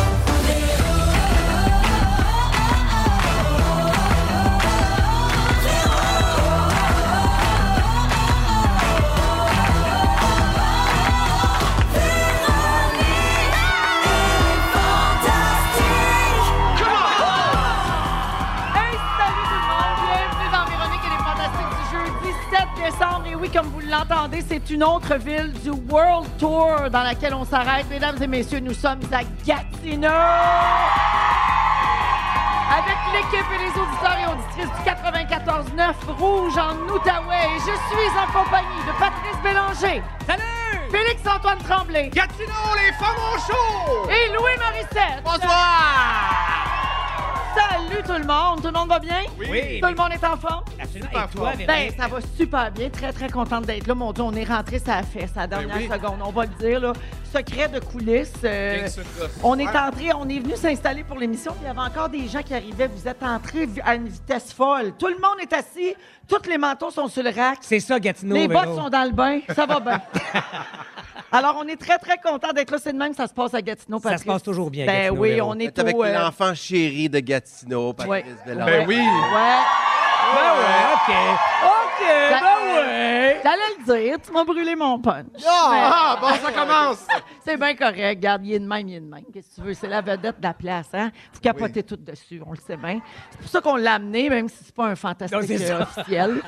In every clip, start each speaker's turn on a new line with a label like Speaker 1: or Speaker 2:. Speaker 1: Hey, salut tout le monde! Bienvenue dans Véronique et les Fantastiques du jeudi 7 décembre. Et oui, comme vous l'entendez, c'est une autre ville du World Tour dans laquelle on s'arrête. Mesdames et messieurs, nous sommes à Gatineau! Avec l'équipe et les auditeurs et auditrices du 94-9 Rouge en Outaouais. Et je suis en compagnie de Patrice Bélanger,
Speaker 2: Salut!
Speaker 1: Félix-Antoine Tremblay
Speaker 2: Gatineau, les femmes au chaud!
Speaker 1: et Louis Morissette.
Speaker 2: Bonsoir!
Speaker 1: Salut tout le monde! Tout le monde va bien?
Speaker 2: Oui.
Speaker 1: Tout le monde est en forme?
Speaker 2: Absolument.
Speaker 3: Super
Speaker 2: Et toi,
Speaker 3: fort.
Speaker 1: Ben, ça va super bien. Très, très contente d'être là. Mon Dieu, on est rentré ça fesse à la dernière
Speaker 2: Ben oui.
Speaker 1: seconde. On va le dire, là. Secret de coulisses. euh, on est entré, on est venu s'installer pour l'émission, puis il y avait encore des gens qui arrivaient. Vous êtes entrés vi- à une vitesse folle. Tout le monde est assis, tous les manteaux sont sur le rack.
Speaker 3: C'est ça, Gatineau.
Speaker 1: les
Speaker 3: Véro.
Speaker 1: bottes sont dans le bain, ça va bien. Alors, on est très, très content d'être là. C'est de même que ça se passe à Gatineau,
Speaker 3: Ça se
Speaker 1: Patrice.
Speaker 3: passe toujours bien,
Speaker 1: Ben
Speaker 3: Gatineau,
Speaker 1: oui,
Speaker 3: Véro.
Speaker 1: on est
Speaker 4: T'es avec
Speaker 1: au, euh,
Speaker 4: l'enfant chéri de Gatineau, Patrice
Speaker 1: Ouais.
Speaker 4: Bélanger.
Speaker 2: Ben oui!
Speaker 1: Ouais.
Speaker 3: Ben ouais, OK. OK, ben
Speaker 1: Ça-
Speaker 3: ouais.
Speaker 1: J'allais le dire, tu m'as brûlé mon punch.
Speaker 2: Ah, bon, ça commence!
Speaker 1: C'est bien correct. Garde, il est de même, il est de même. Qu'est-ce que tu veux? C'est la vedette de la place, hein? Vous capotez tout dessus, on le sait bien. C'est pour ça qu'on l'a amené, même si c'est pas un
Speaker 3: Non,
Speaker 1: fantastique
Speaker 3: c'est ça.
Speaker 1: euh, officiel.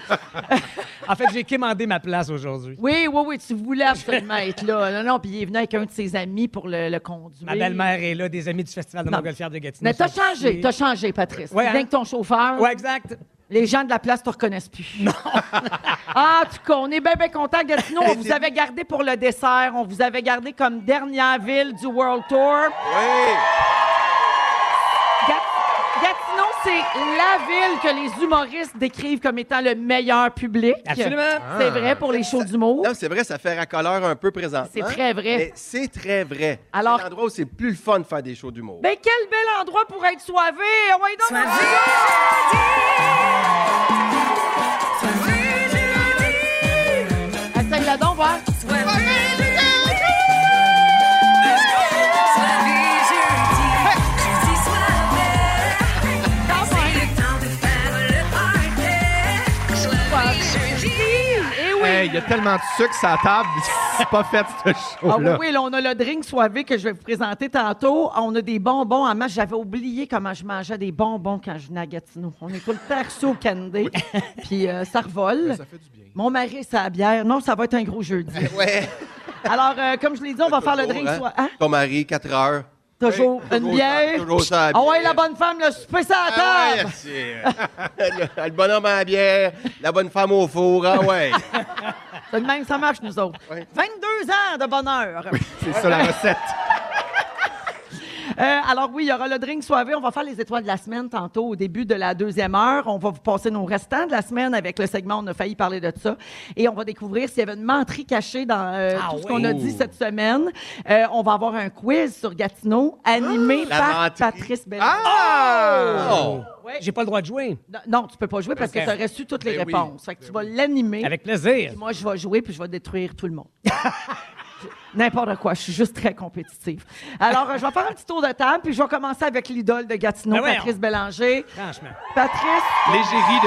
Speaker 3: En fait, j'ai commandé ma place aujourd'hui.
Speaker 1: Oui, oui, oui, tu voulais absolument être là. Non, non, puis il est venu avec un de ses amis pour le, le conduire.
Speaker 3: Ma belle-mère est là, des amis du Festival de
Speaker 1: Non.
Speaker 3: Montgolfière de Gatineau.
Speaker 1: Mais t'as
Speaker 3: sont ici.
Speaker 1: changé, t'as changé, Patrice.
Speaker 3: Ouais,
Speaker 1: Ouais,
Speaker 3: hein?
Speaker 1: Bien que ton chauffeur,
Speaker 3: Ouais, exact.
Speaker 1: les gens de la place te reconnaissent plus. Non! ah, en tout cas, on est bien, bien contents, Gatineau. On vous avait gardé pour le dessert. On vous avait gardé comme dernière ville du World Tour.
Speaker 4: Oui.
Speaker 1: Gat- Gatineau, c'est la ville que les humoristes décrivent comme étant le meilleur public.
Speaker 3: Absolument.
Speaker 1: C'est vrai pour les shows d'humour.
Speaker 4: Non, c'est vrai, ça fait racoleur un peu présentement.
Speaker 1: C'est très vrai.
Speaker 4: Mais c'est très vrai.
Speaker 1: Alors-
Speaker 4: C'est l'endroit où c'est plus le fun de faire des shows d'humour.
Speaker 1: Ben, quel bel endroit pour être soivé! On va y donner un petit- Essaye-la donc, voir. Eh oui!
Speaker 2: Hey, il y a tellement de sucre sur la table, c'est pas fait ce
Speaker 1: Ah oui,
Speaker 2: show-là.
Speaker 1: oui, là, on a le drink soivé que je vais vous présenter tantôt. On a des bonbons en masse. J'avais oublié comment je mangeais des bonbons quand je venais à Gatineau. On est tout le temps sous au candy. Puis euh, ça revole. ça fait du bien. Mon mari, c'est la bière. Non, ça va être un gros jeudi.
Speaker 4: Ouais.
Speaker 1: Alors, euh, comme je l'ai dit, on va faire le
Speaker 4: Toujours,
Speaker 1: drink
Speaker 4: hein.
Speaker 1: soivé. Hein?
Speaker 4: Ton mari, 4 heures.
Speaker 1: Toujours une
Speaker 4: Oui, toujours
Speaker 1: bière.
Speaker 4: ça, toujours ça, la
Speaker 1: Ah ouais, la
Speaker 4: bière.
Speaker 1: bonne femme, le souper, ça table.
Speaker 4: Ah ouais, c'est- le, le bonhomme à la bière, la bonne femme au four, ah ouais.
Speaker 1: C'est le même, ça marche, nous autres. 22 ans de bonheur.
Speaker 2: C'est ça la recette.
Speaker 1: Euh, alors oui, il y aura le drink soivé. On va faire les étoiles de la semaine tantôt au début de la deuxième heure. On va vous passer nos restants de la semaine avec le segment On a failli parler de ça. Et on va découvrir s'il y avait une menterie cachée dans euh,
Speaker 3: Ah
Speaker 1: tout ce
Speaker 3: oui.
Speaker 1: qu'on a dit cette semaine. Euh, on va avoir un quiz sur Gatineau animé
Speaker 4: Ah! la
Speaker 1: par
Speaker 4: menterie.
Speaker 1: Patrice Bellin.
Speaker 2: Ah!
Speaker 4: Oh.
Speaker 3: Ouais. Euh, J'ai pas le droit de jouer.
Speaker 1: Non, non, tu peux pas jouer parce que
Speaker 3: Ok.
Speaker 1: tu as reçu toutes les
Speaker 4: Ben oui.
Speaker 1: réponses. Fait que tu vas l'animer.
Speaker 3: Avec plaisir.
Speaker 1: Puis moi, je vais jouer puis je vais détruire tout le monde. N'importe quoi, je suis juste très compétitive. Alors, euh, je vais faire un petit tour de table, puis je vais commencer avec l'idole de Gatineau,
Speaker 3: Ben voyons.
Speaker 1: Patrice Bélanger.
Speaker 3: Franchement.
Speaker 1: Patrice
Speaker 2: L'égérie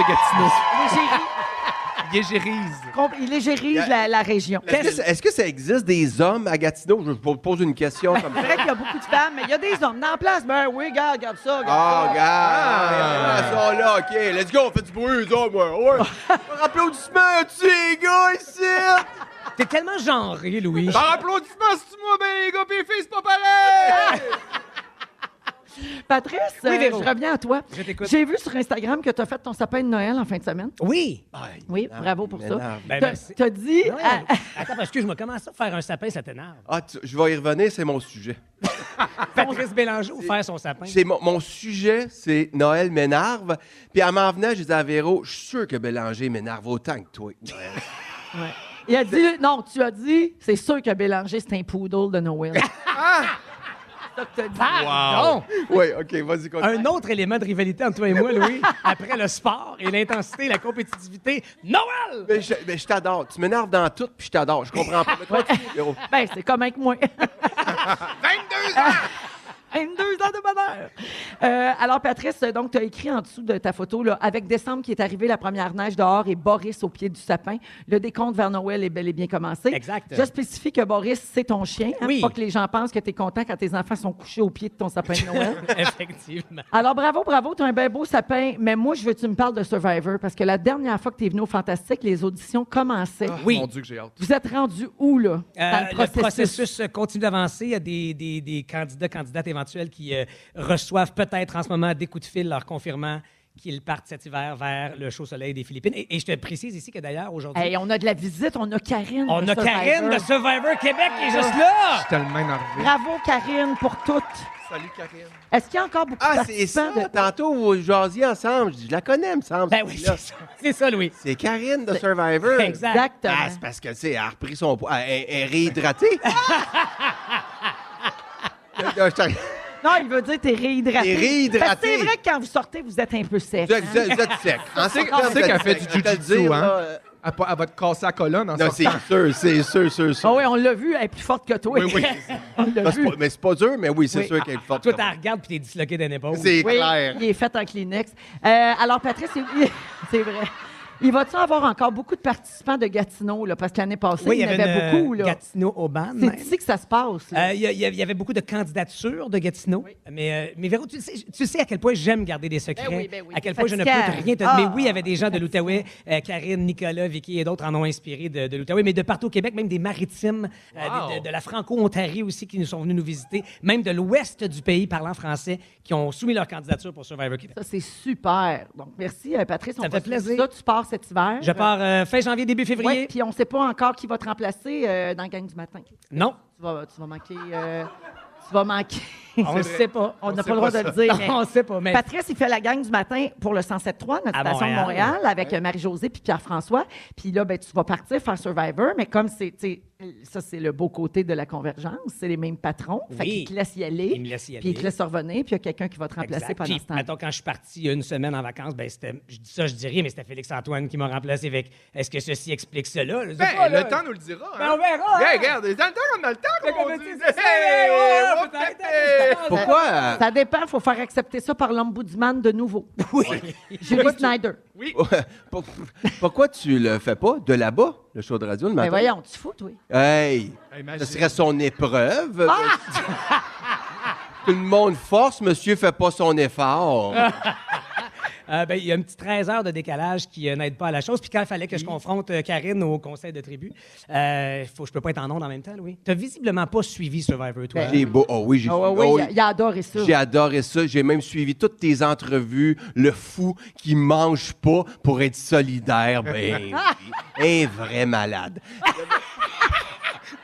Speaker 2: de
Speaker 1: légéri-
Speaker 2: Gatineau. L'égérise.
Speaker 1: com- il légérise la, la région.
Speaker 4: Est-ce que, ça- est-ce que ça existe des hommes à Gatineau? Je vous pose une question comme
Speaker 1: C'est
Speaker 4: ça.
Speaker 1: vrai qu'il y a beaucoup de femmes, mais il y a des hommes. Dans la place, ben oui, regarde, regarde ça, regarde
Speaker 4: Ah,
Speaker 1: ça.
Speaker 4: regarde! Ah, sont là, OK. Let's go, on fait du bruit, ça, moi. Ouais. Par applaudissement, tu les gars, ici!
Speaker 3: T'es tellement genré, Louis.
Speaker 2: Par applaudissement, c'est moi, ben les gars, pis les filles, c'est pas pareil!
Speaker 1: Patrice, euh,
Speaker 3: Véro.
Speaker 1: je reviens à toi.
Speaker 3: Je t'écoute.
Speaker 1: J'ai vu sur Instagram que tu as fait ton sapin de Noël en fin de semaine.
Speaker 3: Oui.
Speaker 1: Ah. Oui, bravo pour ça.
Speaker 4: m'énerve.
Speaker 3: Ben, merci.
Speaker 1: Tu as dit... euh, à-
Speaker 3: Noël. Attends, excuse-moi, comment ça, faire un sapin, ça t'énerve?
Speaker 4: Ah, tu- je vais y revenir, c'est mon sujet.
Speaker 1: Ah.
Speaker 3: Patrice Bélanger ou faire son sapin?
Speaker 4: C'est mon, mon sujet, c'est Noël m'énerve. Puis en m'en venant, je disais à Véro, je suis sûr que Bélanger m'énerve autant que toi. Noël.
Speaker 1: Ouais. Il a dit, non, tu as dit, c'est sûr que Bélanger, c'est un poodle de Noël. ça que t'as dit. Ah,
Speaker 3: Pardon!
Speaker 4: Oui, OK, vas-y, continue.
Speaker 3: Un autre élément de rivalité entre toi et moi, Louis, après le sport et l'intensité, la compétitivité, Noël!
Speaker 4: Mais je, mais je t'adore. Tu m'énerves dans tout, puis je t'adore. Je comprends pas. Mais toi, tu- Véro.
Speaker 1: Ben, c'est comme avec moi.
Speaker 2: 22 ans!
Speaker 1: 22 ans de bonheur. Euh, alors, Patrice, euh, donc, tu as écrit en dessous de ta photo, là, avec décembre qui est arrivé, la première neige dehors et Boris au pied du sapin. Le décompte vers Noël est bel et bien commencé.
Speaker 3: Exact.
Speaker 1: Je spécifie que Boris, c'est ton chien. Hein,
Speaker 3: Oui.
Speaker 1: Pas que les gens pensent que tu es content quand tes enfants sont couchés au pied de ton sapin de Noël.
Speaker 3: Effectivement.
Speaker 1: Alors, bravo, bravo, tu as un bien beau sapin, mais moi, je veux que tu me parles de Survivor parce que la dernière fois que tu es venu au Fantastique, les auditions commençaient.
Speaker 3: Oui.
Speaker 4: Ah, Mon Dieu, que j'ai hâte.
Speaker 1: Vous êtes rendu où, là?
Speaker 3: Euh,
Speaker 1: Dans
Speaker 3: le processus euh, continue d'avancer. Il y a des, des- des candidats, candidates éventuels qui euh, reçoivent peut-être en ce moment des coups de fil leur confirmant qu'ils partent cet hiver vers le chaud soleil des Philippines. Et, et je te précise ici que d'ailleurs, aujourd'hui,
Speaker 1: Hey, on a de la visite, on a Karine.
Speaker 3: on
Speaker 1: de
Speaker 3: a Karine
Speaker 1: Survivor.
Speaker 3: de Survivor Québec qui est juste là!
Speaker 2: Tellement énervé.
Speaker 1: Bravo, Karine, pour toutes.
Speaker 4: Salut, Karine.
Speaker 1: Est-ce qu'il y a encore beaucoup de
Speaker 4: Ah, c'est ça.
Speaker 1: participants? de-
Speaker 4: Tantôt, vous jasiez ensemble. Je dis, je la connais, me semble.
Speaker 3: Ben oui,
Speaker 4: celle-là.
Speaker 3: c'est ça. C'est ça, Louis.
Speaker 4: C'est Karine de Survivor.
Speaker 3: Exact.
Speaker 1: Exactement.
Speaker 4: Ah, c'est parce que, tu sais, elle a repris son poids. Elle, elle- elle est réhydratée. Là, je t'arrive.
Speaker 1: non, il veut dire t'es réhydraté.
Speaker 4: T'es réhydraté.
Speaker 1: Parce que C'est vrai que quand vous sortez, vous êtes un peu sec.
Speaker 4: Vous êtes- vous êtes vous êtes sec. En
Speaker 2: Tu sais-
Speaker 4: septembre,
Speaker 2: tu sais
Speaker 4: vous
Speaker 2: qu'elle
Speaker 4: êtes
Speaker 2: fait
Speaker 4: sec.
Speaker 2: du
Speaker 4: Je te le
Speaker 2: jujitsu,
Speaker 4: dis,
Speaker 2: hein?
Speaker 4: là, euh,
Speaker 2: Elle, pa- elle va te casser la colonne en
Speaker 4: Non,
Speaker 2: sortant.
Speaker 4: c'est sûr, c'est sûr, sûr, sûr.
Speaker 1: Ah oui, on l'a vu, elle est plus forte que toi.
Speaker 4: Oui, oui.
Speaker 1: on l'a
Speaker 4: Ça, c'est
Speaker 1: vu.
Speaker 4: pas- mais c'est pas dur, mais oui, c'est
Speaker 1: Oui.
Speaker 4: sûr qu'elle est forte.
Speaker 3: Toi, t'en regardes puis t'es disloqué d'un épaule.
Speaker 4: C'est
Speaker 1: Oui,
Speaker 4: clair.
Speaker 1: il est fait en Kleenex. Euh, alors, Patrice, il- c'est vrai. Il va-tu avoir encore beaucoup de participants de Gatineau, là? Parce que l'année passée, il y en avait,
Speaker 3: une, euh,
Speaker 1: beaucoup, là.
Speaker 3: Gatineau-Auban.
Speaker 1: C'est
Speaker 3: même.
Speaker 1: ici que ça se passe, là.
Speaker 3: Euh, Il y, a- il y a- il y avait beaucoup de candidatures de Gatineau. Mais, euh, mais Véro, tu sais, tu sais à quel point j'aime garder des secrets.
Speaker 1: Ben oui, ben oui.
Speaker 3: À quel
Speaker 1: C'est
Speaker 3: point je ne peux
Speaker 1: fatigant.
Speaker 3: rien te
Speaker 1: Ah.
Speaker 3: Mais oui, il y avait des gens de l'Outaouais. euh, Karine, Nicolas, Vicky et d'autres en ont inspiré de, de l'Outaouais. Mais de partout au Québec, même des maritimes, euh,
Speaker 2: Wow.
Speaker 3: des- de, de la Franco-Ontarie aussi qui nous sont venus nous visiter. Même de l'ouest du pays parlant français qui ont soumis leur candidature pour Survivor Québec.
Speaker 1: Ça, c'est super. Donc, merci, euh, Patrice. on
Speaker 3: me
Speaker 1: va
Speaker 3: fait
Speaker 1: suivre
Speaker 3: plaisir.
Speaker 1: Ça, tu pars cet hiver.
Speaker 3: Je pars euh, fin janvier, début février.
Speaker 1: Oui, puis on ne sait pas encore qui va te remplacer euh, dans le gang du matin. Tu
Speaker 3: Non,
Speaker 1: vas, tu vas manquer. euh, tu vas manquer.
Speaker 3: on ne sait pas.
Speaker 1: On n'a
Speaker 2: sait
Speaker 1: pas le droit
Speaker 2: pas
Speaker 1: de le
Speaker 2: ça.
Speaker 1: dire. mais-
Speaker 3: on ne sait pas. Mais
Speaker 1: Patrice, il fait la gang du matin pour le 107.3, notre
Speaker 3: À
Speaker 1: station de
Speaker 3: Montréal.
Speaker 1: Montréal, avec euh, Marie-Josée puis Pierre-François. Puis là, ben, tu vas partir faire Survivor, mais comme c'est, tu sais, ça, c'est le beau côté de la convergence, c'est les mêmes patrons. Fait
Speaker 3: Oui.
Speaker 1: qu'ils te laissent y aller.
Speaker 3: Ils me laissent y
Speaker 1: Puis ils te
Speaker 3: aller.
Speaker 1: laissent revenir, puis il y a quelqu'un qui va te remplacer
Speaker 3: Exact.
Speaker 1: pendant
Speaker 3: Puis,
Speaker 1: ce temps
Speaker 3: mettons, quand je suis parti une semaine en vacances, ben, c'était, je dis ça, je dis rien, mais c'était Félix-Antoine qui m'a remplacé avec Est-ce que ceci explique cela? Je sais
Speaker 2: Ben,
Speaker 3: pas, là.
Speaker 2: le temps nous le dira.
Speaker 3: Ben,
Speaker 2: hein.
Speaker 3: on verra.
Speaker 2: Hey,
Speaker 3: hein.
Speaker 2: regarde, dans le temps, on a le temps.
Speaker 3: Le
Speaker 2: comme on
Speaker 3: compétit-
Speaker 2: dit.
Speaker 3: c'est ça,
Speaker 2: Hey,
Speaker 3: ouais,
Speaker 2: on
Speaker 3: ouais,
Speaker 2: fait-
Speaker 3: peut-être.
Speaker 4: Pourquoi? euh,
Speaker 1: Ça dépend, il faut faire accepter ça par l'ombudsman de nouveau. Oui. Julie Snyder.
Speaker 4: euh, Pour- Pourquoi tu le fais pas de là-bas, le show de radio le
Speaker 1: Mais
Speaker 4: matin?
Speaker 1: Ben voyons, tu fous, toi.
Speaker 4: Hey!
Speaker 2: Imagine.
Speaker 4: Ce serait son épreuve. Tout le monde force, monsieur fait pas son effort.
Speaker 3: Euh, ben, il y a un petit 13 heures de décalage qui euh, n'aide pas à la chose. Puis quand il fallait que je confronte euh, Karine au conseil de tribu, euh, faut, je peux pas être en onde en même temps, Louis. T'as visiblement pas suivi Survivor, toi. hein?
Speaker 4: J'ai beau. Oh oui, j'ai
Speaker 1: Ah ouais,
Speaker 4: oh
Speaker 1: oui, il a- il a adoré ça.
Speaker 4: J'ai adoré ça. J'ai même suivi toutes tes entrevues. Le fou qui mange pas pour être solidaire. Ben, oui. un vrai malade.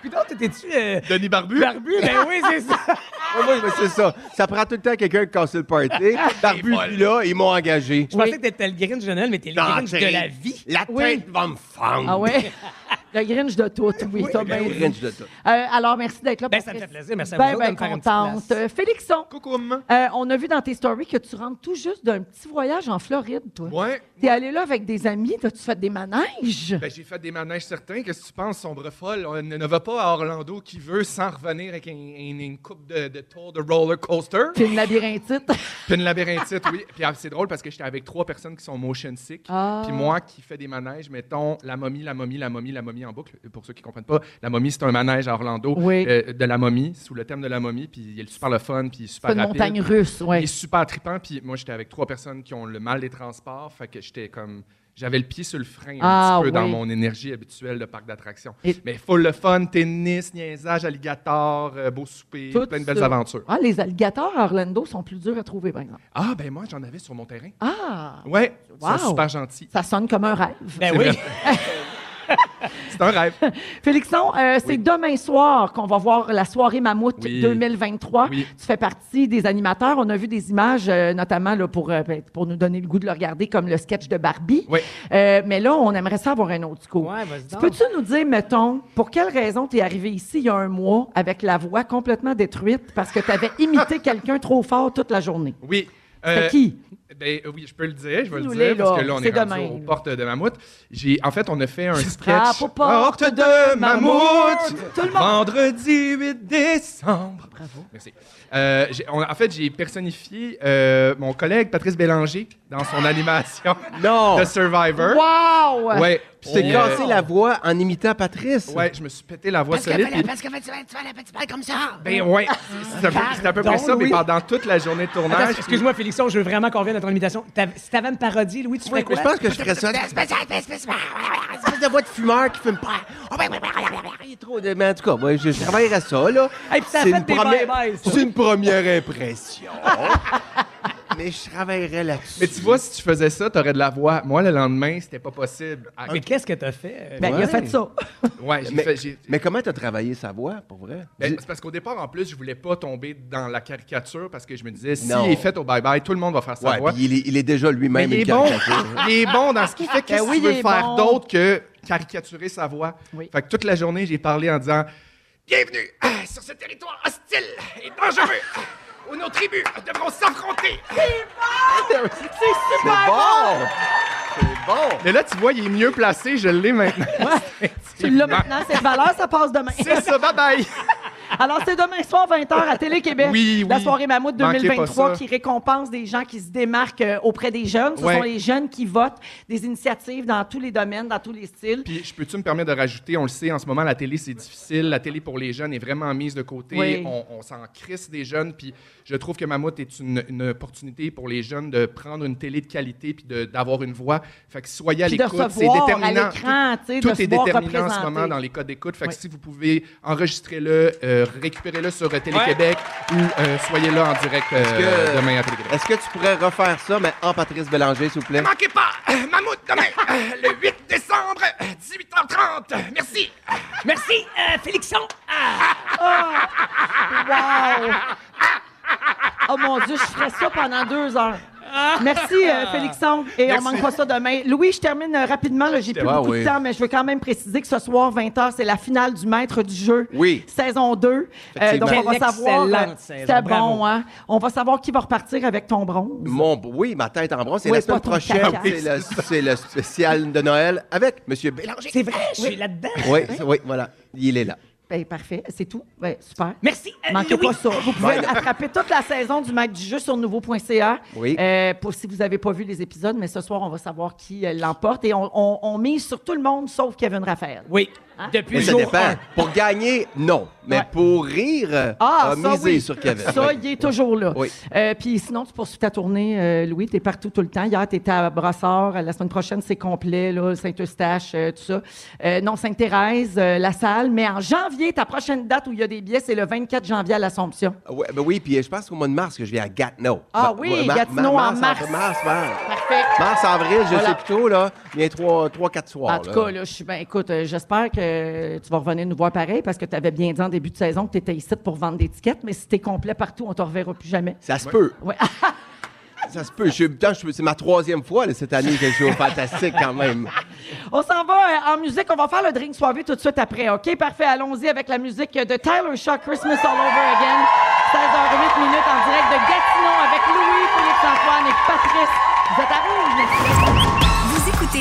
Speaker 3: Putain, t'étais-tu euh,
Speaker 2: Denis Barbu.
Speaker 3: barbu? Ben oui, c'est ça.
Speaker 4: Oui, oui, mais c'est ça. Ça prend tout le temps quelqu'un qui casse le party. Barbu,
Speaker 2: folle.
Speaker 4: lui, là, ils m'ont engagé.
Speaker 3: Je pensais que t'étais le Grinch de Noël, mais t'es le
Speaker 4: Non,
Speaker 3: Grinch
Speaker 4: t'es-
Speaker 3: de la vie.
Speaker 4: La tête
Speaker 1: Oui.
Speaker 4: va me fendre.
Speaker 1: Ah ouais? Le Grinch de tout, oui, t'as bien
Speaker 4: Le
Speaker 1: dit.
Speaker 4: Grinch de tout.
Speaker 1: Euh, alors, merci d'être là.
Speaker 3: Ben,
Speaker 1: Patrice.
Speaker 3: ça me fait plaisir. Merci à
Speaker 1: ben,
Speaker 3: vous autres
Speaker 1: ben,
Speaker 3: de me faire une petite
Speaker 1: contente.
Speaker 3: place.
Speaker 1: Euh, Félixon,
Speaker 2: Coucou. maman.
Speaker 1: euh, on a vu dans tes stories que tu rentres tout juste d'un petit voyage en Floride, toi.
Speaker 2: Ouais.
Speaker 1: T'es allé là avec des amis, t'as-tu fait des manèges?
Speaker 2: Ben, j'ai fait des manèges certains. Qu'est-ce que tu penses, sombre folle? On ne ne va pas à Orlando qui veut sans revenir avec un- un- une coupe de, de tour de roller coaster.
Speaker 1: Puis une labyrinthite.
Speaker 2: Puis une labyrinthite, oui. Puis ah, c'est drôle parce que j'étais avec trois personnes qui sont motion sick.
Speaker 1: Ah.
Speaker 2: Puis moi qui fais des manèges, mettons la momie, la momie, la momie, la momie en boucle. Pour ceux qui comprennent pas, la momie, c'est un manège à Orlando
Speaker 1: Oui.
Speaker 2: euh, de la momie, sous le thème de la momie. Puis il est super le fun, puis il est super
Speaker 1: C'est une
Speaker 2: rapide.
Speaker 1: montagne russe,
Speaker 2: Il est
Speaker 1: oui.
Speaker 2: super trippant. Puis moi, j'étais avec trois personnes qui ont le mal des transports. Fait que j'étais comme. J'avais le pied sur le frein un
Speaker 1: Ah,
Speaker 2: petit peu dans
Speaker 1: oui.
Speaker 2: mon énergie habituelle de parc d'attractions.
Speaker 1: Et-
Speaker 2: Mais full le fun, tennis, niaisage, alligator, euh, beau souper,
Speaker 1: Tout
Speaker 2: plein de belles
Speaker 1: ça.
Speaker 2: aventures.
Speaker 1: Ah, les alligators à Orlando sont plus durs à trouver, par exemple.
Speaker 2: Ah, ben moi, j'en avais sur mon terrain.
Speaker 1: Ah!
Speaker 2: Ouais,
Speaker 1: Wow.
Speaker 2: c'est super gentil.
Speaker 1: Ça sonne comme un rêve.
Speaker 3: Ben oui.
Speaker 2: C'est un rêve.
Speaker 1: Félixon, euh, c'est demain soir qu'on va voir la soirée Mammouth
Speaker 2: Oui.
Speaker 1: 2023.
Speaker 2: Oui.
Speaker 1: Tu fais partie des animateurs. On a vu des images, euh, notamment là, pour, euh, ben, pour nous donner le goût de le regarder, comme le sketch de Barbie.
Speaker 2: Oui.
Speaker 1: Euh, mais là, on aimerait ça avoir un autre coup.
Speaker 3: Ouais, vas-y donc.
Speaker 1: Peux-tu nous dire, mettons, pour quelle raison tu es arrivé ici il y a un mois avec la voix complètement détruite parce que tu avais imité quelqu'un trop fort toute la journée?
Speaker 2: Oui.
Speaker 1: C'était
Speaker 2: Euh,
Speaker 1: qui?
Speaker 2: Ben, euh, oui, je peux le dire, je vais le
Speaker 1: Dis-nous
Speaker 2: dire,
Speaker 1: les,
Speaker 2: parce
Speaker 1: là.
Speaker 2: que là, on est,
Speaker 1: C'est
Speaker 2: rendu
Speaker 1: demain.
Speaker 2: aux portes de Mammouth. J'ai, en fait, on a fait un sketch.
Speaker 1: frappe aux portes de Mammouth. Tout le monde.
Speaker 2: Vendredi 8 décembre. Bravo. Merci. Euh, j'ai- on- en fait, j'ai personnifié euh, mon collègue Patrice Bélanger dans son animation
Speaker 4: Non!
Speaker 2: de Survivor.
Speaker 1: Wow!
Speaker 2: Ouais.
Speaker 4: Tu t'es
Speaker 2: puis, euh,
Speaker 4: cassé la voix en imitant Patrice.
Speaker 2: Ouais, je me suis pété la voix solide. puis-
Speaker 3: Parce que tu vas tu vas la petite balle comme ça.
Speaker 2: Ben ouais, c'est à peu, c'est à peu près
Speaker 3: Pardon,
Speaker 2: ça, mais
Speaker 3: Louis.
Speaker 2: pendant toute la journée de
Speaker 3: Attends,
Speaker 2: tournage.
Speaker 3: Excuse-moi, Félixon, je veux vraiment qu'on revienne à ton imitation. T'av- Si t'avais une parodie, Louis, tu ferais quoi?
Speaker 4: Je pense que je ferais ça. espèce de voix de fumeur qui fume pas. Ah, Il est trop de... Mais en tout cas, moi, je je travaillerais à ça, là.
Speaker 3: Hey, puis ça a
Speaker 4: C'est
Speaker 3: fait
Speaker 4: une
Speaker 3: des
Speaker 4: première-
Speaker 3: bye-bye, ça.
Speaker 4: C'est une première impression. Mais je travaillerais là-dessus.
Speaker 2: Mais tu vois, si tu faisais ça, t'aurais de la voix. Moi, le lendemain, c'était pas possible. Ah,
Speaker 3: Mais qu'est-ce que t'as fait? euh,
Speaker 1: Ben, il a
Speaker 4: Ouais.
Speaker 1: fait ça.
Speaker 2: Ouais, j'ai
Speaker 4: mais,
Speaker 2: fait. j'ai-
Speaker 4: mais comment t'as travaillé sa voix, pour vrai?
Speaker 2: Ben,
Speaker 4: Dis-
Speaker 2: c'est parce qu'au départ, en plus, je voulais pas tomber dans la caricature parce que je me disais, s'il
Speaker 4: Non.
Speaker 2: est fait au bye-bye, tout le monde va faire sa
Speaker 4: ouais,
Speaker 2: voix.
Speaker 4: puis il est, il est déjà
Speaker 2: Mais
Speaker 4: lui-même
Speaker 2: il
Speaker 4: une
Speaker 2: est bon.
Speaker 4: caricature.
Speaker 2: il est bon dans ce qu'il fait. Qu'est-ce
Speaker 1: Ben oui,
Speaker 2: qu'il veut
Speaker 1: il est
Speaker 2: faire
Speaker 1: bon.
Speaker 2: d'autre que caricaturer sa voix?
Speaker 1: Oui.
Speaker 2: Fait que toute la journée, j'ai parlé en disant Bienvenue ah, sur ce territoire hostile et dangereux où nos tribus devront s'affronter.
Speaker 1: C'est
Speaker 4: C'est
Speaker 1: super
Speaker 4: bon! C'est bon!
Speaker 2: Mais là, tu vois, il est mieux placé, je l'ai maintenant.
Speaker 1: Tu l'as maintenant, cette valeur, ça passe demain.
Speaker 2: C'est ça, bye bye!
Speaker 1: Alors, c'est demain soir, 20h à Télé-Québec.
Speaker 2: Oui,
Speaker 1: La
Speaker 2: oui.
Speaker 1: soirée Mammouth
Speaker 2: Manquez pas
Speaker 1: 2023
Speaker 2: ça.
Speaker 1: qui récompense des gens qui se démarquent euh, auprès des jeunes. Ce
Speaker 2: Ouais.
Speaker 1: sont les jeunes qui votent des initiatives dans tous les domaines, dans tous les styles.
Speaker 2: Puis, je peux-tu me permettre de rajouter, on le sait, en ce moment, la télé, c'est difficile. La télé pour les jeunes est vraiment mise de côté.
Speaker 1: Oui.
Speaker 2: On, on s'en crisse des jeunes. Puis, je trouve que Mammouth est une, une opportunité pour les jeunes de prendre une télé de qualité puis de- d'avoir une voix. Fait que soyez à
Speaker 1: Puis de
Speaker 2: l'écoute.
Speaker 1: se
Speaker 2: C'est
Speaker 1: voir à
Speaker 2: déterminant.
Speaker 1: l'écran, tu sais,
Speaker 2: tout
Speaker 1: de se
Speaker 2: est
Speaker 1: voir
Speaker 2: déterminant en ce
Speaker 1: représenter.
Speaker 2: moment dans les codes d'écoute. Fait que
Speaker 1: Oui.
Speaker 2: si vous pouvez, enregistrez-le, euh, récupérez-le sur euh, Télé-Québec ou euh, soyez là en direct euh,
Speaker 4: que-
Speaker 2: demain à Télé-Québec.
Speaker 4: Est-ce que tu pourrais refaire ça, mais en Patrice Bélanger, s'il vous plaît?
Speaker 2: manquez pas, euh, Mammouth demain, le 8 décembre, 18h30. Merci.
Speaker 3: Merci, euh, Félixon!
Speaker 1: Oh mon Dieu, je ferais ça pendant deux heures. Merci, euh, Félixon. Et
Speaker 2: Merci.
Speaker 1: on manque pas ça demain. Louis, je termine euh, rapidement. là, J'ai plus
Speaker 4: Ah
Speaker 1: beaucoup
Speaker 4: oui.
Speaker 1: de temps, mais je veux quand même préciser que ce soir, 20h, c'est la finale du maître du jeu.
Speaker 4: Oui.
Speaker 1: Saison 2. Euh,
Speaker 4: Effectivement.
Speaker 1: donc, on va
Speaker 3: Quelle
Speaker 1: savoir. euh,
Speaker 3: excellente saison.
Speaker 1: C'était
Speaker 3: Bravo.
Speaker 1: bon, hein? On va savoir qui va repartir avec ton bronze.
Speaker 4: Mon, oui, ma tête en bronze. C'est
Speaker 1: Oui,
Speaker 4: la semaine
Speaker 1: pas ton
Speaker 4: prochaine.
Speaker 1: caca.
Speaker 4: C'est le, c'est le spécial de Noël avec M. Bélanger.
Speaker 3: C'est vrai, je suis là-dedans.
Speaker 4: Oui, c'est- oui, voilà. Il est là.
Speaker 1: Ben, parfait, c'est tout. Ben, super.
Speaker 3: Merci, euh,
Speaker 1: Manquez
Speaker 3: Louis.
Speaker 1: pas ça. Vous pouvez
Speaker 4: Ben,
Speaker 1: attraper toute la saison du Mac du jeu sur nouveau.ca.
Speaker 4: Oui.
Speaker 1: Euh, pour si vous n'avez pas vu les épisodes, mais ce soir, on va savoir qui euh, l'emporte. Et on, on, on mise sur tout le monde sauf Kevin Raphaël.
Speaker 3: Oui, depuis
Speaker 4: Oui,
Speaker 3: le
Speaker 4: ça
Speaker 3: jour
Speaker 4: dépend.
Speaker 3: un.
Speaker 4: Pour gagner, non. Mais
Speaker 1: Ouais.
Speaker 4: pour rire, euh,
Speaker 1: Ah,
Speaker 4: euh,
Speaker 1: ça,
Speaker 4: miser
Speaker 1: oui.
Speaker 4: sur Kevin.
Speaker 1: Ça,
Speaker 4: Oui.
Speaker 1: il est toujours là.
Speaker 4: Oui.
Speaker 1: Euh, Puis sinon, tu poursuis ta tournée, euh, Louis. Tu es partout tout le temps. Hier, tu étais à Brassard. La semaine prochaine, c'est complet, là, Saint-Eustache, euh, tout ça. Euh, non, Sainte-Thérèse, euh, La Salle. Mais en janvier, ta prochaine date où il y a des billets, c'est le 24 janvier à l'Assomption.
Speaker 4: Ouais, ben oui, puis euh, je pense qu'au mois de mars que je viens à Gatineau.
Speaker 1: Ah
Speaker 4: Ma-
Speaker 1: oui,
Speaker 4: ma- ma-
Speaker 1: Gatineau en mars.
Speaker 4: Mars, mars.
Speaker 1: Parfait.
Speaker 4: Mars, avril, je
Speaker 1: Voilà.
Speaker 4: sais plus tôt, là. Il y a trois, trois, quatre soirs.
Speaker 1: En tout cas, là, je suis ben, écoute, euh, j'espère que tu vas revenir nous voir pareil parce que tu avais bien dit en début de saison que tu étais ici pour vendre des tickets, mais si t'es complet partout, on te reverra plus jamais.
Speaker 4: Ça se peut.
Speaker 1: Ouais.
Speaker 4: Ça se peut. Je suis- putain, je suis- c'est ma troisième fois là, cette année que je joue au Fantastique quand même.
Speaker 1: on s'en va euh, en musique, on va faire le drink soirée tout de suite après. OK, parfait, allons-y avec la musique de Tyler Shaw Christmas All Over Again. 16h08 minutes en direct de Gatineau avec Louis, Félix Antoine et Patrice. Vous êtes à rouge.
Speaker 5: Vous écoutez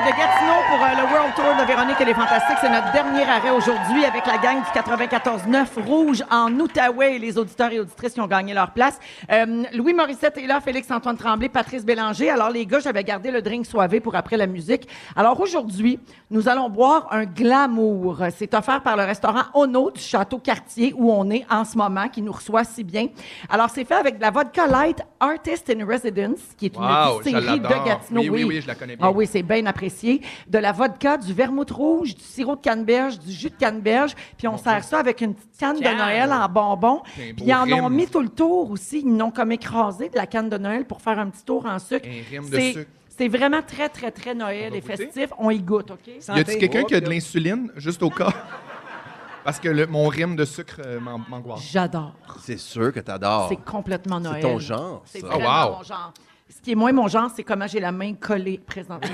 Speaker 1: de Gatineau pour euh, le World Tour de Véronique et les Fantastiques. C'est notre dernier arrêt aujourd'hui avec la gang du 94-9 Rouge en Outaouais et les auditeurs et auditrices qui ont gagné leur place. Euh, Louis Morissette est là, Félix-Antoine Tremblay, Patrice Bélanger. Alors, les gars, j'avais gardé le drink soivé pour après la musique. Alors, aujourd'hui, nous allons boire un glamour. C'est offert par le restaurant Ono du Château Cartier où on est en ce moment, qui nous reçoit si bien. Alors, c'est fait avec de la vodka light Artist in Residence, qui est une
Speaker 2: Wow, je
Speaker 1: distillerie de
Speaker 2: l'adore.
Speaker 1: Gatineau.
Speaker 2: Oui, oui, oui, je la connais bien.
Speaker 1: Ah oui, c'est bien apprécié. De la vodka, du vermouth rouge, du sirop de canneberge, du jus de canneberge. Puis on sert ça avec une petite canne
Speaker 3: Canne.
Speaker 1: de Noël en bonbon.
Speaker 2: C'est un
Speaker 1: Puis
Speaker 2: beau
Speaker 1: ils en ont
Speaker 2: rime.
Speaker 1: mis tout le tour aussi. Ils n'ont comme écrasé de la canne de Noël pour faire un petit tour en sucre.
Speaker 2: Un rime de
Speaker 1: C'est-
Speaker 2: sucre.
Speaker 1: C'est vraiment très, très, très Noël
Speaker 2: va
Speaker 1: et
Speaker 2: goûter?
Speaker 1: festif. On y goûte, OK?
Speaker 2: Y a-tu
Speaker 3: Santé.
Speaker 2: quelqu'un
Speaker 4: Oh,
Speaker 2: qui a de l'insuline, juste au cas? Parce que le- mon rime de sucre euh, m'an- m'angoisse.
Speaker 1: J'adore.
Speaker 4: C'est sûr que t'adores.
Speaker 1: C'est complètement Noël.
Speaker 4: ah. ton genre,
Speaker 1: C'est
Speaker 4: ça.
Speaker 1: vraiment
Speaker 2: Ah, wow.
Speaker 1: mon genre. Ce qui est moins mon genre, c'est comment j'ai la main collée présentement.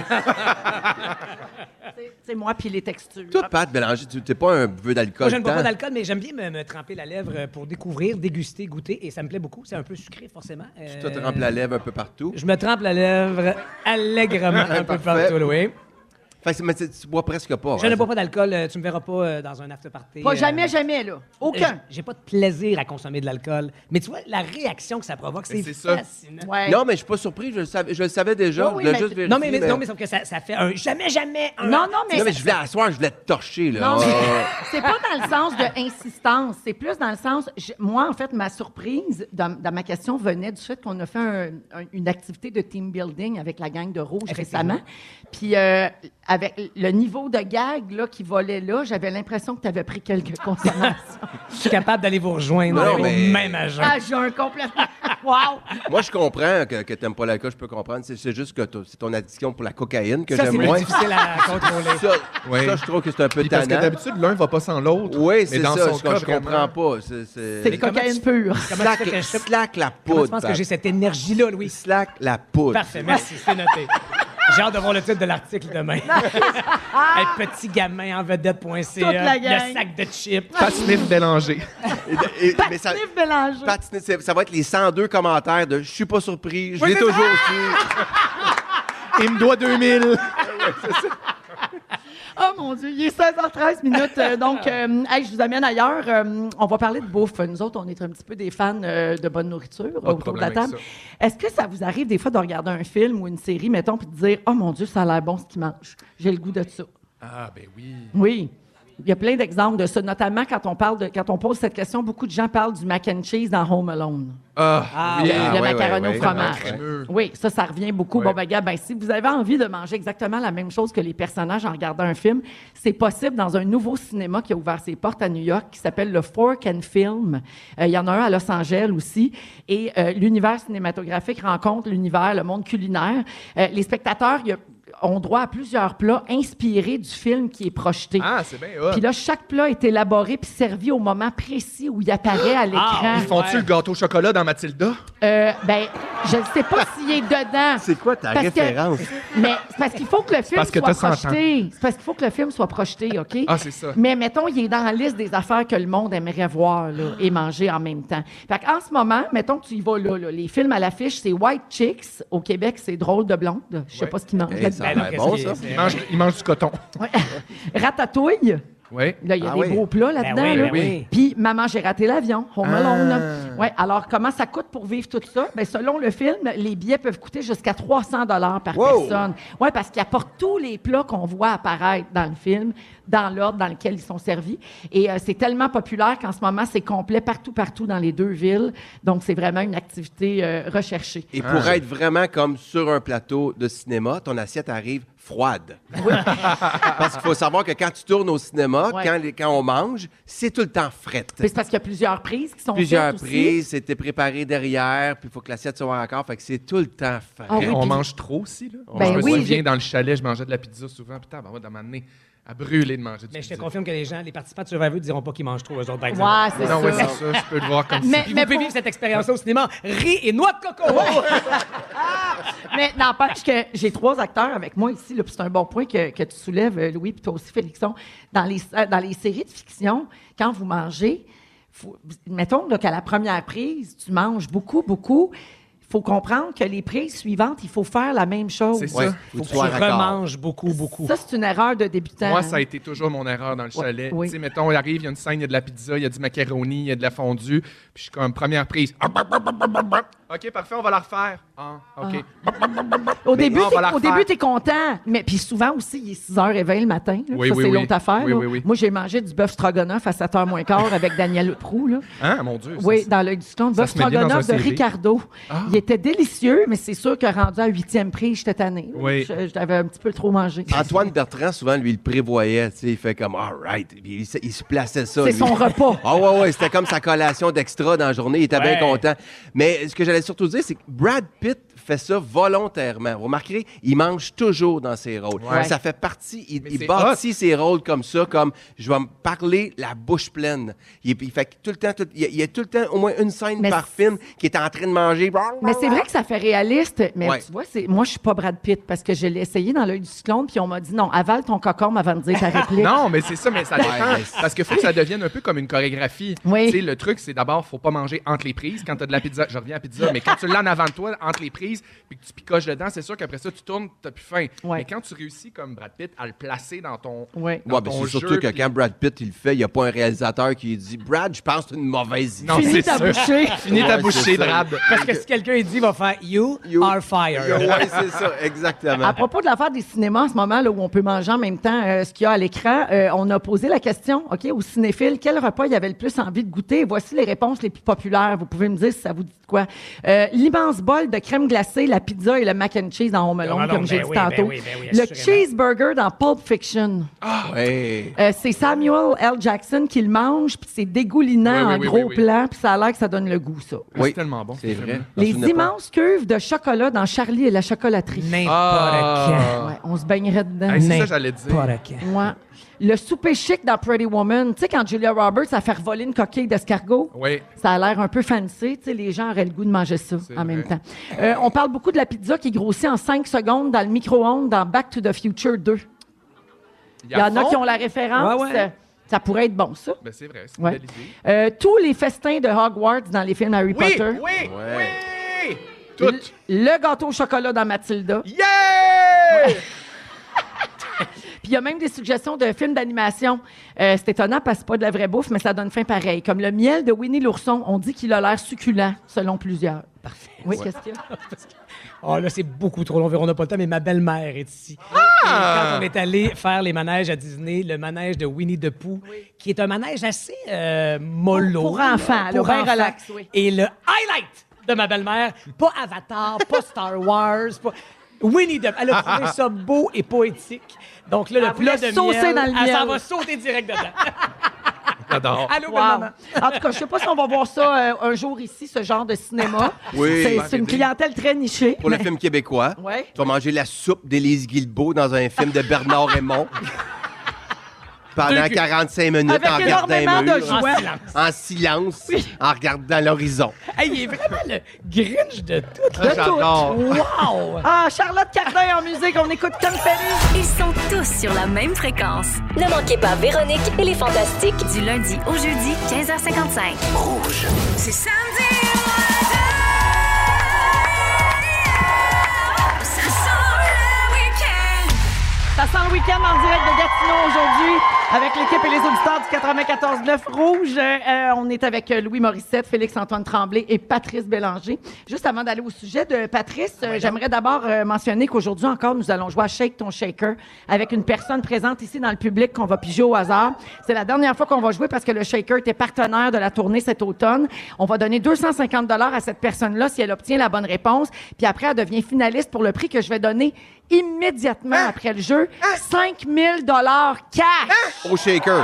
Speaker 1: C'est- c'est moi puis les textures.
Speaker 4: Toi, Pat Bélanger, tu t'es pas un vœu d'alcool.
Speaker 3: Moi, je ne bois
Speaker 4: tant.
Speaker 3: pas d'alcool, mais j'aime bien me, me tremper la lèvre euh, pour découvrir, déguster, goûter, et ça me plaît beaucoup. C'est un peu sucré, forcément.
Speaker 4: Tu
Speaker 3: Euh,
Speaker 4: te trempes la lèvre un peu partout.
Speaker 3: Je me trempe la lèvre allègrement un peu
Speaker 4: Parfait.
Speaker 3: partout, oui.
Speaker 4: Fait que c'est- mais tu tu bois presque pas. hein.
Speaker 3: Je ne bois pas d'alcool. euh, Tu me verras pas euh, dans un after-party.
Speaker 1: Pas
Speaker 3: euh,
Speaker 1: jamais, jamais, là. Aucun.
Speaker 3: J- Euh, J'ai pas de plaisir à consommer de l'alcool. Mais tu vois, la réaction que ça provoque,
Speaker 2: Mais
Speaker 3: c'est
Speaker 2: c'est ça.
Speaker 3: fascinant.
Speaker 1: Ouais.
Speaker 4: Non, mais je suis pas surpris. Je le savais, je le savais déjà.
Speaker 1: Oui, oui,
Speaker 4: je voulais
Speaker 1: mais-
Speaker 4: juste vérifier.
Speaker 3: Non, mais, mais- non, mais sauf que ça, ça fait un jamais, jamais. un-
Speaker 1: non, non, mais,
Speaker 4: Non, mais je voulais asseoir, je voulais te torcher. Là.
Speaker 1: Non, mais-
Speaker 4: Euh,
Speaker 1: c'est pas dans le sens de insistance. C'est plus dans le sens. je- moi, en fait, ma surprise dans, dans ma question venait du fait qu'on a fait un- un- une activité de team building avec la gang de Rouge
Speaker 3: Effectivement.
Speaker 1: récemment. Puis, euh, avec le niveau de gag là, qui volait là, j'avais l'impression que tu avais pris quelques consommations.
Speaker 3: Je suis capable d'aller vous rejoindre
Speaker 4: Non,
Speaker 3: au
Speaker 4: mais-
Speaker 3: même agent.
Speaker 1: ah, j'ai un complètement. Wow!
Speaker 4: ah. Moi, je comprends que, que t'aimes pas l'alcool, je peux comprendre. C'est, c'est juste que t'as- c'est ton addiction pour la cocaïne que
Speaker 3: ça, c'est
Speaker 4: j'aime
Speaker 3: plus
Speaker 4: moins.
Speaker 3: difficile à contrôler.
Speaker 4: Ça,
Speaker 2: Oui.
Speaker 4: ça, je trouve que c'est un peu
Speaker 2: Puis parce que
Speaker 4: tannant.
Speaker 2: d'habitude, l'un va pas sans l'autre.
Speaker 4: Oui, c'est
Speaker 2: mais dans
Speaker 4: ça,
Speaker 2: son
Speaker 4: je,
Speaker 2: cas,
Speaker 4: je
Speaker 2: vraiment,
Speaker 4: comprends pas. C'est, c'est...
Speaker 1: C'est
Speaker 3: comment
Speaker 1: cocaïne
Speaker 3: tu-
Speaker 1: pure.
Speaker 3: Comment tu
Speaker 4: Slack,
Speaker 3: fais que je-
Speaker 4: slack la
Speaker 3: Comment
Speaker 4: poudre.
Speaker 3: tu penses que
Speaker 4: Pat.
Speaker 3: j'ai cette énergie-là, Louis?
Speaker 4: Slack la poudre.
Speaker 3: Parfait, merci, c'est noté. J'ai hâte de voir le titre de l'article demain. Un petit gamin en vedette.ca,
Speaker 1: Ah! Toute la gang.
Speaker 3: le sac de chips.
Speaker 2: Patinif Bélanger.
Speaker 4: Et- et- mais ça,
Speaker 1: Steve Bélanger.
Speaker 4: Pat Smith, c'est- ça va être les 102 commentaires de « Je suis pas surpris, je
Speaker 2: Oui,
Speaker 4: l'ai
Speaker 2: mais-
Speaker 4: toujours su
Speaker 2: Il me doit 2000.
Speaker 1: Oh mon Dieu, il est 16h13 minutes. euh, donc, euh, hey, je vous amène ailleurs. Euh, on va parler de bouffe. Nous autres, on est un petit peu des fans euh, de bonne nourriture
Speaker 2: de
Speaker 1: autour de la
Speaker 2: problème avec
Speaker 1: table. Est-ce que ça vous arrive des fois de regarder un film ou une série, mettons, puis de dire Oh mon Dieu, ça a l'air bon ce qu'ils mangent. J'ai le goût de ça.
Speaker 2: Ah, ben oui.
Speaker 1: Oui. Il y a plein d'exemples de ça, notamment quand on parle de, quand on pose cette question, beaucoup de gens parlent du mac and cheese dans Home Alone.
Speaker 2: Ah, oui.
Speaker 1: Le
Speaker 4: Ah, ouais,
Speaker 1: macaroni
Speaker 4: ouais, ouais,
Speaker 1: au fromage.
Speaker 4: ouais,
Speaker 2: ouais.
Speaker 1: Oui, ça, ça revient beaucoup.
Speaker 2: Ouais.
Speaker 1: Bon, ben, gars, ben, si vous avez envie de manger exactement la même chose que les personnages en regardant un film, c'est possible dans un nouveau cinéma qui a ouvert ses portes à New York qui s'appelle le Fork and Film. Euh, Il y en a un à Los Angeles aussi. Et euh, l'univers cinématographique rencontre l'univers, le monde culinaire. Euh, les spectateurs il y a- ont droit à plusieurs plats inspirés du film qui est projeté.
Speaker 2: Ah, c'est bien hot.
Speaker 1: Puis là, chaque plat est élaboré puis servi au moment précis où il apparaît
Speaker 4: Ah,
Speaker 1: à l'écran.
Speaker 2: Ils font-tu le gâteau au chocolat dans Mathilda?
Speaker 1: Euh, ben, je ne sais pas s'il est dedans. »
Speaker 4: C'est quoi ta
Speaker 1: Parce que-
Speaker 4: référence?
Speaker 1: Mais c'est parce qu'il faut que le film
Speaker 2: parce que
Speaker 1: soit
Speaker 2: t'as 100 ans.
Speaker 1: projeté. C'est parce qu'il faut que le film soit projeté, OK?
Speaker 2: Ah, c'est ça.
Speaker 1: Mais mettons, il est dans la liste des affaires que le monde aimerait voir là, et manger en même temps. Fait en ce moment, mettons que tu y vas là, là, les films à l'affiche, c'est White Chicks. Au Québec, c'est Drôle de blonde. Je sais pas ce qu'ils mangent.
Speaker 4: Hey, ça a
Speaker 3: Ben non,
Speaker 4: l'air
Speaker 3: qu'est-ce
Speaker 4: bon,
Speaker 3: qui-
Speaker 4: ça.
Speaker 3: c'est-
Speaker 2: Ils mangent, ils mangent du coton.
Speaker 1: Ouais. Ratatouille.
Speaker 2: Oui.
Speaker 1: Là, il y a
Speaker 4: Ah
Speaker 1: des
Speaker 4: oui.
Speaker 1: beaux plats là-dedans.
Speaker 3: Ben oui,
Speaker 1: là.
Speaker 3: ben oui.
Speaker 1: Puis Maman, j'ai raté l'avion, Home Alone. Ouais, alors, comment ça coûte pour vivre tout ça? Ben, selon le film, les billets peuvent coûter jusqu'à 300 dollars par
Speaker 4: Wow!
Speaker 1: personne. Oui, parce qu'il apporte tous les plats qu'on voit apparaître dans le film, dans l'ordre dans lequel ils sont servis. Et euh, c'est tellement populaire qu'en ce moment, c'est complet partout, partout dans les deux villes. Donc, c'est vraiment une activité euh, recherchée.
Speaker 4: Et pour être vraiment comme sur un plateau de cinéma, ton assiette arrive froide. Parce qu'il faut savoir que quand tu tournes au cinéma,
Speaker 1: Ouais.
Speaker 4: quand, les- quand on mange, c'est tout le temps frette.
Speaker 1: Puis C'est parce qu'il y a plusieurs prises qui sont
Speaker 4: Plusieurs
Speaker 1: faites aussi.
Speaker 4: prises, c'était préparé derrière, puis il faut que l'assiette soit encore, fait que c'est tout le temps frais.
Speaker 1: Ah oui,
Speaker 2: on
Speaker 1: puis-
Speaker 2: mange trop aussi, là.
Speaker 1: Ben
Speaker 2: je me
Speaker 1: oui, j'ai-
Speaker 2: souviens, dans le chalet, je mangeais de la pizza souvent. Putain, ben, on va m'amener à brûler de manger du
Speaker 3: Mais je te
Speaker 2: pizza.
Speaker 3: confirme que les gens, les participants de Survivor ne diront pas qu'ils mangent trop, eux autres, par exemple.
Speaker 1: Ouais, c'est
Speaker 2: Non, ouais,
Speaker 1: ça.
Speaker 2: c'est ça. Je peux le voir comme
Speaker 1: Mais-
Speaker 2: ça.
Speaker 3: Puis vous pouvez
Speaker 1: pour-
Speaker 3: vivre cette expérience-là au cinéma. Riz et noix de coco!
Speaker 1: Mais n'empêche que j'ai trois acteurs avec moi ici, là, puis c'est un bon point que, que tu soulèves, euh, Louis, puis toi aussi, Félixon. Dans les, euh, dans les séries de fiction, quand vous mangez, faut- mettons là, qu'à la première prise, tu manges beaucoup, beaucoup. Il faut comprendre que les prises suivantes, il faut faire la même chose.
Speaker 2: C'est ça.
Speaker 4: Ouais,
Speaker 2: Faut que
Speaker 4: faut que
Speaker 3: Tu
Speaker 4: tu sois raccord.
Speaker 3: remanges beaucoup, beaucoup.
Speaker 1: Ça, c'est une erreur de débutant.
Speaker 2: Moi, ça a été toujours mon erreur dans le chalet.
Speaker 1: euh, oui.
Speaker 2: Tu sais, mettons, il arrive, il y a une scène, il y a de la pizza, il y a du macaroni, il y a de la fondue. Puis je suis comme, première prise. Ah, bah, bah, bah, bah, bah, bah. OK, parfait, on va la refaire. Ah, OK.
Speaker 1: Au
Speaker 2: Mais
Speaker 1: début,
Speaker 2: non, on va
Speaker 1: t'es-
Speaker 2: la
Speaker 1: au début,
Speaker 2: refaire.
Speaker 1: t'es content. Mais puis souvent aussi, il est 6h20 le matin. là.
Speaker 2: Oui,
Speaker 1: ça,
Speaker 2: oui,
Speaker 1: c'est
Speaker 2: oui.
Speaker 1: l'autre affaire.
Speaker 2: Oui,
Speaker 1: là.
Speaker 2: oui, oui.
Speaker 1: Moi, j'ai mangé du bœuf stroganoff à 7h moins quart avec Daniel Proux. Là.
Speaker 2: Hein, mon Dieu. ça,
Speaker 1: Oui,
Speaker 2: c'est-
Speaker 1: dans l'œil du cyclone.
Speaker 2: ça
Speaker 1: Bœuf
Speaker 2: se met bien dans
Speaker 1: stroganoff de
Speaker 2: un Ah. CV.
Speaker 1: Ricardo. Il était délicieux, mais c'est sûr que rendu à huitième prix, j'étais tannée.
Speaker 2: Oui.
Speaker 1: Je- J'avais un petit peu trop mangé.
Speaker 4: Antoine Bertrand, souvent, lui, il prévoyait. tu sais, Il fait comme, all right. Puis Il, se- il se plaçait ça.
Speaker 1: C'est
Speaker 4: lui.
Speaker 1: son repas.
Speaker 4: Ah ouais, ouais, c'était comme sa collation d'extra dans la journée. Il était bien
Speaker 3: Ouais.
Speaker 4: content. Mais ce que j'allais surtout dire, c'est que Brad Pitt fait ça volontairement. Vous remarquerez, il mange toujours dans ses rôles.
Speaker 1: Ouais.
Speaker 4: Ça fait partie, il,
Speaker 2: Mais
Speaker 4: il
Speaker 2: c'est
Speaker 4: bâtit ses rôles comme ça, comme je vais me parler la bouche pleine. Il, il fait tout le temps, tout- il, y a- il y a tout le temps au moins une scène
Speaker 1: Mais
Speaker 4: par
Speaker 1: c'est-
Speaker 4: film qui est en train de manger.
Speaker 1: Mais c'est vrai que ça fait réaliste. Mais
Speaker 4: Ouais.
Speaker 1: tu vois, c'est moi, je suis pas Brad Pitt parce que je l'ai essayé dans l'œil du cyclone, puis on m'a dit non, avale ton cocombe avant de dire ta réplique.
Speaker 2: Non, mais c'est ça, mais ça dépend.
Speaker 4: mais
Speaker 2: Parce que faut que ça devienne un peu comme une chorégraphie.
Speaker 1: Oui.
Speaker 2: Tu sais, le truc, c'est d'abord, faut pas manger entre les prises. Quand t'as de la pizza, je reviens à la pizza, mais quand tu l'as en avant de toi, entre les prises, puis que tu picoches dedans, c'est sûr qu'après ça, tu tournes, t'as plus faim.
Speaker 1: Ouais.
Speaker 2: Mais quand tu réussis, comme Brad Pitt, à le placer dans ton.
Speaker 1: Ouais.
Speaker 2: dans
Speaker 4: Ouais, ben,
Speaker 2: ton
Speaker 4: c'est surtout
Speaker 2: jeu,
Speaker 4: que
Speaker 2: puis-
Speaker 4: quand Brad Pitt il le fait, il n'y a pas un réalisateur qui dit Brad, je pense que c'est une mauvaise idée.
Speaker 2: Non,
Speaker 1: Finis
Speaker 2: c'est
Speaker 1: ta
Speaker 2: ça.
Speaker 1: bouchée.
Speaker 2: Finis ta
Speaker 4: Ouais,
Speaker 2: bouchée,
Speaker 4: c'est ça.
Speaker 2: Brad.
Speaker 3: Parce que si quelqu'un il dit, il va faire You,
Speaker 4: You-
Speaker 3: are fired.
Speaker 4: Ouais, c'est ça, exactement.
Speaker 1: À propos de l'affaire des cinémas en ce moment, là, où on peut manger en même temps euh, ce qu'il y a à l'écran, euh, on a posé la question ok, aux cinéphiles quel repas il y avait le plus envie de goûter Voici les réponses les plus populaires. Vous pouvez me dire si ça vous dit de quoi. Euh, L'immense bol de crème glacée, la pizza et le mac and cheese en home alone,
Speaker 3: Ah non,
Speaker 1: comme j'ai
Speaker 3: ben
Speaker 1: dit
Speaker 3: oui, ben
Speaker 1: tantôt.
Speaker 3: oui, ben oui,
Speaker 1: le
Speaker 3: assurément.
Speaker 1: cheeseburger dans Pulp Fiction.
Speaker 4: Ah, Ouais.
Speaker 1: Euh, c'est Samuel L. Jackson qui le mange, puis c'est dégoulinant
Speaker 2: Oui, oui,
Speaker 1: en
Speaker 2: oui,
Speaker 1: gros
Speaker 2: oui, oui.
Speaker 1: plan, puis ça a l'air que ça donne le goût, ça.
Speaker 4: Oui.
Speaker 2: C'est tellement bon.
Speaker 4: C'est vrai.
Speaker 1: Les
Speaker 4: J'en souvenais pas.
Speaker 1: immenses cuves de chocolat dans Charlie et la chocolaterie.
Speaker 3: N'importe
Speaker 2: Ah.
Speaker 1: Ouais, on se baignerait dedans.
Speaker 2: Hey, c'est ça,
Speaker 3: N'importe
Speaker 2: j'allais dire.
Speaker 3: quand. N'importe quand.
Speaker 1: Ouais. Le souper chic dans Pretty Woman. Tu sais, quand Julia Roberts a fait voler une coquille d'escargot,
Speaker 2: Oui.
Speaker 1: ça a l'air un peu fancy. Tu sais, les gens auraient le goût de manger ça en
Speaker 2: vrai.
Speaker 1: même temps. Euh, on parle beaucoup de la pizza qui grossit en 5 secondes dans le micro-ondes dans Back to the Future 2. Il y en a qui ont la référence.
Speaker 3: Ouais, ouais.
Speaker 1: Ça pourrait être bon, ça.
Speaker 2: Ben, c'est vrai, c'est
Speaker 1: Ouais.
Speaker 2: une belle idée.
Speaker 1: Euh, tous les festins de Hogwarts dans les films Harry
Speaker 2: Oui,
Speaker 1: Potter.
Speaker 2: oui,
Speaker 4: Ouais.
Speaker 2: oui!
Speaker 1: Le,
Speaker 2: Toutes!
Speaker 1: le gâteau au chocolat dans Mathilda.
Speaker 2: Yeah!
Speaker 1: Puis il y a même des suggestions de films d'animation. Euh, c'est étonnant parce que c'est pas de la vraie bouffe, mais ça donne faim pareil. Comme le miel de Winnie l'ourson, on dit qu'il a l'air succulent, selon plusieurs. Parfait. Oui, qu'est-ce qu'il y a?
Speaker 3: Oh là, c'est beaucoup trop long. On n'a pas le temps, mais ma belle-mère est ici. Et quand on est allé faire les manèges à Disney, le manège de Winnie the Pooh, qui est un manège assez euh, mollo.
Speaker 1: Pour- pour enfants,
Speaker 3: là,
Speaker 1: là,
Speaker 3: pour
Speaker 1: bien
Speaker 3: enfants.
Speaker 1: relax, oui.
Speaker 3: Et le highlight de ma belle-mère, pas Avatar, pas Star Wars, pas... Winnie the Elle a trouvé ça beau et poétique. Donc là, le
Speaker 1: Elle
Speaker 3: plat
Speaker 1: voulait
Speaker 3: de
Speaker 1: saucer
Speaker 3: miel,
Speaker 1: dans le
Speaker 3: elle s'en
Speaker 1: miel.
Speaker 3: va sauter direct dedans.
Speaker 2: J'adore.
Speaker 3: Allô,
Speaker 1: Wow.
Speaker 3: belle-maman.
Speaker 1: En tout cas, je sais pas si on va voir ça euh, un jour ici, ce genre de cinéma.
Speaker 4: Oui.
Speaker 1: c'est, c'est une clientèle très nichée.
Speaker 4: Pour le film québécois,
Speaker 1: Ouais.
Speaker 4: tu vas manger la soupe d'Élise Guilbeault dans un film de Bernard Raymond pendant 45 minutes
Speaker 1: Avec
Speaker 4: en regardant un
Speaker 1: énormément de
Speaker 4: mur,
Speaker 1: joie.
Speaker 4: en silence, en regardant l'horizon.
Speaker 3: Hey, il est vraiment le Grinch de tout.
Speaker 2: Ah, J'adore.
Speaker 3: Wow!
Speaker 1: Ah, Charlotte Cardin en musique, on écoute Tom Petty.
Speaker 5: Ils sont tous sur la même fréquence.
Speaker 6: Ne manquez pas Véronique et les Fantastiques.
Speaker 5: Du lundi au jeudi, 15h55.
Speaker 7: C'est samedi. Ça sent le week-end.
Speaker 1: Ça sent le week-end en direct de Gatineau aujourd'hui avec l'équipe et les auditeurs du 94-9 Rouge. Euh, on est avec euh, Louis Morissette, Félix-Antoine Tremblay et Patrice Bélanger. Juste avant d'aller au sujet de Patrice, euh, j'aimerais d'abord euh, mentionner qu'aujourd'hui encore, nous allons jouer à Shake ton Shaker avec une personne présente ici dans le public qu'on va piger au hasard. C'est la dernière fois qu'on va jouer parce que le Shaker était partenaire de la tournée cet automne. On va donner 250 à cette personne-là si elle obtient la bonne réponse. Puis après, elle devient finaliste pour le prix que je vais donner immédiatement
Speaker 3: Hein?
Speaker 1: après le jeu 5000 dollars cash.
Speaker 3: Hein?
Speaker 4: Au shaker.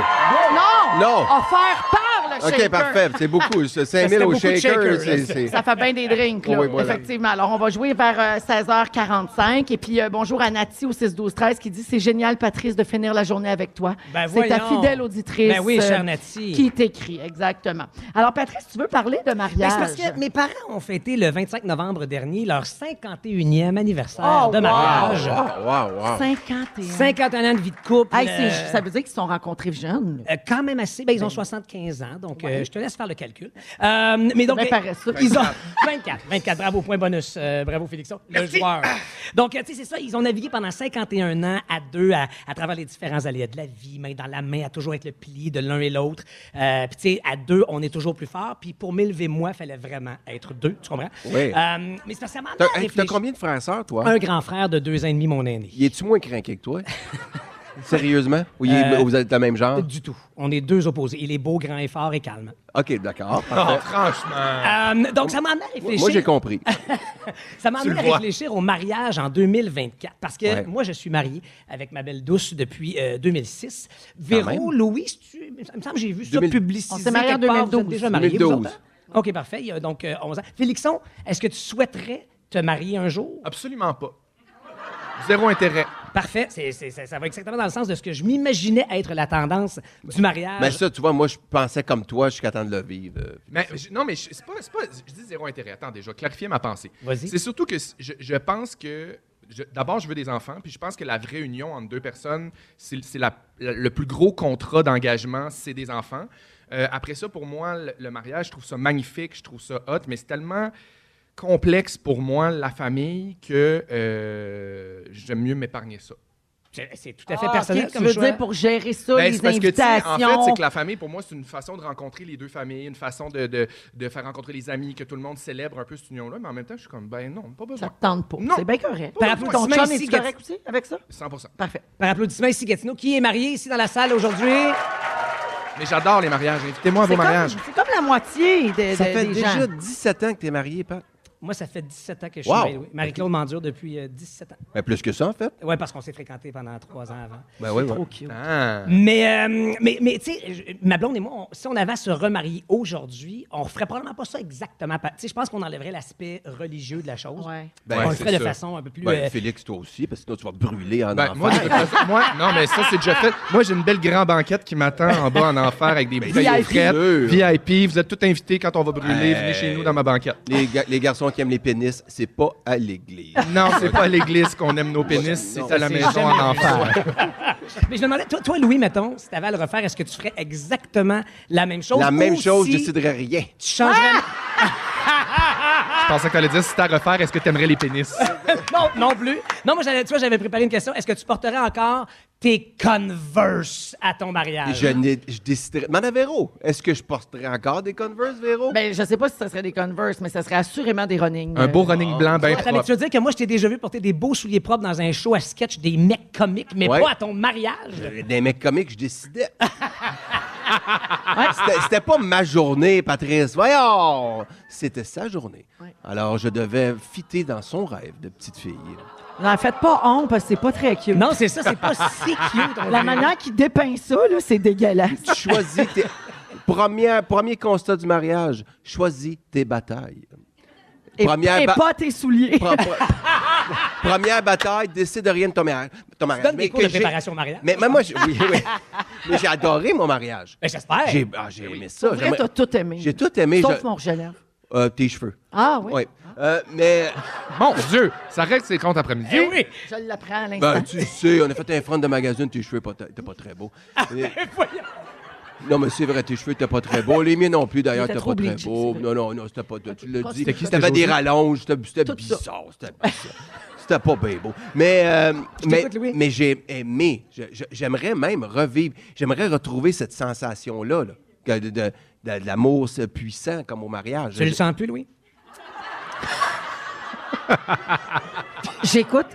Speaker 1: Non!
Speaker 4: Non.
Speaker 1: Offert par le
Speaker 4: OK,
Speaker 1: shaker.
Speaker 4: parfait. C'est beaucoup. ça. 5
Speaker 3: C'était
Speaker 4: 000 au
Speaker 3: beaucoup de
Speaker 4: shaker.
Speaker 3: shakers,
Speaker 4: c'est-
Speaker 3: là.
Speaker 4: c'est-
Speaker 1: Ça fait bien des drinks, là.
Speaker 4: Oui, voilà.
Speaker 1: Effectivement. Alors, on va jouer vers euh, 16h45. Et puis, euh, bonjour à Nati au 6-12-13 qui dit C'est génial, Patrice, de finir la journée avec toi.
Speaker 3: Ben
Speaker 1: C'est ta
Speaker 3: voyons.
Speaker 1: fidèle auditrice.
Speaker 3: Ben oui, chère
Speaker 1: euh,
Speaker 3: Nati.
Speaker 1: Qui t'écrit, exactement. Alors, Patrice, tu veux parler de
Speaker 3: Ben,
Speaker 1: mariage?
Speaker 3: c'est parce que mes parents ont fêté le 25 novembre dernier leur 51e anniversaire
Speaker 1: Oh,
Speaker 3: de
Speaker 1: wow.
Speaker 3: mariage.
Speaker 4: Wow, wow.
Speaker 1: 51.
Speaker 3: 51 ans de vie de couple.
Speaker 1: Hey, c'est-
Speaker 3: euh,
Speaker 1: ça veut dire qu'ils se sont rencontrés jeunes.
Speaker 3: euh, quand même assez. Ben, ils ont 75 ans. donc euh, je te laisse faire le calcul. Euh, mais donc,
Speaker 1: Ben, paresseux.
Speaker 3: ils ont 24, 24, bravo, point bonus, Euh, bravo Félixon, le joueur. Donc, euh, tu sais, c'est ça, ils ont navigué pendant 51 ans à deux, à, à travers les différents aléas de la vie, main dans la main, à toujours être le pli de l'un et l'autre. Euh, Puis, tu sais, à deux, on est toujours plus fort. Puis, pour m'élever, moi, il fallait vraiment être deux, tu comprends?
Speaker 4: Oui.
Speaker 3: Euh, mais c'est parce que ça m'a amené
Speaker 4: T'as
Speaker 3: à
Speaker 4: hey, t'as
Speaker 3: réfléchir.
Speaker 4: combien de frères et sœurs, toi?
Speaker 3: Un grand frère de deux ans et demi, mon aîné.
Speaker 4: Y es-tu moins craqué que toi? Sérieusement? Ou il est-
Speaker 3: Euh,
Speaker 4: vous êtes le même genre?
Speaker 3: Du tout. On est deux opposés. Il est beau, grand et fort et calme.
Speaker 4: OK, d'accord.
Speaker 3: Ah,
Speaker 2: Non,
Speaker 4: parfait.
Speaker 2: franchement.
Speaker 3: Euh, donc, ça m'a amené à réfléchir.
Speaker 4: Moi, j'ai compris.
Speaker 3: Ah, Ça m'a amené
Speaker 2: le
Speaker 3: à
Speaker 2: vois.
Speaker 3: réfléchir au mariage en 2024. Parce que
Speaker 4: Ouais.
Speaker 3: moi, je suis marié avec ma belle douce depuis euh, 2006. Véro,
Speaker 4: même.
Speaker 3: Louis, si tu- il me semble que j'ai vu ça
Speaker 4: 2000.
Speaker 3: publicisé.
Speaker 1: On s'est mariés en
Speaker 3: quelque part. Vous êtes
Speaker 1: 2012.
Speaker 3: déjà mariés, vous
Speaker 4: 2012.
Speaker 3: autres, hein? OK, parfait. Il y a donc euh, 11 ans. Félixon, est-ce que tu souhaiterais te marier un jour?
Speaker 2: Absolument pas. Zéro intérêt.
Speaker 3: Parfait. C'est- c'est- ça, ça va exactement dans le sens de ce que je m'imaginais être la tendance du mariage.
Speaker 4: Mais Ben, ça, tu vois, moi, je pensais comme toi jusqu'à temps de le vivre. euh, puis
Speaker 2: Mais,
Speaker 4: c'est-
Speaker 2: je- non, mais je- c'est pas, c'est pas. Je dis zéro intérêt. Attendez, je vais clarifier ma pensée.
Speaker 3: Vas-y.
Speaker 2: C'est surtout que c- je, je pense que. je- D'abord, je veux des enfants, puis je pense que la vraie union entre deux personnes, c'est c'est la- la- le plus gros contrat d'engagement, c'est des enfants. Euh, après ça, pour moi, le, le mariage, je trouve ça magnifique, je trouve ça hot, mais c'est tellement complexe pour moi, la famille, que euh, j'aime mieux m'épargner ça.
Speaker 3: C'est c'est tout à fait
Speaker 1: Ah,
Speaker 3: personnel
Speaker 1: ok,
Speaker 3: comme
Speaker 1: tu veux
Speaker 3: choix.
Speaker 1: dire pour gérer ça,
Speaker 2: Ben,
Speaker 1: les
Speaker 2: c'est parce que, tu sais,
Speaker 1: invitations.
Speaker 2: en fait, c'est que la famille, pour moi, c'est une façon de rencontrer les deux familles, une façon de, de- de faire rencontrer les amis, que tout le monde célèbre un peu cette union-là, mais en même temps, je suis comme, ben non, pas
Speaker 1: Ça
Speaker 2: besoin.
Speaker 1: te tente pas.
Speaker 2: Non.
Speaker 1: C'est bien correct.
Speaker 2: Pas
Speaker 3: Par
Speaker 2: besoin.
Speaker 1: Ton
Speaker 3: applaudissement
Speaker 1: chum,
Speaker 3: ici,
Speaker 1: est-tu
Speaker 3: Gati-
Speaker 1: correct aussi avec ça?
Speaker 2: 100
Speaker 1: Parfait.
Speaker 3: par applaudissement ici, Gatineau, qui est marié ici dans la salle aujourd'hui.
Speaker 2: Mais j'adore les mariages. Invitez-moi à
Speaker 1: C'est
Speaker 2: vos
Speaker 1: comme,
Speaker 2: mariages.
Speaker 1: c'est comme la moitié de, de-
Speaker 4: Ça fait
Speaker 1: des
Speaker 4: déjà
Speaker 1: gens.
Speaker 4: 17 ans que t'es marié, Pat.
Speaker 3: Moi, ça fait 17 ans que je suis
Speaker 4: Wow.
Speaker 3: marié, oui. Marie-Claude m'endure depuis euh, 17 ans.
Speaker 4: Mais Ben, plus que ça, en fait.
Speaker 3: Oui, parce qu'on s'est fréquentés pendant trois ans avant.
Speaker 4: Ben oui, ouais.
Speaker 2: Ah.
Speaker 3: Mais, euh, mais, mais tu sais, je- ma blonde et moi, on- si on avait à se remarier aujourd'hui, on ferait probablement pas ça exactement. pa- Tu sais, je pense qu'on enlèverait l'aspect religieux de la chose.
Speaker 1: Ouais.
Speaker 4: Ben,
Speaker 3: on le
Speaker 4: c'est
Speaker 3: ferait de
Speaker 4: ça.
Speaker 3: façon un peu plus...
Speaker 4: Ben,
Speaker 3: euh,
Speaker 4: Félix, toi aussi, parce que sinon, tu vas te brûler en
Speaker 2: Ben,
Speaker 4: enfer.
Speaker 2: moi, de toute façon- moi, non, mais ça, c'est déjà fait. Moi, j'ai une belle grande banquette qui m'attend en bas en enfer avec des bouteilles aux
Speaker 4: VIP.
Speaker 2: frettes,
Speaker 4: Sûr.
Speaker 2: VIP, vous êtes tous invités quand on va brûler.
Speaker 4: Hey.
Speaker 2: Venez chez nous dans ma banquette.
Speaker 4: les, ga- les garçons qui aiment les pénis, c'est pas à l'église.
Speaker 2: Non, c'est pas à l'église qu'on aime nos pénis, c'est à la
Speaker 3: c'est
Speaker 2: maison
Speaker 3: jamais
Speaker 2: en enfer.
Speaker 3: Mais je me demandais, toi, toi, Louis, mettons, si t'avais à le refaire, est-ce que tu ferais exactement la même chose?
Speaker 4: La même
Speaker 3: ou
Speaker 4: chose,
Speaker 3: si
Speaker 4: je déciderais rien.
Speaker 3: Tu changerais...
Speaker 2: Je pensais qu'on allait dire si t'as à refaire, est-ce que t'aimerais les pénis?
Speaker 3: non, non plus. Non, moi, j'avais, tu vois, j'avais préparé une question. Est-ce que tu porterais encore tes Converse à ton mariage?
Speaker 4: Je, n'ai- je déciderais. Madame Véro, est-ce que je porterais encore des Converse, Véro?
Speaker 1: Ben, je sais pas si ça serait des Converse, mais ça serait assurément des running.
Speaker 2: Un
Speaker 1: euh,
Speaker 2: beau running blanc ben, bien
Speaker 3: Attends, mais tu
Speaker 2: propre.
Speaker 3: veux dire que moi, je t'ai déjà vu porter des beaux souliers propres dans un show à sketch des mecs comiques, mais
Speaker 4: Ouais.
Speaker 3: pas à ton mariage?
Speaker 4: Euh, Des mecs comiques, je décidais.
Speaker 1: Ah,
Speaker 4: C'était- C'était pas ma journée, Patrice. Voyons! C'était sa journée. Alors, je devais fitter dans son rêve de petite fille.
Speaker 1: N'en faites pas honte, parce que c'est pas très cute.
Speaker 3: Non, c'est ça, c'est pas si cute.
Speaker 1: La manière qu'il dépeint ça, là, c'est dégueulasse.
Speaker 4: Tu choisis tes. Première- premier constat du mariage, choisis tes batailles.
Speaker 1: Et,
Speaker 4: Première
Speaker 1: et
Speaker 4: ba-
Speaker 1: pas tes souliers.
Speaker 4: Pre- pre- Première bataille, décide de rien de ton mariage. Ton mariage.
Speaker 3: donnes des cours de
Speaker 4: j'ai-
Speaker 3: préparation au mariage?
Speaker 4: Mais, mais moi, j'ai- oui, oui. Mais j'ai adoré mon mariage.
Speaker 3: Ben, j'espère.
Speaker 4: J'ai ah, j'ai aimé ça.
Speaker 1: Eh, Pour vrai,
Speaker 4: J'aimerais-
Speaker 1: t'as tout aimé.
Speaker 4: J'ai tout aimé.
Speaker 1: Sauf
Speaker 4: je-
Speaker 1: mon rouge à lèvres.
Speaker 4: Euh, tes cheveux.
Speaker 1: Ah oui?
Speaker 4: Oui. Euh, mais,
Speaker 2: Mon Dieu, ça règle ses comptes après-midi.
Speaker 3: Eh oui.
Speaker 1: Je l'apprends à l'instant.
Speaker 4: ben, tu sais, on a fait un front de magazine, tes cheveux, pas- t'es pas très beau. Euh, non, mais c'est vrai, tes cheveux, t'es pas très beau. Les miens non plus,
Speaker 1: Ils
Speaker 4: d'ailleurs,
Speaker 1: étaient
Speaker 4: t'es
Speaker 1: trop
Speaker 4: pas très
Speaker 1: bleachés,
Speaker 4: beau.
Speaker 1: c'est
Speaker 4: Non, non, non, c'était pas. Tu l'as dit.
Speaker 2: C'était qui, c'était
Speaker 4: T'avais des
Speaker 2: José?
Speaker 4: rallonges, c'était c'était
Speaker 1: Tout ça.
Speaker 4: bizarre, c'était bizarre. C'était pas bien beau. Mais, euh, mais,
Speaker 3: t'écoute, Louis.
Speaker 4: mais j'ai aimé. Je- je- J'aimerais même revivre. J'aimerais retrouver cette sensation-là, là, que de, de- de- de l'amour c'est puissant comme au mariage.
Speaker 3: Je le sens plus, Louis.
Speaker 4: Ben-
Speaker 1: J'écoute.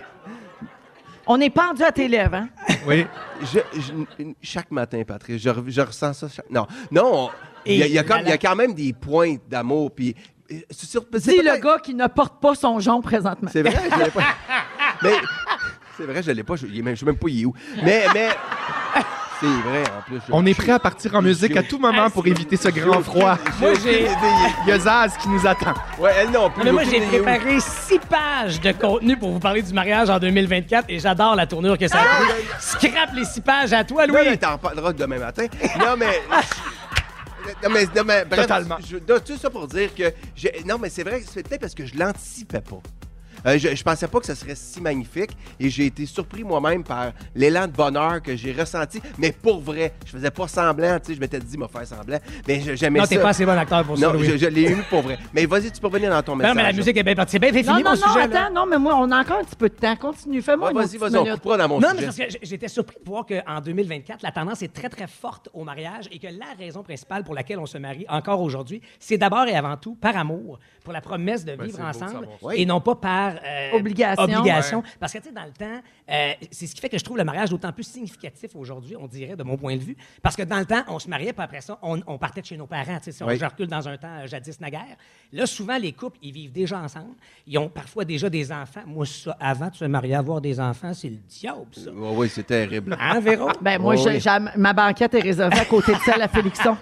Speaker 1: On est pendu à tes lèvres, hein?
Speaker 2: Oui.
Speaker 4: Je- je- chaque matin, Patrice, je, re- je ressens ça. chaque- Non, non, on- il y, a- il y a
Speaker 3: Et
Speaker 4: comme- il y
Speaker 3: voilà.
Speaker 4: a quand même des points d'amour. Puis, euh, c'est sûr- c'est
Speaker 1: Dis le
Speaker 4: peut-être-
Speaker 1: gars qui ne porte pas son jonc présentement.
Speaker 4: C'est vrai, je l'ai pas. Mais c'est vrai, je l'ai pas. Je, il est même, je sais même pas il est où. Mais, mais c'est vrai en plus. je-
Speaker 2: On est prêt à partir en musique à tout moment pour éviter ce grand froid.
Speaker 3: Moi,
Speaker 4: aucune
Speaker 3: j'ai-
Speaker 4: idée, il est-
Speaker 2: Il y a Zaz qui nous attend.
Speaker 4: Ouais, elle non plus.
Speaker 3: Non, mais moi,
Speaker 4: aucune
Speaker 3: j'ai
Speaker 4: idée, il est où.
Speaker 3: préparé six pages de contenu pour vous parler du mariage en 2024 et j'adore la tournure que ça a pris. Scrape les six pages à toi,
Speaker 4: Ah! Non,
Speaker 3: Louis.
Speaker 4: mais t'en parleras demain matin. Non, mais. Non, mais, non, mais bref,
Speaker 2: Totalement.
Speaker 4: Je donne tout ça pour dire que. j'ai- Non, mais c'est vrai, c'est peut-être parce que je l'anticipais pas. Euh, je, je pensais pas que ce serait si magnifique et j'ai été surpris moi-même par l'élan de bonheur que j'ai ressenti, mais pour vrai. Je faisais pas semblant, tu sais, je m'étais dit, m'a faire semblant, mais je- j'aimais
Speaker 3: Non,
Speaker 4: ça.
Speaker 3: t'es pas assez bon acteur pour ça,
Speaker 4: Non,
Speaker 3: Louis.
Speaker 4: je, je l'ai eu pour vrai. Mais vas-y, tu peux revenir dans ton
Speaker 3: Non,
Speaker 4: message.
Speaker 3: mais la musique est bien partie. C'est bien fait,
Speaker 1: Non,
Speaker 3: fini
Speaker 1: non,
Speaker 3: mon
Speaker 1: non,
Speaker 3: sujet. là.
Speaker 1: attends, non, mais moi, on a encore un petit peu de temps. Continue, fais-moi
Speaker 4: Ouais,
Speaker 1: une
Speaker 4: Ah, vas-y,
Speaker 1: autre
Speaker 4: vas-y, on
Speaker 1: minute.
Speaker 4: coupera dans mon
Speaker 3: Non, mais
Speaker 4: sujet.
Speaker 3: parce que j- j'étais surpris de voir qu'en 2024, la tendance est très, très forte au mariage et que la raison principale pour laquelle on se marie encore aujourd'hui, c'est d'abord et avant tout par amour, pour la promesse de vivre
Speaker 2: Ben, c'est beau de
Speaker 3: ensemble
Speaker 2: savoir
Speaker 4: ça.
Speaker 3: et non pas par euh,
Speaker 1: Obligation.
Speaker 3: obligation. Parce que, tu sais, dans le temps, euh, c'est ce qui fait que je trouve le mariage d'autant plus significatif aujourd'hui, on dirait, de mon point de vue. Parce que dans le temps, on se mariait, puis après ça, on, on partait de chez nos parents. tu sais, Si on
Speaker 4: Oui.
Speaker 3: je recule dans un temps euh, jadis naguère, là, souvent, les couples, ils vivent déjà ensemble. Ils ont parfois déjà des enfants. Moi, ça, avant de se marier, avoir des enfants, c'est le diable, ça.
Speaker 4: Oui, Oh, oui, c'est terrible.
Speaker 3: Hein, Véro?
Speaker 1: Ben, moi,
Speaker 4: Oui,
Speaker 1: je-
Speaker 4: Oh, oui.
Speaker 1: j'ai- ma banquette est réservée à côté de celle à Félixon.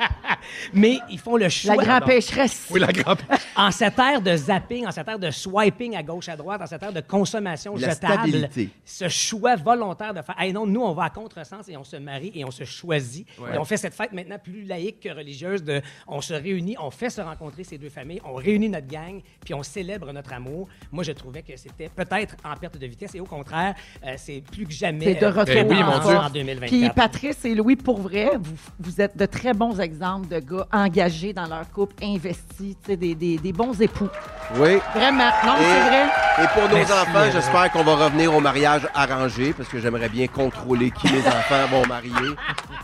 Speaker 3: Mais ils font le choix.
Speaker 1: La grand pécheresse.
Speaker 2: Oui, la grappe.
Speaker 3: En cette ère de zapping, en cette ère de swiping à gauche, à droite, en cette ère de consommation
Speaker 4: La
Speaker 3: jetable,
Speaker 4: stabilité.
Speaker 3: ce choix volontaire de faire, hey non, nous, on va à contresens et on se marie et on se choisit. Et on fait cette fête maintenant plus laïque que religieuse de, on se réunit, on fait se rencontrer ces deux familles, on réunit notre gang, puis on célèbre notre amour. Moi, je trouvais que c'était peut-être en perte de vitesse et au contraire, euh, c'est plus que jamais.
Speaker 1: C'est de
Speaker 3: euh,
Speaker 1: retour
Speaker 2: Eh oui,
Speaker 1: en
Speaker 2: mon
Speaker 1: force.
Speaker 2: Dieu.
Speaker 3: en 2024.
Speaker 1: Puis Patrice et Louis, pour vrai, vous, vous êtes de très bons exemples de gars engagés dans leur couple, investis, tu sais, des, des- des bons époux.
Speaker 4: Oui.
Speaker 1: Vraiment. Non, mais
Speaker 4: Et,
Speaker 1: Ah, c'est vrai.
Speaker 4: et pour nos
Speaker 3: Merci,
Speaker 4: enfants,
Speaker 3: euh,
Speaker 4: j'espère qu'on va revenir au mariage arrangé parce que j'aimerais bien contrôler qui mes enfants vont marier.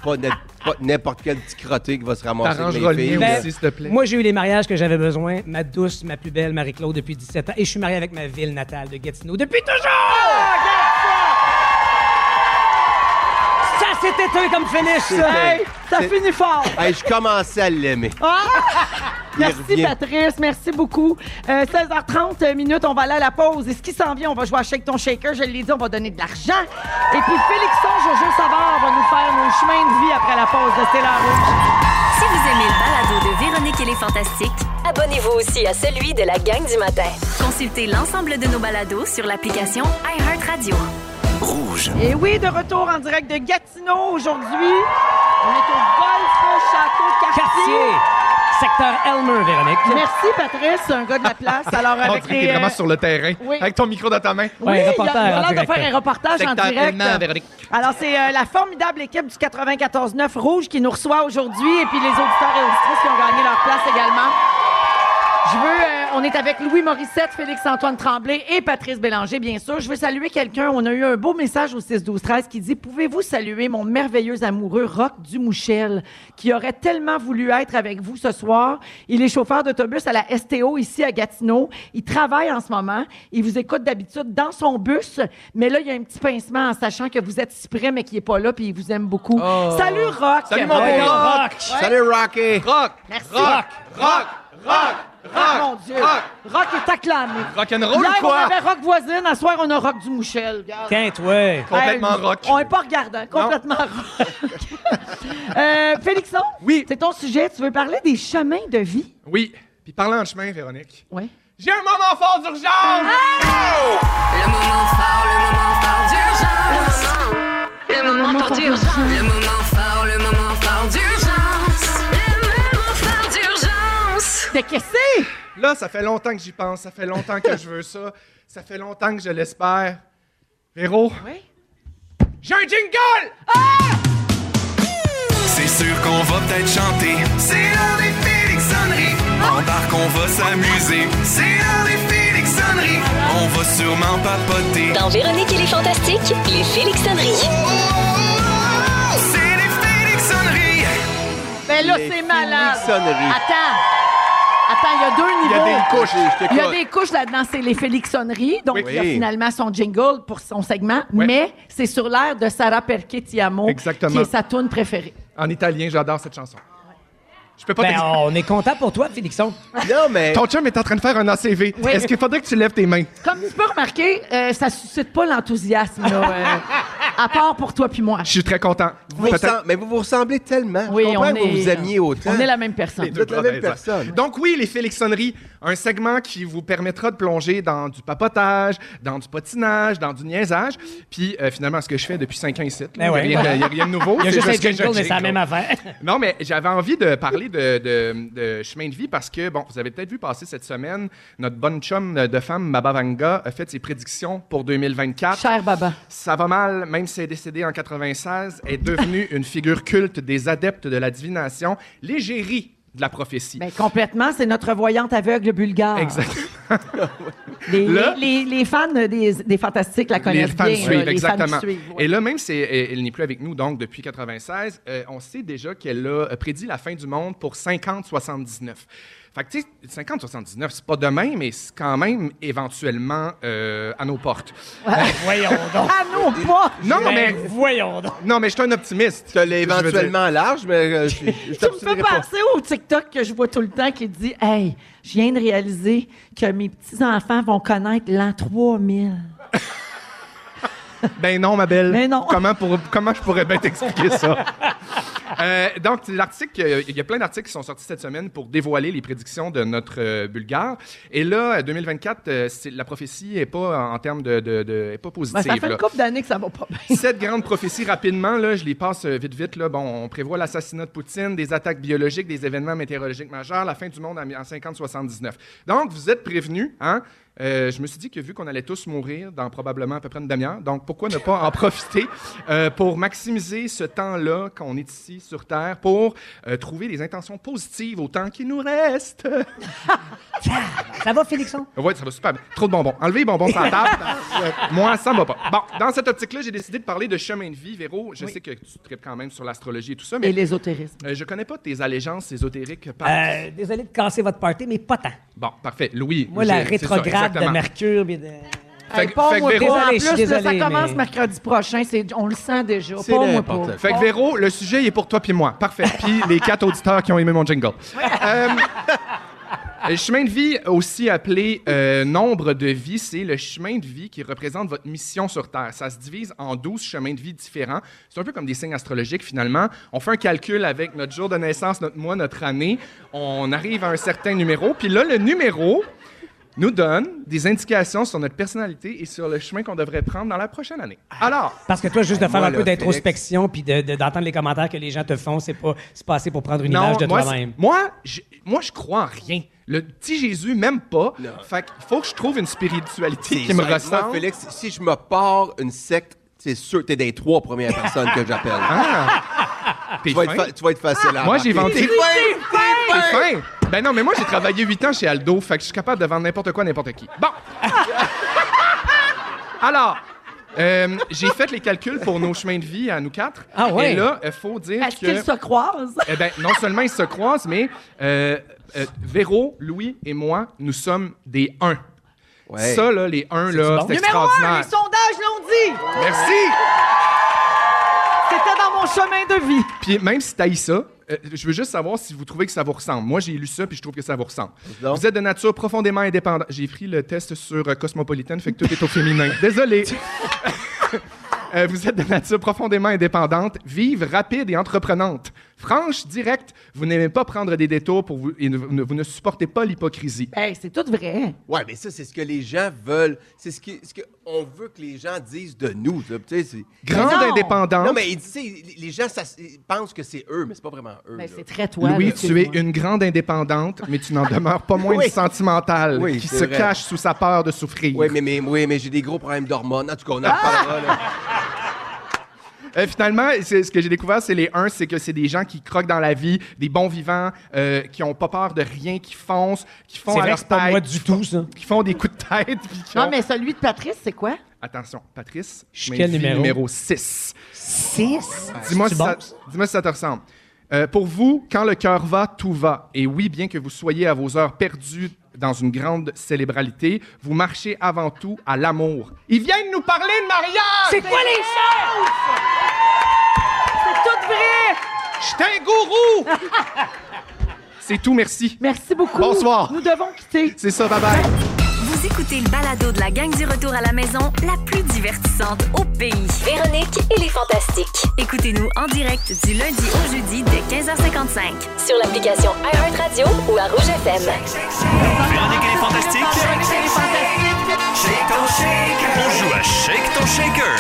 Speaker 4: Pas n'a- pas n'importe quel petit crotté qui va se ramasser avec
Speaker 2: T'arrangeras le
Speaker 4: mes filles.
Speaker 2: mien
Speaker 3: Ben,
Speaker 2: aussi, s'il te plaît.
Speaker 3: Moi, j'ai eu les mariages que j'avais besoin. Ma douce, ma plus belle, Marie-Claude, depuis 17 ans. Et je suis marié avec ma ville natale de Gatineau depuis toujours! Ça, c'était un comme finish, ça!
Speaker 4: C'était-
Speaker 1: Hey, ça
Speaker 4: c'est-
Speaker 1: finit fort.
Speaker 4: Hey, je commençais à l'aimer. Il
Speaker 1: Ah! Merci
Speaker 4: revient.
Speaker 1: Patrice, merci beaucoup. Euh, 16h30 euh, minutes, on va aller à la pause. Et ce qui s'en vient, on va jouer à Shake ton Shaker. Je l'ai dit, on va donner de l'argent. Et puis Félixon Jojo Savard va nous faire nos chemins de vie après la pause. Restez là, Rouge.
Speaker 5: Si vous aimez le balado de Véronique et les Fantastiques,
Speaker 6: Abonnez-vous aussi à celui de la gang du matin.
Speaker 5: consultez l'ensemble de nos balados sur l'application iHeartRadio.
Speaker 8: Rouge.
Speaker 1: Et oui, de retour en direct de Gatineau aujourd'hui. On est au Golf Château
Speaker 3: Quartier!
Speaker 1: Cartier.
Speaker 3: Secteur Elmer, Véronique.
Speaker 1: Merci Patrice, c'est un gars de la place. Alors
Speaker 2: On
Speaker 1: avec
Speaker 2: dirait qu'il
Speaker 1: les,
Speaker 2: est vraiment
Speaker 1: euh,
Speaker 2: sur le terrain.
Speaker 1: oui.
Speaker 2: Avec ton micro dans ta main.
Speaker 3: Ouais,
Speaker 1: oui,
Speaker 3: reporter
Speaker 1: il a- il a
Speaker 3: en
Speaker 1: l'air de
Speaker 3: direct.
Speaker 1: faire un reportage en
Speaker 2: Secteur
Speaker 1: direct.
Speaker 2: Allemand, Véronique.
Speaker 1: Alors, c'est euh, la formidable équipe du 94-9 Rouge qui nous reçoit aujourd'hui et puis les auditeurs et auditrices qui ont gagné leur place également. Je veux, euh, on est avec Louis Morissette, Félix-Antoine Tremblay et Patrice Bélanger, bien sûr. Je veux saluer quelqu'un. On a eu un beau message au 6-12-13 qui dit Pouvez-vous saluer mon merveilleux amoureux Roc Dumouchel, qui aurait tellement voulu être avec vous ce soir. Il est chauffeur d'autobus à la STO ici à Gatineau. Il travaille en ce moment. Il vous écoute d'habitude dans son bus, mais là, il y a un petit pincement en sachant que vous êtes si près, mais qu'il n'est pas là, puis il vous aime beaucoup. Salut, Roc!
Speaker 2: Oh. Salut, mon
Speaker 3: Hey,
Speaker 2: beau Rock.
Speaker 3: rock!
Speaker 4: Salut Rocky.
Speaker 2: Rock!
Speaker 1: Merci.
Speaker 2: Rock! Rock! Rock!
Speaker 1: Ah,
Speaker 2: Rock!
Speaker 1: mon Dieu!
Speaker 2: Rock!
Speaker 1: Rock est acclamé.
Speaker 2: Rock'n'roll,
Speaker 1: Hier,
Speaker 2: quoi?
Speaker 1: on avait Rock voisine, à soir, on a Rock du Mouchel. Regarde.
Speaker 3: Tiens, toi!
Speaker 2: Complètement
Speaker 1: Hey,
Speaker 2: rock.
Speaker 1: On n'est pas regardant, complètement rock. euh, Félixon,
Speaker 2: Oui.
Speaker 1: c'est ton sujet. Tu veux parler des chemins de vie?
Speaker 2: Oui. Puis parlant en chemin, Véronique.
Speaker 1: Oui.
Speaker 2: J'ai un moment fort d'urgence!
Speaker 7: Le moment fort, le moment fort d'urgence. Le moment fort d'urgence. Le moment fort, le moment fort d'urgence. Le moment fort d'urgence.
Speaker 1: De qu'est-ce que c'est?
Speaker 2: Là, ça fait longtemps que j'y pense, ça fait longtemps que je veux ça, ça fait longtemps que je l'espère. Véro,
Speaker 1: Oui. Ah!
Speaker 2: j'ai un jingle!
Speaker 8: C'est sûr qu'on va peut-être chanter. C'est l'heure des Félixonneries. Embarque, on va s'amuser. C'est l'heure des Félixonneries. On va sûrement papoter.
Speaker 6: Dans Véronique et les Fantastiques, les Félixonneries.
Speaker 8: C'est les Félixonneries.
Speaker 1: Ben là,
Speaker 4: Les
Speaker 1: c'est malade.
Speaker 4: Félixonneries.
Speaker 1: Attends. Attends, il y a deux
Speaker 4: Il y a
Speaker 1: niveaux.
Speaker 4: des couches, je
Speaker 1: Il y a
Speaker 4: t'écoute.
Speaker 1: des couches là-dedans, c'est les Félixonneries. Donc,
Speaker 2: Oui.
Speaker 1: il y a finalement son jingle pour son segment,
Speaker 2: Ouais.
Speaker 1: mais c'est sur l'air de Sarah Perché-Tiamo,
Speaker 2: Exactement.
Speaker 1: qui est sa toune préférée.
Speaker 2: En italien, j'adore cette chanson. Je peux pas Ah,
Speaker 3: Ben,
Speaker 2: t'expliquer.
Speaker 3: on est content pour toi, Félixon.
Speaker 4: Non, mais
Speaker 2: Ton chum est en train de faire un ACV.
Speaker 1: Oui.
Speaker 2: Est-ce qu'il faudrait que tu lèves tes mains?
Speaker 1: Comme tu peux remarquer, euh, ça suscite pas l'enthousiasme. là, euh. À part pour toi puis moi.
Speaker 2: Je suis très content.
Speaker 4: Vous
Speaker 2: Peut-être-
Speaker 4: ressem- Mais vous vous ressemblez tellement.
Speaker 1: Oui,
Speaker 4: je comprends
Speaker 1: on
Speaker 4: que vous
Speaker 1: est-
Speaker 4: vous aimiez autant.
Speaker 1: On est la même
Speaker 4: Les
Speaker 1: personne.
Speaker 4: deux. êtes la même
Speaker 2: Province, ouais.
Speaker 4: personne.
Speaker 2: Donc oui, les Félixonneries, un segment qui vous permettra de plonger dans du papotage, dans du potinage, dans du niaisage. Puis euh, finalement, ce que je fais depuis cinq ans ici, il
Speaker 3: Ben ouais.
Speaker 2: n'y a, rien de nouveau.
Speaker 3: Il y a
Speaker 2: c'est
Speaker 3: juste un
Speaker 2: que
Speaker 3: jingle,
Speaker 2: je
Speaker 3: mais c'est la
Speaker 2: jingle.
Speaker 3: même affaire.
Speaker 2: Non, mais j'avais envie de parler de, de- de chemin de vie parce que, bon, vous avez peut-être vu passer cette semaine, notre bonne chum de femme, Baba Vanga, a fait ses prédictions pour 2024.
Speaker 1: Cher Baba.
Speaker 2: Ça va mal, même si elle est décédée en 96, est devenue une figure culte des adeptes de la divination, l'égérie de la prophétie.
Speaker 1: Ben, complètement, c'est notre voyante aveugle bulgare.
Speaker 2: Exact.
Speaker 1: Les,
Speaker 2: Là-
Speaker 1: les- les fans des, des Fantastiques la connaissent
Speaker 2: Les fans
Speaker 1: bien.
Speaker 2: suivent,
Speaker 1: là, les fans
Speaker 2: exactement.
Speaker 1: suivent, ouais.
Speaker 2: Et là, même si elle, elle n'est plus avec nous, donc depuis 96, euh, on sait déjà qu'elle a euh, prédit la fin du monde pour 50-79. Fait que, tu sais, 50-79, c'est pas demain, mais c'est quand même éventuellement euh, à nos portes.
Speaker 3: voyons donc.
Speaker 1: Ah non, pas!
Speaker 2: Non, mais,
Speaker 3: Ben, voyons donc.
Speaker 2: non, mais je suis un optimiste.
Speaker 4: Tu l'as
Speaker 2: Je veux dire-
Speaker 4: éventuellement large, mais euh, je, je
Speaker 1: Tu me fais
Speaker 4: t'obstinerai pas.
Speaker 1: penser au TikTok que je vois tout le temps qui dit Hey, je viens de réaliser que mes petits-enfants vont connaître l'an 3000.
Speaker 2: Ben non, ma belle.
Speaker 1: Mais non.
Speaker 2: Comment, pour- comment je pourrais bien t'expliquer ça? Euh, donc, l'article, euh, il y a plein d'articles qui sont sortis cette semaine pour dévoiler les prédictions de notre euh, Bulgare. Et là, euh, 2024, euh, c'est- la prophétie n'est pas en termes de, de- de- est pas
Speaker 1: Ben,
Speaker 2: positive.
Speaker 1: ça fait
Speaker 2: là.
Speaker 1: une couple d'années que ça va pas bien.
Speaker 2: Cette grande prophétie, rapidement, là, je les passe euh, vite, vite. Là. Bon, on prévoit l'assassinat de Poutine, des attaques biologiques, des événements météorologiques majeurs, la fin du monde en 50-79. Donc, vous êtes prévenus. Hein? Euh, je me suis dit que vu qu'on allait tous mourir dans probablement à peu près une demi-heure, donc pourquoi ne pas en profiter euh, pour maximiser ce temps-là qu'on est ici sur Terre pour euh, trouver des intentions positives au temps qui nous reste.
Speaker 3: Ça va, Félixon?
Speaker 2: Ouais, ça va super bien. Trop de bonbons. Enlevez les bonbons sur la table. Moi, ça me va pas. Bon, dans cette optique-là, j'ai décidé de parler de chemin de vie. Véro, je sais que tu tripes quand même sur l'astrologie et tout ça, mais
Speaker 1: Et l'ésotérisme.
Speaker 2: euh, je connais pas tes allégeances ésotériques. par-
Speaker 3: Euh, désolé de casser votre party, mais pas tant.
Speaker 2: Bon, parfait. Louis.
Speaker 3: Moi, la
Speaker 2: j'ai- c'est ça,
Speaker 3: rétrograde de
Speaker 2: exactement.
Speaker 3: Mercure, mais de-
Speaker 2: Fait,
Speaker 1: Hey,
Speaker 2: que-
Speaker 1: pas
Speaker 2: fait que
Speaker 1: moi,
Speaker 2: Véro,
Speaker 1: pas. en
Speaker 3: Désolé,
Speaker 1: plus,
Speaker 3: je suis
Speaker 1: là, ça
Speaker 3: désolé,
Speaker 1: commence
Speaker 3: mais-
Speaker 1: mercredi prochain. c'est- On le sent déjà.
Speaker 4: C'est
Speaker 1: Pas moi,
Speaker 4: n'importe
Speaker 1: pas.
Speaker 4: quoi.
Speaker 2: fait que Véro, le sujet il est pour toi puis moi. Parfait. Puis les quatre auditeurs qui ont aimé mon jingle. Euh, le chemin de vie, aussi appelé euh, nombre de vie, c'est le chemin de vie qui représente votre mission sur Terre. Ça se divise en 12 chemins de vie différents. C'est un peu comme des signes astrologiques, finalement. On fait un calcul avec notre jour de naissance, notre mois, notre année. On arrive à un certain numéro. Puis là, le numéro nous donne des indications sur notre personnalité et sur le chemin qu'on devrait prendre dans la prochaine année. Alors,
Speaker 3: Parce que toi, juste
Speaker 2: Ben,
Speaker 3: de faire
Speaker 4: Moi,
Speaker 3: un
Speaker 4: là,
Speaker 3: peu d'introspection puis de- de- d'entendre les commentaires que les gens te font, c'est pas, c'est pas assez pour prendre une image de
Speaker 2: moi,
Speaker 3: toi-même.
Speaker 2: c'est- Moi, je, moi, je crois en rien. Le petit Jésus, même pas. Fait qu'il faut que je trouve une spiritualité qui me
Speaker 4: Moi,
Speaker 2: ressemble.
Speaker 4: Félix, si je me pars une secte, c'est sûr, t'es des trois premières personnes que j'appelle.
Speaker 2: T'es
Speaker 4: tu, vas
Speaker 2: Hein? fin.
Speaker 4: être fa- tu vas être facile à
Speaker 2: Moi, j'ai
Speaker 4: remarquer.
Speaker 2: vendu-
Speaker 4: T'es fin, t'es
Speaker 2: T'es
Speaker 4: fin.
Speaker 2: fin. Ben non, mais moi, j'ai travaillé 8 ans chez Aldo. Fait que je suis capable de vendre n'importe quoi à n'importe qui. Bon. Alors... euh, j'ai fait les calculs pour nos chemins de vie à nous quatre.
Speaker 3: Ah ouais?
Speaker 2: Et là, il faut dire
Speaker 1: Est-ce
Speaker 2: que...
Speaker 1: qu'ils se croisent?
Speaker 2: Eh ben, non seulement ils se croisent, mais euh, euh, Véro, Louis et moi, nous sommes des 1.
Speaker 4: Ouais.
Speaker 2: Ça, là, les 1,
Speaker 3: du
Speaker 2: là,
Speaker 3: bon?
Speaker 1: Numéro un,
Speaker 2: c'est
Speaker 1: les
Speaker 2: extraordinaire.
Speaker 1: sondages l'ont dit!
Speaker 2: Merci!
Speaker 1: C'était dans mon chemin de vie.
Speaker 2: Puis même si t'haïs ça, euh, je veux juste savoir si vous trouvez que ça vous ressemble. Moi, j'ai lu ça, puis je trouve que ça vous ressemble.
Speaker 4: Donc?
Speaker 2: Vous êtes de nature profondément indépendante. J'ai pris le test sur euh, Cosmopolitan, fait que tout est au féminin. Désolé. Euh, vous êtes de nature profondément indépendante, vive, rapide et entreprenante. Franche, directe, vous n'aimez pas prendre des détours pour vous, et ne- ne- vous ne supportez pas l'hypocrisie.
Speaker 1: Hey, c'est tout vrai.
Speaker 4: Ouais, mais ça, c'est ce que les gens veulent. C'est ce qu'on ce que on veut que les gens disent de nous. là. Tu sais, c'est-
Speaker 2: Grande
Speaker 1: non!
Speaker 2: indépendance.
Speaker 4: Non, mais ils disent, ils- les gens ça, ils pensent que c'est eux, mais c'est pas vraiment eux.
Speaker 1: Ben,
Speaker 4: là.
Speaker 1: c'est très toi.
Speaker 2: Louis,
Speaker 1: là,
Speaker 2: tu es
Speaker 1: excuse-moi.
Speaker 2: une grande indépendante, mais tu n'en demeures pas moins
Speaker 4: Oui.
Speaker 2: une sentimentale
Speaker 4: Oui,
Speaker 2: qui
Speaker 4: c'est
Speaker 2: se
Speaker 4: vrai.
Speaker 2: cache sous sa peur de souffrir.
Speaker 4: Oui, mais, mais, oui, mais j'ai des gros problèmes d'hormones. En tout cas, on en
Speaker 1: Ah!
Speaker 4: reparlera. là.
Speaker 2: Euh, finalement, c'est- ce que j'ai découvert, c'est les 1, c'est que c'est des gens qui croquent dans la vie, des bons vivants, euh, qui ont pas peur de rien, qui foncent, qui font
Speaker 3: C'est
Speaker 2: à
Speaker 3: vrai que
Speaker 2: leur
Speaker 3: c'est pas moi
Speaker 2: tête,
Speaker 3: du tout, ça.
Speaker 2: qui font des coups de tête. puis qui ont-
Speaker 1: Non, mais celui de Patrice, c'est quoi?
Speaker 2: Attention, Patrice,
Speaker 3: Je suis
Speaker 2: mais
Speaker 3: quel
Speaker 2: vie
Speaker 3: numéro?
Speaker 2: 6.
Speaker 3: 6?
Speaker 2: Dis-moi si, ça- dis-moi si ça te ressemble. Euh, pour vous, quand le cœur va, tout va. Et oui, bien que vous soyez à vos heures perdues dans une grande célébralité, vous marchez avant tout à l'amour. Ils viennent nous parler de mariage!
Speaker 3: C'est quoi les choses?
Speaker 1: C'est tout vrai!
Speaker 2: Je suis un gourou! C'est tout, merci.
Speaker 1: Merci beaucoup.
Speaker 2: Bonsoir.
Speaker 1: Nous devons quitter.
Speaker 2: C'est ça, bye bye.
Speaker 5: Vous Vous écoutez le balado de la gang du retour à la maison, la plus divertissante au pays.
Speaker 6: Véronique et les Fantastiques.
Speaker 5: Écoutez-nous en direct du lundi au jeudi dès 15h55.
Speaker 6: Sur l'application iHeartRadio ou à Rouge FM.
Speaker 8: Véronique et les Fantastiques. On joue à Shake ton shaker.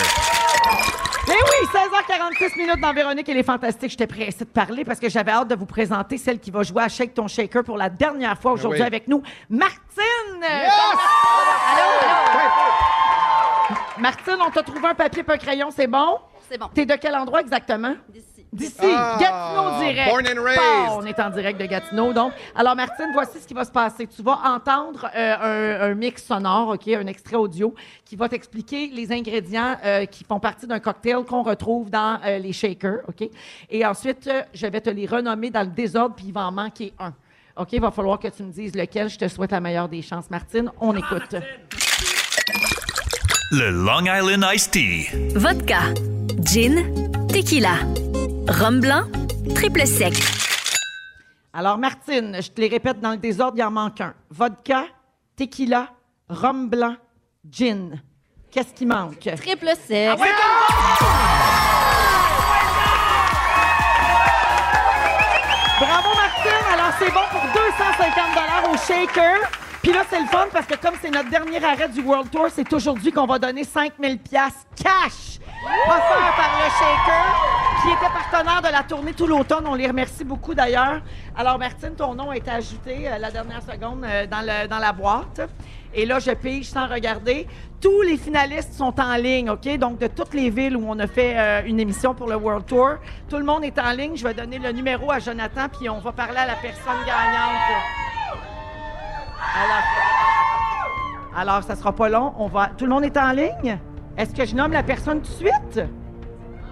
Speaker 1: Mais Eh oui, 16h46 minutes dans Véronique et les Fantastiques. J'étais pressée de parler parce que j'avais hâte de vous présenter celle qui va jouer à Shake ton Shaker pour la dernière fois aujourd'hui
Speaker 2: oui.
Speaker 1: avec nous, Martine! Martine, on t'a trouvé un papier et un crayon, c'est bon?
Speaker 9: C'est bon.
Speaker 1: T'es de quel endroit exactement?
Speaker 9: D'ici.
Speaker 1: D'ici,
Speaker 2: Ah,
Speaker 1: Gatineau direct.
Speaker 2: born and raised.
Speaker 1: Bon, on est en direct de Gatineau, donc. Alors, Martine, voici ce qui va se passer. Tu vas entendre euh, un, un mix sonore, OK, un extrait audio qui va t'expliquer les ingrédients euh, qui font partie d'un cocktail qu'on retrouve dans euh, les shakers, OK? Et ensuite, euh, je vais te les renommer dans le désordre, puis il va en manquer un. OK, il va falloir que tu me dises lequel. Je te souhaite la meilleure des chances, Martine. On écoute.
Speaker 8: Le Long Island Iced Tea.
Speaker 5: Vodka, gin, tequila, rhum blanc, triple sec.
Speaker 1: Alors, Martine, je te les répète dans le désordre, il en manque un. Vodka, tequila, rhum blanc, gin. Qu'est-ce qui manque?
Speaker 9: Triple sec.
Speaker 1: Bravo, Martine! Alors, c'est bon pour 250 au shaker. Puis là, c'est le fun parce que comme c'est notre dernier arrêt du World Tour, c'est aujourd'hui qu'on va donner 5000 pièces cash offert par le shaker qui était partenaire de la tournée tout l'automne. On les remercie beaucoup d'ailleurs. Alors, Martine, ton nom a été ajouté euh, la dernière seconde euh, dans, le- dans la boîte. Et là, je pige sans regarder. Tous les finalistes sont en ligne, OK? Donc, de toutes les villes où on a fait euh, une émission pour le World Tour, tout le monde est en ligne. Je vais donner le numéro à Jonathan, puis on va parler à la personne gagnante. Alors, alors ça sera pas long. On va... Tout le monde est en ligne? Est-ce que je nomme la personne tout de suite?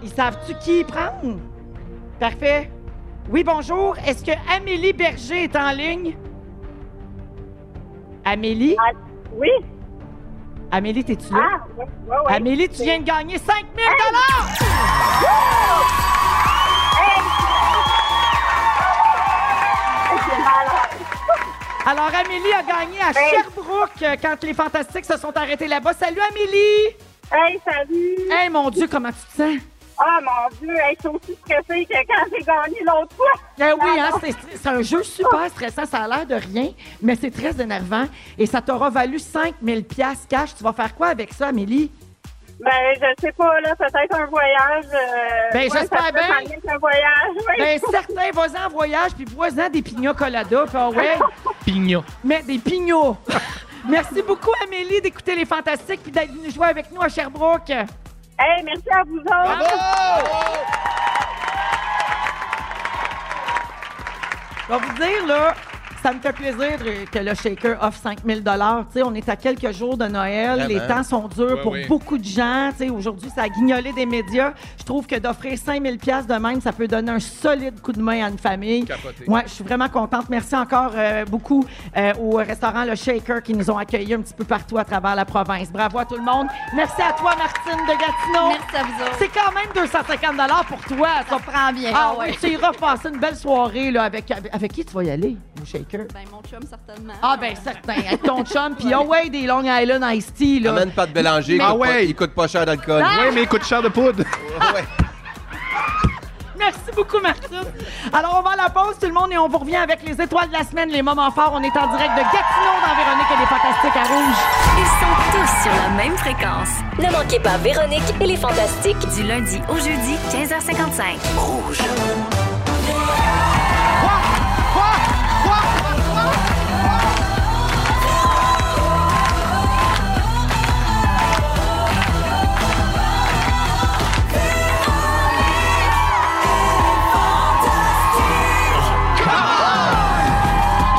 Speaker 1: Ils savent-tu qui prendre? Parfait. Oui, bonjour. Est-ce que Amélie Berger est en ligne? Amélie?
Speaker 10: Oui.
Speaker 1: Amélie, t'es-tu là?
Speaker 10: Ah, ouais, ouais, ouais.
Speaker 1: Amélie, tu viens de gagner 5 000
Speaker 10: C'est malade.
Speaker 1: Alors, Amélie a gagné à Sherbrooke euh, quand les Fantastiques se sont arrêtés là-bas. Salut, Amélie!
Speaker 10: Hey, salut.
Speaker 1: Hey, mon Dieu, comment tu te sens?
Speaker 10: Ah, mon Dieu, hey, je suis aussi stressée que quand j'ai gagné l'autre fois.
Speaker 1: Eh oui,
Speaker 10: Ah,
Speaker 1: hein,
Speaker 10: non.
Speaker 1: c'est c'est un jeu super stressant, ça a l'air de rien, mais c'est très énervant et ça t'aura valu 5000 pièces cash. Tu vas faire quoi avec ça, Amélie?
Speaker 10: Ben, je sais pas, là, peut-être un voyage. euh,
Speaker 1: Ben,
Speaker 10: ça
Speaker 1: j'espère
Speaker 10: peut
Speaker 1: bien.
Speaker 10: parler d'un voyage, oui.
Speaker 1: Ben, certains, vas-en en voyage, puis bois-en des pina colada, puis ah ouais,
Speaker 3: Pignon.
Speaker 1: mais des pignots. Merci beaucoup, Amélie, d'écouter les Fantastiques puis d'être venue jouer avec nous à Sherbrooke.
Speaker 10: Hey, merci à vous autres.
Speaker 1: Je vais vous dire, là, ça me fait plaisir de- que le shaker offre 5000 dollars. On est à quelques jours de Noël.
Speaker 4: Vraiment.
Speaker 1: Les temps sont durs
Speaker 2: hein? Ouais,
Speaker 1: pour
Speaker 2: ouais.
Speaker 1: beaucoup de gens. Tu sais, Aujourd'hui, ça a guignolé des médias. Je trouve que d'offrir 5000 pièces de même, ça peut donner un solide coup de main à une famille.
Speaker 2: Capoté.
Speaker 1: Ouais, je suis vraiment contente. Merci encore euh, beaucoup euh, au restaurant Le Shaker qui nous ont accueillis un petit peu partout à travers la province. Bravo à tout le monde. Merci à toi, Martine de Gatineau.
Speaker 9: Merci à vous autres.
Speaker 1: C'est quand même 250 dollars pour toi. Ça
Speaker 9: prend bien,
Speaker 1: Ah
Speaker 9: ah
Speaker 1: oui,
Speaker 9: ouais.
Speaker 1: tu iras passer une belle soirée là, avec, avec, avec qui tu vas y aller, au shaker?
Speaker 9: Ben, mon chum, certainement.
Speaker 1: Ah ben certain, avec ton chum, puis oh ouais, des Long Island Iced Tea, là.
Speaker 4: Amène pas de Bélanger, il
Speaker 2: Ah
Speaker 4: coûte pas-
Speaker 2: ouais.
Speaker 4: il coûte pas cher d'alcool.
Speaker 1: Ah!
Speaker 2: Oui, mais il coûte cher de poudre.
Speaker 4: Ouais.
Speaker 1: Merci beaucoup, Martine. Alors, on va à la pause, tout le monde, et on vous revient avec les étoiles de la semaine, les moments forts. On est en direct de Gatineau dans Véronique et les Fantastiques à Rouge.
Speaker 5: Ils sont tous sur la même fréquence.
Speaker 6: Ne manquez pas Véronique et les Fantastiques.
Speaker 5: Du lundi au jeudi, 15h55.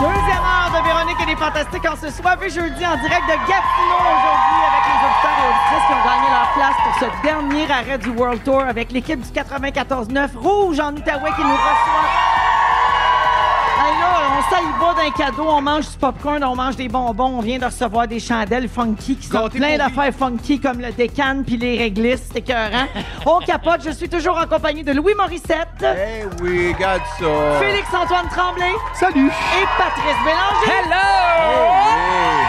Speaker 1: Deuxième heure de Véronique et les Fantastiques en ce soir, et jeudi, en direct de Gatineau aujourd'hui, avec les auditeurs et auditrices qui ont gagné leur place pour ce dernier arrêt du World Tour avec l'équipe du 94-9 Rouge en Outaouais qui nous reçoit. Hey, là, on s'aille pas d'un cadeau, on mange du popcorn, on mange des bonbons, on vient de recevoir des chandelles funky qui sont
Speaker 2: Gâté
Speaker 1: plein
Speaker 2: pourri.
Speaker 1: d'affaires funky comme le décan puis les réglisses, c'est écœurant. On capote, je suis toujours en compagnie de Louis Morissette,
Speaker 4: Eh oui, regarde ça.
Speaker 1: Félix-Antoine Tremblay
Speaker 2: Salut.
Speaker 1: et Patrice Bélanger.
Speaker 3: Hello!
Speaker 4: Eh oui.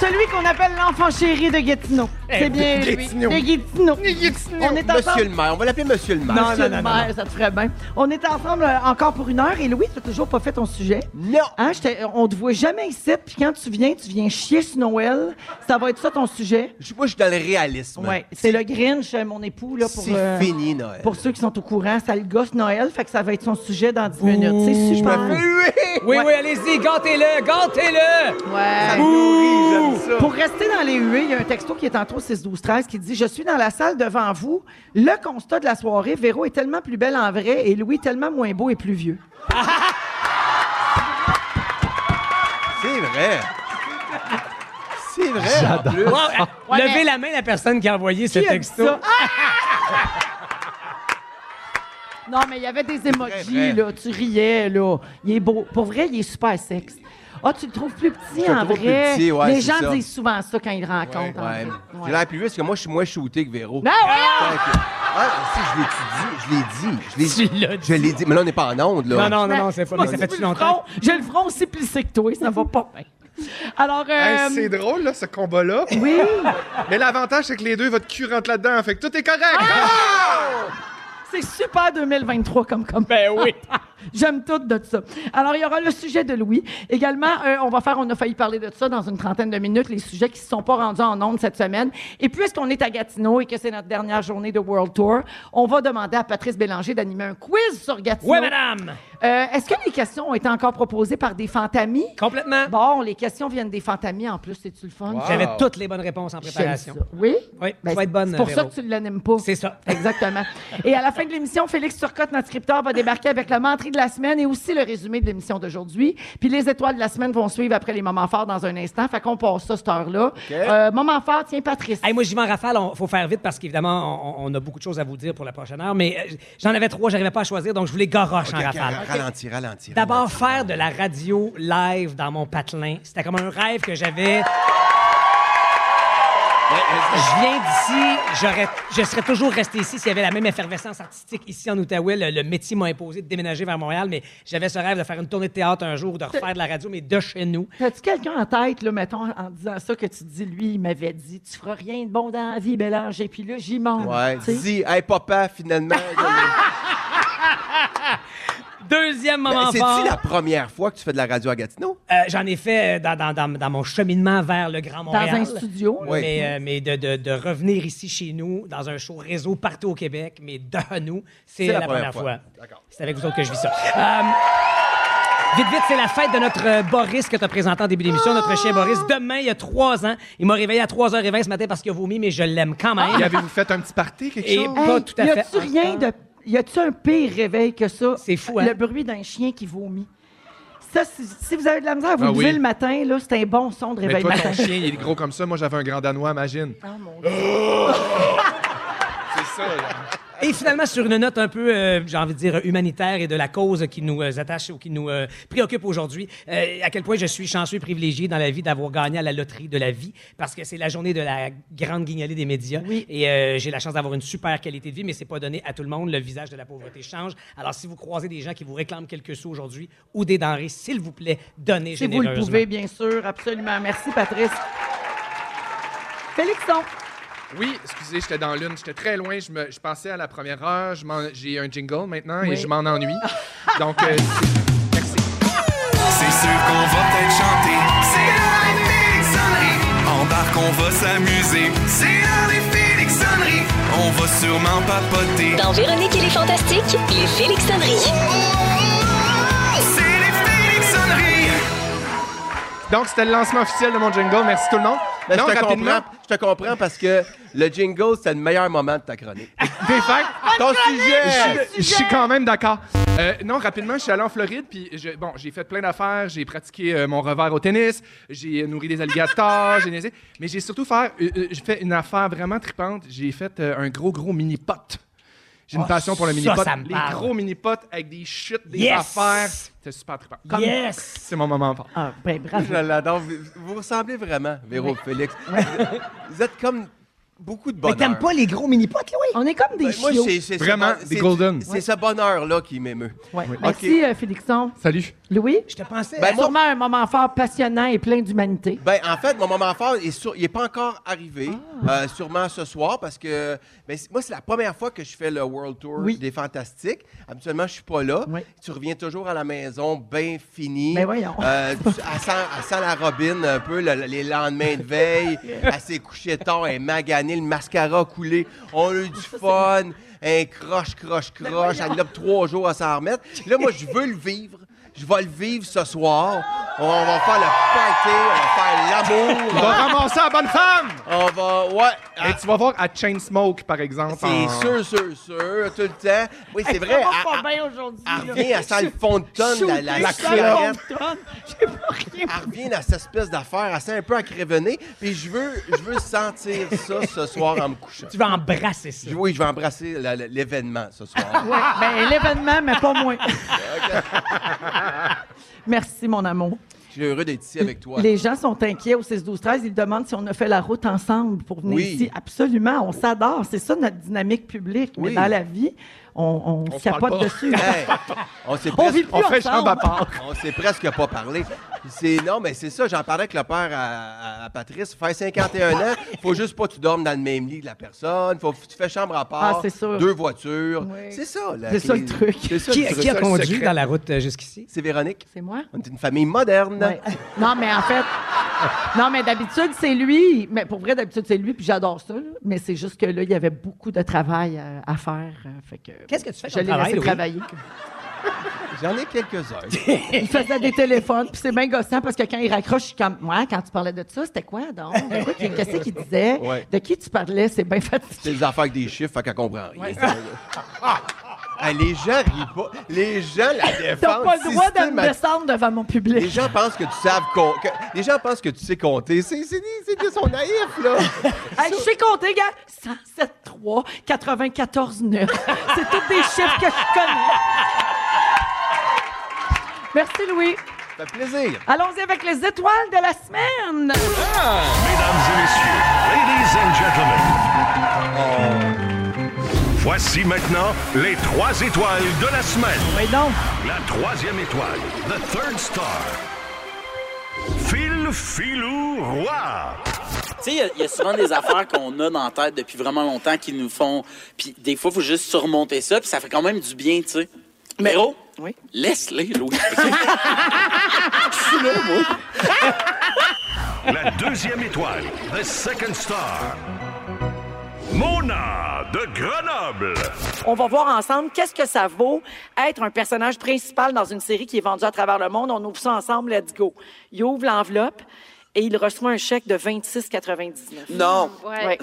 Speaker 1: Celui qu'on appelle l'enfant chéri de Gatineau. C'est bien
Speaker 4: de
Speaker 1: lui.
Speaker 4: Gatineau.
Speaker 1: De Eh Gatineau. On est ensemble.
Speaker 4: Oh, Monsieur le maire, on va l'appeler Monsieur le maire.
Speaker 1: Monsieur le maire, ça te ferait bien. On est ensemble euh, encore pour une heure et Louis, tu toujours pas fait ton sujet.
Speaker 4: Non.
Speaker 1: Hein, je t'ai- on te voit jamais ici, puis quand tu viens, tu viens chier sur Noël. Ça va être ça ton sujet.
Speaker 4: Je- Moi, je suis dans le réalisme.
Speaker 1: Ouais, c'est le Grinch, euh, mon époux, là, pour,
Speaker 4: Ben, C'est
Speaker 1: euh,
Speaker 4: fini, Noël.
Speaker 1: pour ceux qui sont au courant. Ça le gosse Noël, fait que ça va être son sujet dans 10 minutes. C'est super.
Speaker 3: Oui, oui, allez-y, gâtez-le, gâtez-le!
Speaker 1: Ouais.
Speaker 4: Oui, j'aime ça.
Speaker 1: Pour rester dans les huées, il y a un texto qui est en trop 6 12 13 qui dit je suis dans la salle devant vous. Le constat de la soirée, Véro est tellement plus belle en vrai et Louis tellement moins beau et plus vieux.
Speaker 4: C'est vrai. C'est vrai, en plus.
Speaker 3: Wow, euh,
Speaker 1: Ouais,
Speaker 3: levez
Speaker 1: mais-
Speaker 3: la main la personne qui a envoyé ce
Speaker 1: Qui a dit
Speaker 3: texto.
Speaker 1: ça? Ah! non, mais il y avait des
Speaker 4: vrai.
Speaker 1: emojis, là. Tu riais, là. Il est beau. Pour vrai, il est super sexe. Ah, tu le trouves plus petit
Speaker 4: Je le
Speaker 1: en
Speaker 4: trouve
Speaker 1: vrai.
Speaker 4: plus petit, ouais,
Speaker 1: Les
Speaker 4: c'est
Speaker 1: gens
Speaker 4: ça.
Speaker 1: disent souvent ça quand ils le rencontrent. en
Speaker 4: Ouais.
Speaker 1: vrai.
Speaker 4: J'ai
Speaker 1: Ouais.
Speaker 4: l'air plus vieux parce que moi, je suis moins shooté que Véro.
Speaker 1: Non, voyons!
Speaker 4: Fait que- Ah, si, je l'ai dit. Je l'ai dit.
Speaker 3: Tu l'as dit.
Speaker 4: Je l'ai dit. Mais là, on n'est pas en onde,
Speaker 3: Non,
Speaker 4: là.
Speaker 3: non, non, non, c'est pas.
Speaker 1: Moi,
Speaker 3: mais ça
Speaker 1: si
Speaker 3: fait
Speaker 1: tu
Speaker 3: plus
Speaker 1: le
Speaker 3: longtemps.
Speaker 1: front- J'ai le front aussi plissé que toi, ça va pas bien. Alors, euh,
Speaker 2: Hey, c'est drôle, là, ce combat-là.
Speaker 1: oui,
Speaker 2: Mais l'avantage, c'est que les deux, votre cul rentre là-dedans. Fait que tout est correct.
Speaker 1: Ah!
Speaker 2: Ah!
Speaker 1: c'est super 2023 comme comme.
Speaker 3: Ben oui.
Speaker 1: J'aime tout de ça. Alors, il y aura le sujet de Louis. Également, euh, on va faire, on a failli parler de ça dans une trentaine de minutes, les sujets qui ne sont pas rendus en ondes cette semaine. Et puisqu'on est à Gatineau et que c'est notre dernière journée de World Tour, on va demander à Patrice Bélanger d'animer un quiz sur Gatineau.
Speaker 3: Oui, madame!
Speaker 1: Euh, Est-ce que les questions ont été encore proposées par des fantamis?
Speaker 3: Complètement.
Speaker 1: Bon, les questions viennent des fantamis en plus, c'est-tu le fun?
Speaker 3: J'avais toutes les bonnes réponses en
Speaker 1: J'aime
Speaker 3: préparation.
Speaker 1: ça. Oui?
Speaker 3: Oui,
Speaker 1: Ben,
Speaker 3: tu vas être bonne.
Speaker 1: C'est pour
Speaker 3: Véro.
Speaker 1: ça que tu ne l'animes pas.
Speaker 3: C'est ça.
Speaker 1: Exactement. Et à la fin de l'émission, Félix Turcotte, notre scripteur, va débarquer avec la menterie de la semaine et aussi le résumé de l'émission d'aujourd'hui. Puis les étoiles de la semaine vont suivre après les moments forts dans un instant. Fait qu'on passe ça, cette heure-là. Euh, moment fort, tiens, Patrice.
Speaker 3: Hey, moi, j'y vais en rafale. Il faut faire vite parce qu'évidemment, on, on a beaucoup de choses à vous dire pour la prochaine heure. Mais euh, j'en avais trois, j'arrivais pas à choisir, donc je voulais garoche en rafale.
Speaker 4: Ralentir, ralentir.
Speaker 3: D'abord, faire de la radio live dans mon patelin. C'était comme un rêve que j'avais. Je viens d'ici, j'aurais- je serais toujours resté ici s'il y avait la même effervescence artistique ici en Outaouais. Le, le métier m'a imposé de déménager vers Montréal, mais j'avais ce rêve de faire une tournée de théâtre un jour, de refaire de la radio, mais de chez nous.
Speaker 1: T'as-tu quelqu'un en tête, là, mettons, en disant ça, que tu te dis, lui, il m'avait dit, tu feras rien de bon dans la vie, Bélange. Et puis là, j'y monte.
Speaker 4: Ouais.
Speaker 1: tu sais.
Speaker 4: Dis, hey, papa, finalement.
Speaker 3: Deuxième moment fort.
Speaker 4: C'est-tu la première fois que tu fais de la radio à Gatineau?
Speaker 3: Euh, J'en ai fait euh, dans, dans- dans- dans mon cheminement vers le Grand Montréal.
Speaker 1: un studio.
Speaker 3: Oui,
Speaker 4: Oui.
Speaker 3: Mais, euh, mais de, de- de revenir ici chez nous, dans un show réseau partout au Québec, mais de nous, c'est la, première fois. C'est avec vous autres que je vis ça. Euh, vite, vite, c'est la fête de notre euh, Boris que tu as présenté en début d'émission, notre chien Boris. Demain, il y a trois ans. Il m'a réveillé à 3h20 ce matin parce qu'il a vomi, mais je l'aime quand même.
Speaker 2: Y avez-vous fait un petit party, quelque
Speaker 3: Et
Speaker 2: chose?
Speaker 3: pas
Speaker 1: Hey,
Speaker 3: tout à
Speaker 1: y
Speaker 3: fait.
Speaker 1: a-tu rien de. Y a-tu un pire réveil que ça?
Speaker 3: C'est fou, hein?
Speaker 1: Le bruit d'un chien qui vomit. Ça, si, si vous avez de la misère, vous
Speaker 2: Ah
Speaker 1: le levez
Speaker 2: oui.
Speaker 1: le matin, là, c'est un bon son de
Speaker 2: Mais
Speaker 1: réveil le
Speaker 2: toi, ton
Speaker 1: matin.
Speaker 2: chien, il est gros comme ça. Moi, j'avais un grand danois, imagine.
Speaker 1: Oh,
Speaker 2: Oh! C'est ça, là.
Speaker 3: Et finalement, sur une note un peu, euh, j'ai envie de dire, humanitaire et de la cause qui nous euh, attache ou qui nous euh, préoccupe aujourd'hui, euh, à quel point je suis chanceux et privilégié dans la vie d'avoir gagné à la loterie de la vie, parce que c'est la journée de la grande guignolée des médias. Et euh, j'ai la chance d'avoir une super qualité de vie, mais c'est pas donné à tout le monde. Le visage de la pauvreté change. Alors, si vous croisez des gens qui vous réclament quelques sous aujourd'hui ou des denrées, s'il vous plaît, donnez
Speaker 1: Si vous le
Speaker 3: généreusement.
Speaker 1: pouvez, bien sûr, absolument. Merci, Patrice. Félixon,
Speaker 2: Oui, excusez, j'étais dans l'une, j'étais très loin, je, me, je pensais à la première heure, je m'en- j'ai un jingle maintenant
Speaker 1: Oui.
Speaker 2: et je m'en ennuie. Donc, euh, c'est- merci.
Speaker 8: C'est sûr qu'on va peut-être chanter. C'est l'heure des Félixonneries. Embarque, on va s'amuser. C'est l'heure des Félixonneries. On va sûrement papoter.
Speaker 6: Dans Véronique et les Fantastiques, les Félix Sonneries.
Speaker 8: C'est les Félixonneries.
Speaker 2: Donc, c'était le lancement officiel de mon jingle, merci tout le monde.
Speaker 4: Ben,
Speaker 2: non,
Speaker 4: je, te
Speaker 2: rapidement,
Speaker 4: comprends, je te comprends parce que le jingle, c'est le meilleur moment de ta chronique.
Speaker 2: des fêtes.
Speaker 3: Ah,
Speaker 4: Ton sujet!
Speaker 2: Je suis quand même d'accord. Euh, non, rapidement, je suis allé en Floride, puis je- bon, j'ai fait plein d'affaires, j'ai pratiqué euh, mon revers au tennis, j'ai euh, nourri des alligators, j'ai niaisé, mais j'ai surtout fait, euh, euh, j'ai fait une affaire vraiment tripante. J'ai fait euh, un gros, gros mini-pot. J'ai une
Speaker 3: Oh,
Speaker 2: passion pour le
Speaker 3: ça,
Speaker 2: mini-pot.
Speaker 3: ça me
Speaker 2: Les
Speaker 3: parle.
Speaker 2: gros mini-pots avec des chutes, des
Speaker 3: Yes!
Speaker 2: affaires. C'était super trippant. Comme-
Speaker 3: Yes!
Speaker 2: C'est mon moment fort.
Speaker 1: ah, ben, bravo.
Speaker 4: Je l'adore. Vous vous ressemblez vraiment, Véro Félix. Vous êtes comme beaucoup de
Speaker 3: Mais
Speaker 4: bonheur.
Speaker 3: t'aimes pas les gros mini-potes, Louis?
Speaker 1: On est comme des
Speaker 4: Ben, moi,
Speaker 1: chiots.
Speaker 4: c'est- c'est ce
Speaker 2: Vraiment,
Speaker 4: bon-
Speaker 2: des
Speaker 4: c'est-
Speaker 2: golden.
Speaker 4: C'est ce bonheur-là qui m'émeut.
Speaker 1: Ouais.
Speaker 4: Oui.
Speaker 1: Merci,
Speaker 4: OK.
Speaker 1: euh, Félixon.
Speaker 2: Salut.
Speaker 1: Louis,
Speaker 3: Je te pensais... hein,
Speaker 4: Ben, moi-
Speaker 1: sûrement un moment fort passionnant et plein d'humanité.
Speaker 4: Ben, en fait, mon moment fort, est sur- il n'est pas encore arrivé,
Speaker 1: Ah.
Speaker 4: euh, sûrement ce soir, parce que ben, c'est- moi, c'est la première fois que je fais le World Tour
Speaker 1: Oui.
Speaker 4: des Fantastiques. Habituellement, je suis pas là.
Speaker 1: Oui.
Speaker 4: Tu reviens toujours à la maison bien fini.
Speaker 1: Ben voyons.
Speaker 4: Euh, tu- elle, sent, elle sent la robine un peu le- le- les lendemains de veille. elle s'est couchée tard, elle est maganée, le mascara coulé. On a eu du fun, un croche, croche,
Speaker 1: Ben
Speaker 4: croche. Elle l'a pour trois jours à s'en remettre. Là, moi, je veux le vivre. Je vais le vivre ce soir. On va faire le party, on va faire
Speaker 2: On va
Speaker 4: l'amour.
Speaker 2: ramasser la bonne femme!
Speaker 4: On va, ouais. ah,
Speaker 2: Et tu vas voir à Chainsmoke, par exemple.
Speaker 4: c'est
Speaker 2: en-
Speaker 4: sûr, sûr, sûr, tout le temps. Oui, c'est vrai.
Speaker 1: Ça
Speaker 4: elle-
Speaker 1: va
Speaker 4: elle-
Speaker 1: pas bien aujourd'hui.
Speaker 4: Elle
Speaker 1: là.
Speaker 4: revient, elle sent le fond de tonne, la, la, la
Speaker 1: Shootée, ça
Speaker 4: cigarette.
Speaker 1: fonctionne. J'ai pas rien.
Speaker 4: elle revient à cette espèce d'affaire, elle sent un peu à crévenner, puis je veux, je veux sentir ça ce soir en me couchant.
Speaker 3: Tu vas embrasser ça.
Speaker 4: Je- Oui, je vais embrasser la- la- l'événement ce soir.
Speaker 1: Ouais, ben, l'événement, mais pas moi. Merci, mon amour.
Speaker 4: Je suis heureux d'être ici avec toi.
Speaker 1: Les gens sont inquiets au 6-12-13. Ils demandent si on a fait la route ensemble pour venir
Speaker 4: Oui.
Speaker 1: ici. Absolument, on s'adore. C'est ça notre dynamique publique. Mais
Speaker 4: Oui.
Speaker 1: dans la vie, on, on,
Speaker 2: On
Speaker 1: se
Speaker 2: se parle
Speaker 1: capote
Speaker 2: pas.
Speaker 1: dessus.
Speaker 4: Hey, on s'est
Speaker 1: on
Speaker 4: presque,
Speaker 1: vit plus
Speaker 2: On fait chambre à
Speaker 1: ensemble.
Speaker 2: part.
Speaker 4: on s'est presque pas parlé. C'est, non, mais c'est ça, j'en parlais avec le père à, à- à Patrice. Faire 51 ans, faut juste pas que tu dormes dans le même lit que la personne. Faut que tu fais chambre à part,
Speaker 1: Ah, c'est sûr.
Speaker 4: deux voitures.
Speaker 1: Oui.
Speaker 4: C'est ça. la
Speaker 1: C'est ça,
Speaker 4: clé-
Speaker 1: le truc.
Speaker 4: C'est ça,
Speaker 3: Qui,
Speaker 4: le truc.
Speaker 3: qui a
Speaker 2: ça, le
Speaker 3: conduit
Speaker 2: secret.
Speaker 3: dans la route euh, jusqu'ici?
Speaker 4: C'est Véronique.
Speaker 1: C'est moi?
Speaker 4: On est une famille moderne.
Speaker 1: Ouais. Non, mais en fait, non, mais d'habitude, c'est lui. Mais pour vrai, d'habitude, c'est lui, puis j'adore ça. là. Mais c'est juste que là, il y avait beaucoup de travail euh, à faire. euh, fait que,
Speaker 3: Qu'est-ce que tu fais
Speaker 1: Je
Speaker 3: comme
Speaker 1: l'ai
Speaker 3: travail,
Speaker 1: laissé
Speaker 3: Louis?
Speaker 1: travailler.
Speaker 4: J'en ai quelques-uns.
Speaker 1: Il faisait des téléphones, puis c'est bien gossant parce que quand il raccroche, je suis comme, ouais, quand tu parlais de ça, c'était quoi donc? Ben, De quoi qu'il- Qu'est-ce qu'il disait?
Speaker 4: Ouais.
Speaker 1: De qui tu parlais? C'est bien fatigué.
Speaker 4: C'est des affaires avec des chiffres, fait qu'elle comprend rien. Ah, les gens rient pas. Les gens la défendent.
Speaker 1: T'as pas le droit de me
Speaker 4: systématiquement.
Speaker 1: descendre devant mon
Speaker 4: Les
Speaker 1: public.
Speaker 4: gens pensent que tu savent con- que- Les gens pensent que tu sais compter. C'est c'est des, c'est des sont naïfs, là.
Speaker 1: Hey, je sais compter, gars. 107 3, 94 9. C'est tous des chiffres que je connais. Merci, Louis.
Speaker 4: Ça fait plaisir.
Speaker 1: Allons-y avec les étoiles de la semaine.
Speaker 9: Mesdames et messieurs, ladies and gentlemen. Voici maintenant les trois étoiles de la semaine.
Speaker 1: Oui, donc.
Speaker 9: La troisième étoile, the third star. Phil Filou Roy.
Speaker 11: Tu sais, il y a- il y, a souvent des affaires qu'on a dans la tête depuis vraiment longtemps qui nous font. Puis des fois, il faut juste surmonter ça, puis ça fait quand même du bien, tu sais. Mais oh,
Speaker 1: Oui.
Speaker 11: laisse-les, Louis. Je suis là, moi.
Speaker 9: La deuxième étoile, the second star. Mona de Grenoble.
Speaker 12: On va voir ensemble qu'est-ce que ça vaut être un personnage principal dans une série qui est vendue à travers le monde. On ouvre ça ensemble, let's go. Il ouvre l'enveloppe et il reçoit un chèque de 26,99.
Speaker 11: Non.
Speaker 8: Oh,
Speaker 12: Ouais.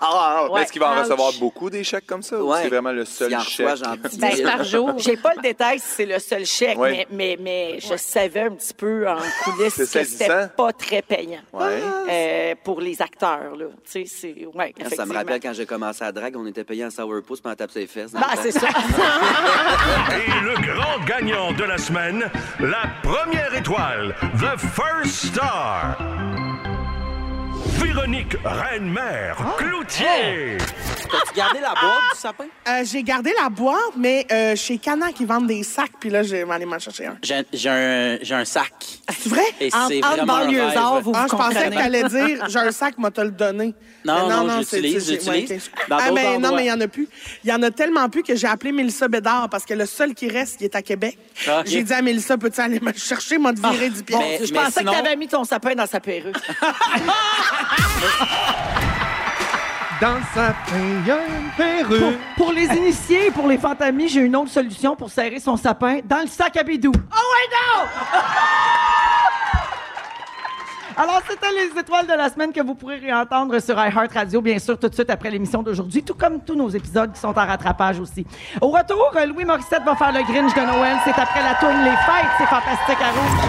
Speaker 8: Ah,
Speaker 12: Ouais.
Speaker 8: est-ce qu'il va en
Speaker 12: Ouch.
Speaker 8: recevoir beaucoup des chèques comme ça? ou
Speaker 11: Ouais.
Speaker 8: C'est vraiment le seul
Speaker 11: S'il en
Speaker 8: chèque.
Speaker 11: reçoit, j'en dis.
Speaker 12: Ben, par jour. J'ai pas le détail si c'est le seul chèque,
Speaker 8: Ouais.
Speaker 12: mais, mais, mais je savais un petit peu en coulisses
Speaker 8: C'est
Speaker 12: que c'était
Speaker 8: saisissant.
Speaker 12: pas très payant
Speaker 8: Ouais.
Speaker 12: euh, pour les acteurs. Là. Tu sais, c'est... Ouais,
Speaker 11: Ça me
Speaker 12: effectivement.
Speaker 11: rappelle quand j'ai commencé à drague, on était payé en sourpuss pour en taper ses fesses. dans
Speaker 12: Ben,
Speaker 11: le temps.
Speaker 12: c'est ça.
Speaker 9: Et le grand gagnant de la semaine, la première étoile, The First Star. Véronique Reine-Mère
Speaker 12: Oh,
Speaker 9: Cloutier.
Speaker 11: T'as-tu gardé la boîte du sapin?
Speaker 12: Euh, j'ai gardé la boîte, mais euh, chez Cana qui vendent des sacs, puis là, je vais aller m'en chercher un. Ah,
Speaker 11: J'ai un- j'ai un, j'ai un sac.
Speaker 12: C'est vrai?
Speaker 11: Et c'est vraiment un rêve.
Speaker 12: vous Ah, je pensais
Speaker 11: comprenez.
Speaker 12: qu'elle allait dire, j'ai un sac, m'a te le donné.
Speaker 11: Non,
Speaker 12: Mais
Speaker 11: non, je
Speaker 12: c'est-
Speaker 11: l'utilise,
Speaker 12: c'est-
Speaker 11: je l'utilise.
Speaker 12: ouais, ok.
Speaker 11: Dans
Speaker 12: Ah,
Speaker 11: d'autres
Speaker 12: mais non,
Speaker 11: endroits.
Speaker 12: mais il y en a plus. Il y en a tellement plus que j'ai appelé Mélissa Bédard parce que le seul qui reste, il est à Québec.
Speaker 11: Ah, ok.
Speaker 12: J'ai dit à Mélissa, peux-tu aller me chercher, m'a viré du pied.
Speaker 11: Mais- Je mais pensais que sinon- t'avais
Speaker 12: mis ton sapin dans sa perruque.
Speaker 2: Dans sa première
Speaker 1: Pour,
Speaker 2: perruque.
Speaker 1: pour les initiés et pour les fantamis, j'ai une autre solution pour serrer son sapin dans le sac à bidou. Oh ouais, non! Alors, c'était les étoiles de la semaine que vous pourrez réentendre sur iHeartRadio, bien sûr, tout de suite après l'émission d'aujourd'hui, tout comme tous nos épisodes qui sont en rattrapage aussi. Au retour, euh, Louis Morissette va faire le Grinch de Noël. C'est après la tourne Les Fêtes. C'est fantastique à Rouge.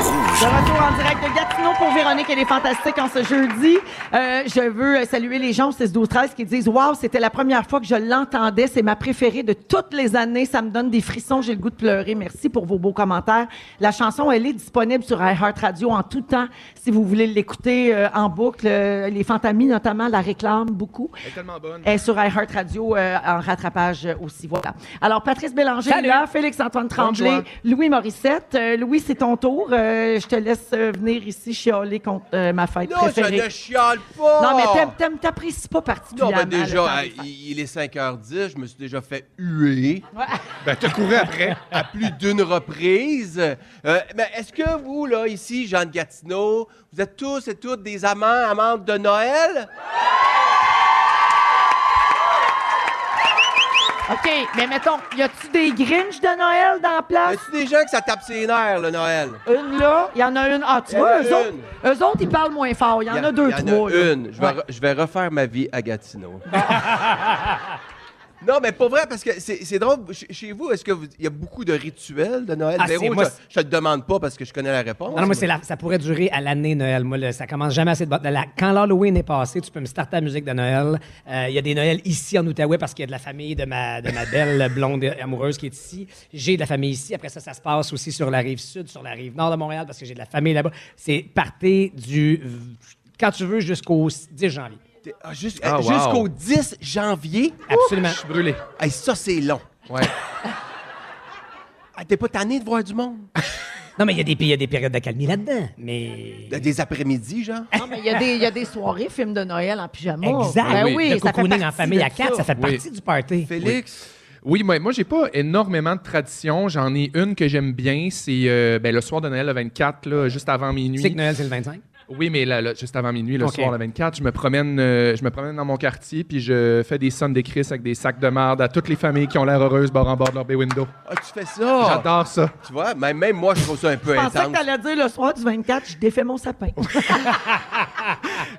Speaker 9: Rouge.
Speaker 1: De retour en direct de Gatineau pour Véronique et les Fantastiques en ce jeudi. Euh, je veux euh, saluer les gens au 16 12 13 qui disent Waouh, c'était la première fois que je l'entendais. C'est ma préférée de toutes les années. Ça me donne des frissons. J'ai le goût de pleurer. Merci pour vos beaux commentaires. La chanson, elle est disponible sur iHeartRadio en tout temps. Si vous voulez l'écouter euh, en boucle, Euh, les Fantamis, notamment, la réclament beaucoup.
Speaker 2: Elle est tellement bonne.
Speaker 1: Et sur iHeartRadio euh, en rattrapage euh, aussi. Voilà. Alors, Patrice Bélanger,
Speaker 2: Salut.
Speaker 1: est là, Félix-Antoine Tremblay,
Speaker 2: Bonjour.
Speaker 1: Louis Morissette. Euh, Louis, c'est ton tour. Euh, je te laisse euh, venir ici chialer contre euh, ma fête
Speaker 4: Non,
Speaker 1: préférée.
Speaker 4: je ne chiale pas!
Speaker 1: Non, mais t'aimes- t'aimes- t'apprécies pas
Speaker 4: Non,
Speaker 1: particulièrement.
Speaker 4: ben
Speaker 1: le temps
Speaker 4: déjà,
Speaker 1: des
Speaker 4: euh,
Speaker 1: fêtes.
Speaker 4: il il est 5h10, je me suis déjà fait huer.
Speaker 2: Ben, t'as couru après.
Speaker 4: À plus d'une reprise. Euh, ben, Est-ce que vous, là, ici, Jean de Gatineau, vous êtes tous et toutes des amants, amantes de Noël?
Speaker 1: OK, mais mettons, y a-tu des Grinch de Noël dans la place?
Speaker 4: As-tu des gens que ça tape ses nerfs, le Noël?
Speaker 1: Une là, il y en a une. Ah, tu
Speaker 4: Y en
Speaker 1: vois,
Speaker 4: a
Speaker 1: eux autres, eux autres, ils parlent moins fort. Il y en a deux,
Speaker 4: y en
Speaker 1: trois.
Speaker 4: a
Speaker 1: là.
Speaker 4: une. Je vais, re- je vais refaire ma vie à Gatineau. Non, mais pas vrai, parce que c'est c'est drôle. Ch- Chez vous, est-ce qu'il y a beaucoup de rituels de Noël?
Speaker 3: Ah,
Speaker 4: Véro,
Speaker 3: c'est- moi,
Speaker 4: je, je te le demande pas parce que je connais la réponse.
Speaker 1: Ah,
Speaker 3: Ah Non, non, moi, c'est la- ça pourrait durer à l'année Noël. Moi, là, ça commence jamais assez de bonne. la- Quand l'Halloween est passé, tu peux me starter la musique de Noël. Euh, Il y a des Noëls ici en Outaouais parce qu'il y a de la famille de ma, de ma belle blonde amoureuse qui est ici. J'ai de la famille ici. Après ça, ça se passe aussi sur la rive sud, sur la rive nord de Montréal parce que j'ai de la famille là-bas. C'est parti du. Quand tu veux, jusqu'au 10 janvier.
Speaker 4: Ah, juste-
Speaker 3: Ah,
Speaker 4: euh,
Speaker 3: wow.
Speaker 4: Jusqu'au 10 janvier?
Speaker 3: Absolument.
Speaker 4: Ouh,
Speaker 3: Je suis brûlé.
Speaker 4: Hey, ça, c'est long.
Speaker 2: Ouais.
Speaker 4: Ah, T'es pas tanné de voir du monde?
Speaker 3: Non, mais il y a des- il y, a des périodes d'accalmie là-dedans. Mais.
Speaker 4: Des après-midi, genre?
Speaker 1: Non, mais il y, a des- il y a des soirées films de Noël en pyjama.
Speaker 3: Exact.
Speaker 1: Ben oui,
Speaker 3: le
Speaker 1: ça fait
Speaker 3: cocooning en
Speaker 1: partie
Speaker 3: famille
Speaker 1: de
Speaker 3: à quatre, ça, fait
Speaker 2: Oui.
Speaker 3: partie du party.
Speaker 2: Félix? Oui, moi, moi j'ai pas énormément de traditions. J'en ai une que j'aime bien, c'est euh, ben, le soir de Noël le 24, là, juste avant minuit.
Speaker 3: Tu sais que Noël, c'est le 25?
Speaker 2: Oui, mais là, là, juste avant minuit, le
Speaker 3: Ok.
Speaker 2: soir, le 24, je me promène, euh, je me promène dans mon quartier, puis je fais des sons des Chris avec des sacs de marde à toutes les familles qui ont l'air heureuses bord en bord de leur bay window.
Speaker 4: Ah, tu fais
Speaker 3: Oh.
Speaker 4: ça?
Speaker 2: J'adore ça.
Speaker 4: Tu vois, même, même moi, je trouve ça un peu
Speaker 1: Je pensais
Speaker 4: intense.
Speaker 1: que t'allais dire le soir du 24, je défais mon sapin.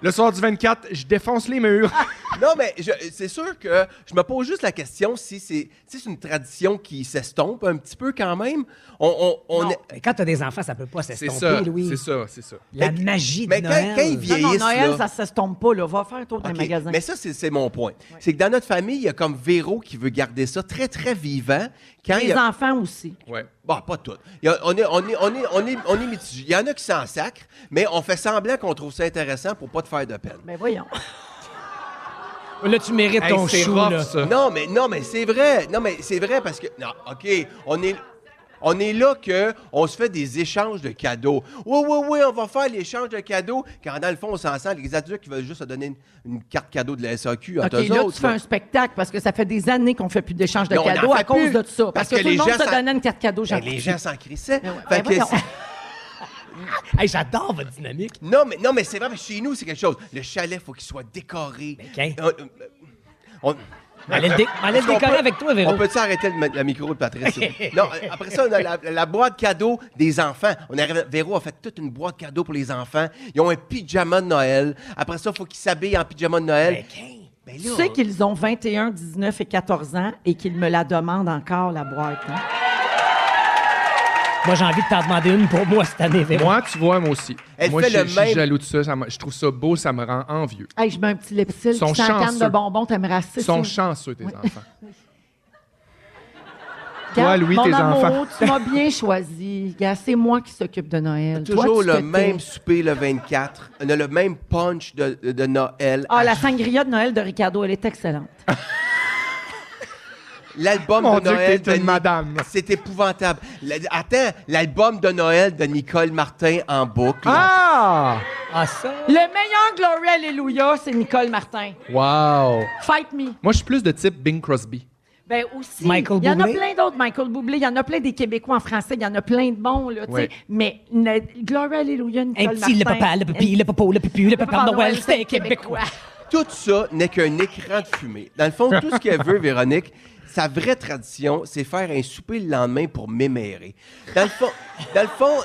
Speaker 2: Le soir du 24, je défonce les murs.
Speaker 3: Ah,
Speaker 4: Non, mais je- c'est sûr que je me pose juste la question si c'est si c'est une tradition qui s'estompe un petit peu quand même. On, on, on
Speaker 3: Non,
Speaker 4: est-
Speaker 3: mais Ben, quand t'as des enfants, ça peut pas
Speaker 2: C'est
Speaker 3: s'estomper,
Speaker 2: ça,
Speaker 3: Louis.
Speaker 2: c'est ça, c'est ça.
Speaker 3: La magie de
Speaker 4: mais quand-
Speaker 3: Noël.
Speaker 4: quand ils
Speaker 1: Non, non,
Speaker 4: vieillissent,
Speaker 1: Noël,
Speaker 4: là.
Speaker 1: ça s'estompe pas, là. Va faire un tour dans
Speaker 4: OK,
Speaker 1: les magasins.
Speaker 4: Mais ça, c'est c'est mon point. C'est que dans notre famille, il y a comme Véro qui veut garder ça très, très vivant. Quand il
Speaker 1: les
Speaker 4: y a-
Speaker 1: enfants aussi.
Speaker 2: Ouais.
Speaker 4: Bon, pas toutes. Il y a- on, est, on, est, on, est, on, est, on est mitigé. Il y en a qui s'en sacrent, mais on fait semblant qu'on trouve ça intéressant pour pas te faire de peine.
Speaker 1: Ben voyons.
Speaker 3: Là, tu mérites
Speaker 4: Hey,
Speaker 3: ton
Speaker 4: c'est
Speaker 3: chou,
Speaker 4: rough,
Speaker 3: là.
Speaker 4: ça. Non, mais non, mais c'est vrai. Non, mais c'est vrai parce que non, ok, on est. On est là que on se fait des échanges de cadeaux. Oui, oui, oui, on va faire l'échange de cadeaux. Quand dans le fond, on s'en sent les adultes qui veulent juste se donner une, une carte cadeau de la SAQ à
Speaker 1: OK, là, tu fais
Speaker 4: là.
Speaker 1: un spectacle parce que ça fait des années qu'on fait plus d'échanges de
Speaker 4: Non, on en
Speaker 1: cadeaux
Speaker 4: fait
Speaker 1: à cause
Speaker 4: plus.
Speaker 1: de ça. Parce,
Speaker 4: Parce
Speaker 1: que,
Speaker 4: que
Speaker 1: tout le
Speaker 4: les
Speaker 1: monde
Speaker 4: gens
Speaker 1: se
Speaker 4: s'en-
Speaker 1: donnait une carte cadeau.
Speaker 4: Ben, les gens s'en crissaient. Fait
Speaker 1: Ben
Speaker 4: que
Speaker 1: voyons.
Speaker 4: c'est-
Speaker 3: Hey, J'adore votre dynamique.
Speaker 4: non, mais, non, mais c'est vrai, mais chez nous, c'est quelque chose. Le chalet, faut qu'il soit décoré. On- euh, on-
Speaker 3: Allez le dé- allez le
Speaker 4: Est-ce qu'on
Speaker 3: décorer
Speaker 4: peut-
Speaker 3: avec toi, Véro.
Speaker 4: On peut-tu arrêter le, ma- la micro de Patrice? s'il vous plaît? non, euh, après ça, on a la, la boîte cadeau des enfants. On arrive, Véro a fait toute une boîte cadeau pour les enfants. Ils ont un pyjama de Noël. Après ça, il faut qu'ils s'habillent en pyjama de Noël. Ben
Speaker 1: Tu sais qu'ils ont 21, 19 et 14 ans et qu'ils me la demandent encore, la boîte. hein?
Speaker 3: Moi, j'ai envie de t'en demander une pour moi cette année, Véro.
Speaker 2: Moi, tu vois, moi aussi.
Speaker 3: Elle
Speaker 2: moi,
Speaker 3: fait
Speaker 2: je,
Speaker 3: le
Speaker 2: je
Speaker 3: même-
Speaker 2: suis jaloux de ça. ça me- je trouve ça beau, ça me rend envieux.
Speaker 1: Hey, je mets un petit lipsil,
Speaker 2: Sont
Speaker 1: qui s'encanne
Speaker 2: chanceux.
Speaker 1: de bonbons, t'aimerais assez.
Speaker 2: Ils sont
Speaker 1: ça.
Speaker 2: chanceux, tes
Speaker 1: Oui.
Speaker 2: enfants. Toi,
Speaker 1: Regarde,
Speaker 2: Louis,
Speaker 1: mon
Speaker 2: tes
Speaker 1: amour,
Speaker 2: enfants.
Speaker 1: tu m'as bien choisi. Regarde, C'est moi qui s'occupe de Noël. Toi,
Speaker 4: Toujours
Speaker 1: tu te
Speaker 4: le
Speaker 1: tais.
Speaker 4: même souper le 24. On a le même punch de, de Noël.
Speaker 1: Ah, la sangria de Noël de Ricardo, elle est excellente.
Speaker 4: L'album
Speaker 2: Mon
Speaker 4: de
Speaker 2: Dieu,
Speaker 4: Noël
Speaker 2: t'es une
Speaker 4: Ni-
Speaker 2: madame.
Speaker 4: C'est épouvantable. La- Attends, l'album de Noël de Nicole Martin en boucle.
Speaker 2: Ah!
Speaker 3: Ah, ça?
Speaker 1: Le meilleur Glory Alléluia, c'est Nicole Martin.
Speaker 2: Wow!
Speaker 1: Fight me.
Speaker 2: Moi, je suis plus de type Bing Crosby.
Speaker 1: Ben aussi.
Speaker 2: Michael
Speaker 1: il y en a
Speaker 2: Bublé.
Speaker 1: plein d'autres, Michael Bublé. Il y en a plein des Québécois en français. Il y en a plein de bons, là, tu sais.
Speaker 2: Ouais.
Speaker 1: Mais ne- Glory Alléluia, Nicole
Speaker 3: Un petit le
Speaker 1: Martin.
Speaker 3: papa, le pipi, le popo, le pipi, le papa Noël, c'était québécois.
Speaker 4: Tout ça n'est qu'un écran de fumée. Dans le fond, tout ce qu'elle veut, Véronique, sa vraie tradition, c'est faire un souper le lendemain pour mémérer. Dans le fond, dans le, fond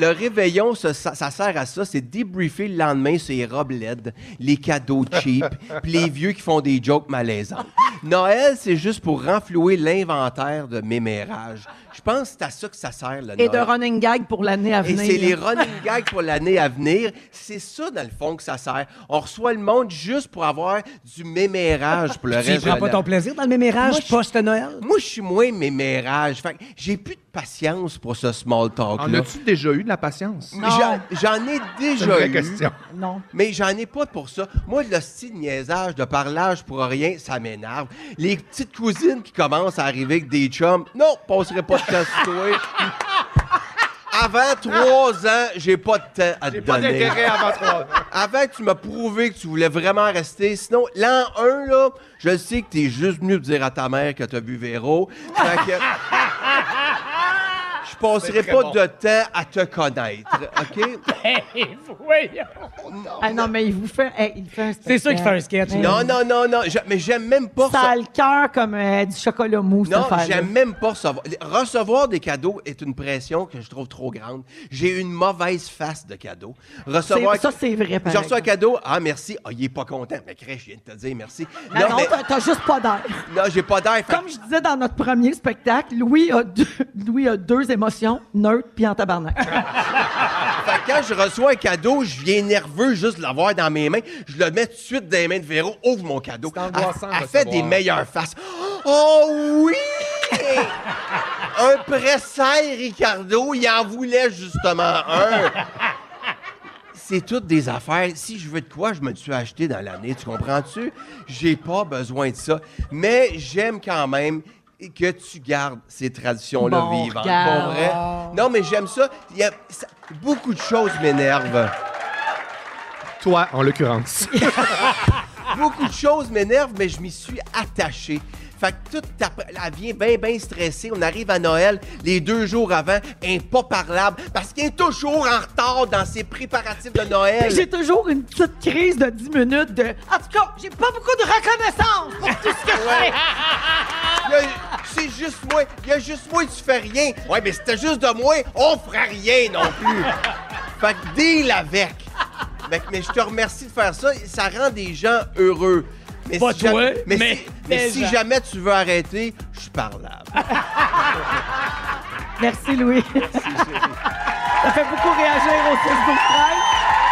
Speaker 4: le réveillon, ça, ça- ça sert à ça, c'est débriefer le lendemain sur les robes LED, les cadeaux cheap, puis les vieux qui font des jokes malaisants. Noël, c'est juste pour renflouer l'inventaire de mémérage Je pense que c'est à ça que ça sert, le
Speaker 1: Et de
Speaker 4: Noël.
Speaker 1: running gag pour l'année à
Speaker 4: Et
Speaker 1: venir.
Speaker 4: c'est les running gags pour l'année à venir. C'est ça, dans le fond, que ça sert. On reçoit le monde juste pour avoir du mémérage pour le
Speaker 3: Tu
Speaker 4: reste de
Speaker 3: prends pas
Speaker 4: l'année.
Speaker 3: ton plaisir dans le mémérage
Speaker 4: Moi, je-
Speaker 3: post-Noël?
Speaker 4: Moi, je suis moins mémérage. Fait que j'ai plus de patience pour ce small
Speaker 2: En
Speaker 4: talk-là.
Speaker 2: as-tu déjà eu de la patience?
Speaker 4: J'en- J'en ai
Speaker 2: C'est une
Speaker 4: déjà
Speaker 2: vraie
Speaker 4: eu.
Speaker 2: question.
Speaker 1: Non.
Speaker 4: Mais j'en ai pas pour ça. Moi, le style niaisage, de parlage pour rien, ça m'énerve. Les petites cousines qui commencent à arriver avec des chums, non, passerai pas de temps sur toi. Avant trois ans, j'ai pas de temps à te
Speaker 2: Pas
Speaker 4: donner.
Speaker 2: d'intérêt avant trois.
Speaker 4: Avant que tu m'as prouvé que tu voulais vraiment rester. Sinon, l'an 1, là, je le sais que t'es juste venu dire à ta mère que t'as bu Véro. Fait que je passerai
Speaker 2: C'est très
Speaker 4: pas
Speaker 2: bon.
Speaker 4: de temps à te connaître, OK?
Speaker 3: Ben,
Speaker 1: Ah non, mais il vous fait, eh, il fait un
Speaker 3: C'est sûr qu'il fait un
Speaker 1: spectacle.
Speaker 3: sketch. là.
Speaker 4: Non, non, non, non. j'a- mais j'aime même pas
Speaker 1: Ça
Speaker 4: ça.
Speaker 1: a le cœur comme euh, du chocolat mou, cette
Speaker 4: Non,
Speaker 1: affaire-là.
Speaker 4: j'aime même pas recevoir. Recevoir des cadeaux est une pression que je trouve trop grande. J'ai une mauvaise face de cadeaux. Recevoir.
Speaker 1: C'est- Ça, c'est vrai, par
Speaker 4: Je reçois un
Speaker 1: exemple.
Speaker 4: cadeau. Ah, merci. Ah, il est pas content. Mais crèche, je viens de te dire merci.
Speaker 1: Ah, Non, non,
Speaker 4: mais-
Speaker 1: t'as- t'as juste pas d'air.
Speaker 4: non, j'ai pas d'air. Fait-
Speaker 1: Comme je disais dans notre premier spectacle, Louis a deux, Louis a deux émotions, neutre puis en tabarnak.
Speaker 4: Fait que quand je reçois un cadeau, je viens nerveux juste de l'avoir dans mes mains. Je le mets tout de suite dans les mains de Véro. Ouvre mon cadeau.
Speaker 2: C'est angoissant,
Speaker 4: Elle, elle fait des
Speaker 2: recevoir.
Speaker 4: meilleures faces. Oh oui! un pressé Ricardo, il en voulait justement un. C'est toutes des affaires. Si je veux de quoi, je me le suis acheté dans l'année, tu comprends-tu? J'ai pas besoin de ça. Mais j'aime quand même que tu gardes ces traditions-là
Speaker 1: Bon,
Speaker 4: vivantes.
Speaker 1: regarde.
Speaker 4: Pour vrai. Non, mais j'aime ça. Il y a- ça- Beaucoup de choses m'énervent.
Speaker 2: Toi, en l'occurrence.
Speaker 4: Beaucoup de choses m'énervent, mais je m'y suis attaché. Fait que toute ta... Elle vient bien, bien stressée. On arrive à Noël, les deux jours avant, elle est pas parlable parce qu'elle est toujours en retard dans ses préparatifs de Noël.
Speaker 1: J'ai toujours une petite crise de 10 minutes de En tout cas, j'ai pas beaucoup de reconnaissance pour tout ce que je fais.
Speaker 4: Il y a- C'est juste moi. Il y a juste moi, tu fais rien. Ouais, mais c'était juste de moi, on fera rien non plus. fait que deal avec. Fait que- mais je te remercie de faire ça. Ça rend des gens heureux. Mais
Speaker 3: Pas toi,
Speaker 4: jamais, mais,
Speaker 3: mais
Speaker 4: si, mais
Speaker 3: les
Speaker 4: si
Speaker 3: gens. Ah,
Speaker 4: jamais tu veux arrêter, je suis parlable.
Speaker 1: Merci, Louis. Ça fait beaucoup réagir au 6 12 13.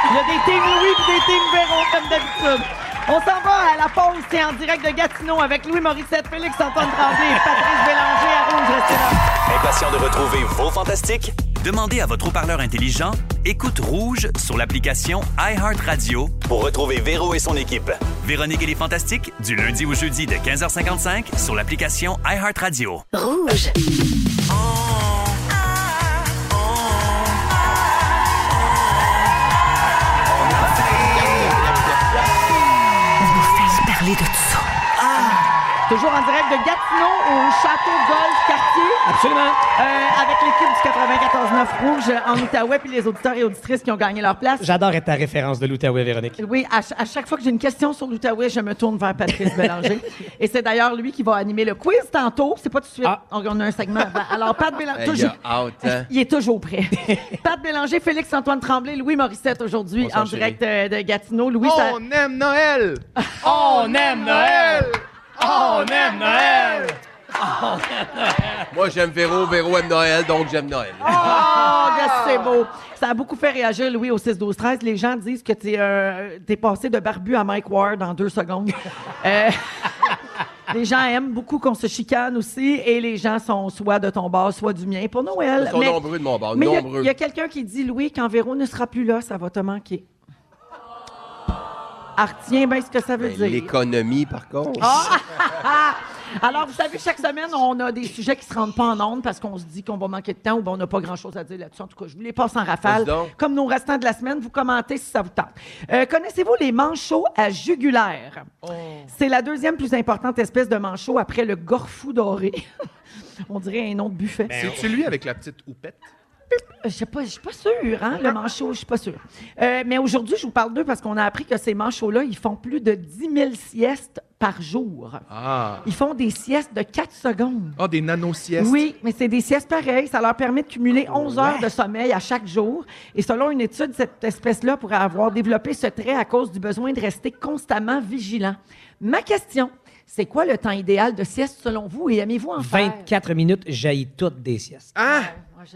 Speaker 1: Il y a des teams Louis et des teams Véro, comme d'habitude. On s'en va à la pause. C'est en direct de Gatineau avec Louis Morissette, Félix-Antoine Tremblay et Patrice Bélanger à Rouge. Restez là.
Speaker 13: Impatient de retrouver vos fantastiques? Demandez à votre haut-parleur intelligent Écoute Rouge sur l'application iHeartRadio pour retrouver Véro et son équipe. Véronique et les Fantastiques, du lundi au jeudi de 15h55 sur l'application iHeartRadio.
Speaker 6: Rouge.
Speaker 5: Parler de tout ça.
Speaker 1: Toujours en direct de Gatineau au Château Golf Quartier.
Speaker 3: Absolument.
Speaker 1: Euh, avec l'équipe du 94-9 Rouge euh, en Outaouais puis les auditeurs et auditrices qui ont gagné leur place.
Speaker 3: J'adore être ta référence de l'Outaouais, Véronique.
Speaker 1: Oui, à, ch- à chaque fois que j'ai une question sur l'Outaouais, je me tourne vers Patrice Bélanger. Et c'est d'ailleurs lui qui va animer le quiz tantôt. C'est pas tout de suite.
Speaker 3: Ah.
Speaker 1: On, on a un segment. avant. Alors, Pat Bélanger.
Speaker 4: Hey,
Speaker 1: toujours-
Speaker 4: il a hâte, hein?
Speaker 1: Il est toujours prêt. Pat Bélanger, Félix-Antoine Tremblay, Louis Morissette aujourd'hui
Speaker 4: Bonsoir,
Speaker 1: en
Speaker 4: chérie.
Speaker 1: direct euh, de Gatineau. Louis, ça-
Speaker 2: On aime Noël!
Speaker 3: On aime Noël! On aime Noël!
Speaker 4: Moi, j'aime Véro. Véro aime Noël, donc j'aime Noël.
Speaker 1: Oh, yes, c'est beau. Ça a beaucoup fait réagir, Louis, au 6-12-13. Les gens disent que t'es euh, t'es passé de barbu à Mike Ward en deux secondes. Euh, les gens aiment beaucoup qu'on se chicane aussi et les gens sont soit de ton bord, soit du mien pour Noël.
Speaker 4: Ils sont nombreux de mon bord,
Speaker 1: mais il y a-
Speaker 4: nombreux.
Speaker 1: Il y a, quelqu'un qui dit, Louis, quand Véro ne sera plus là, ça va te manquer. Ah, Retiens bien ce que ça veut
Speaker 4: Mais
Speaker 1: dire.
Speaker 4: Ben, L'économie, par contre.
Speaker 1: Ah! Alors, vous savez, chaque semaine, on a des sujets qui se rendent pas en ondes parce qu'on se dit qu'on va manquer de temps ou ben, on n'a pas grand-chose à dire là-dessus. En tout cas, je vous les passe en rafale.
Speaker 4: Vas-y donc.
Speaker 1: Comme nos restants de la semaine, vous commentez si ça vous tente. Euh, Connaissez-vous les manchots à jugulaire?
Speaker 4: Oh.
Speaker 1: C'est la deuxième plus importante espèce de manchot après le gorfou doré. on dirait un nom de buffet. Euh,
Speaker 2: C'est-tu lui avec la petite houppette?
Speaker 1: Je sais pas, je suis pas sûre, hein, le manchot, je suis pas sûre. Euh, mais aujourd'hui, je vous parle d'eux parce qu'on a appris que ces manchots-là, ils font plus de 10 000 siestes par jour.
Speaker 2: Ah!
Speaker 1: Ils font des siestes de 4 secondes.
Speaker 2: Ah, des nanosiestes.
Speaker 1: Oui, mais c'est des siestes pareilles. Ça leur permet de cumuler 11 heures de sommeil à chaque jour. Et selon une étude, cette espèce-là pourrait avoir développé ce trait à cause du besoin de rester constamment vigilant. Ma question, C'est quoi le temps idéal de sieste selon vous et aimez-vous en faire?
Speaker 3: 24 minutes jaillit toutes des siestes.
Speaker 2: Ah!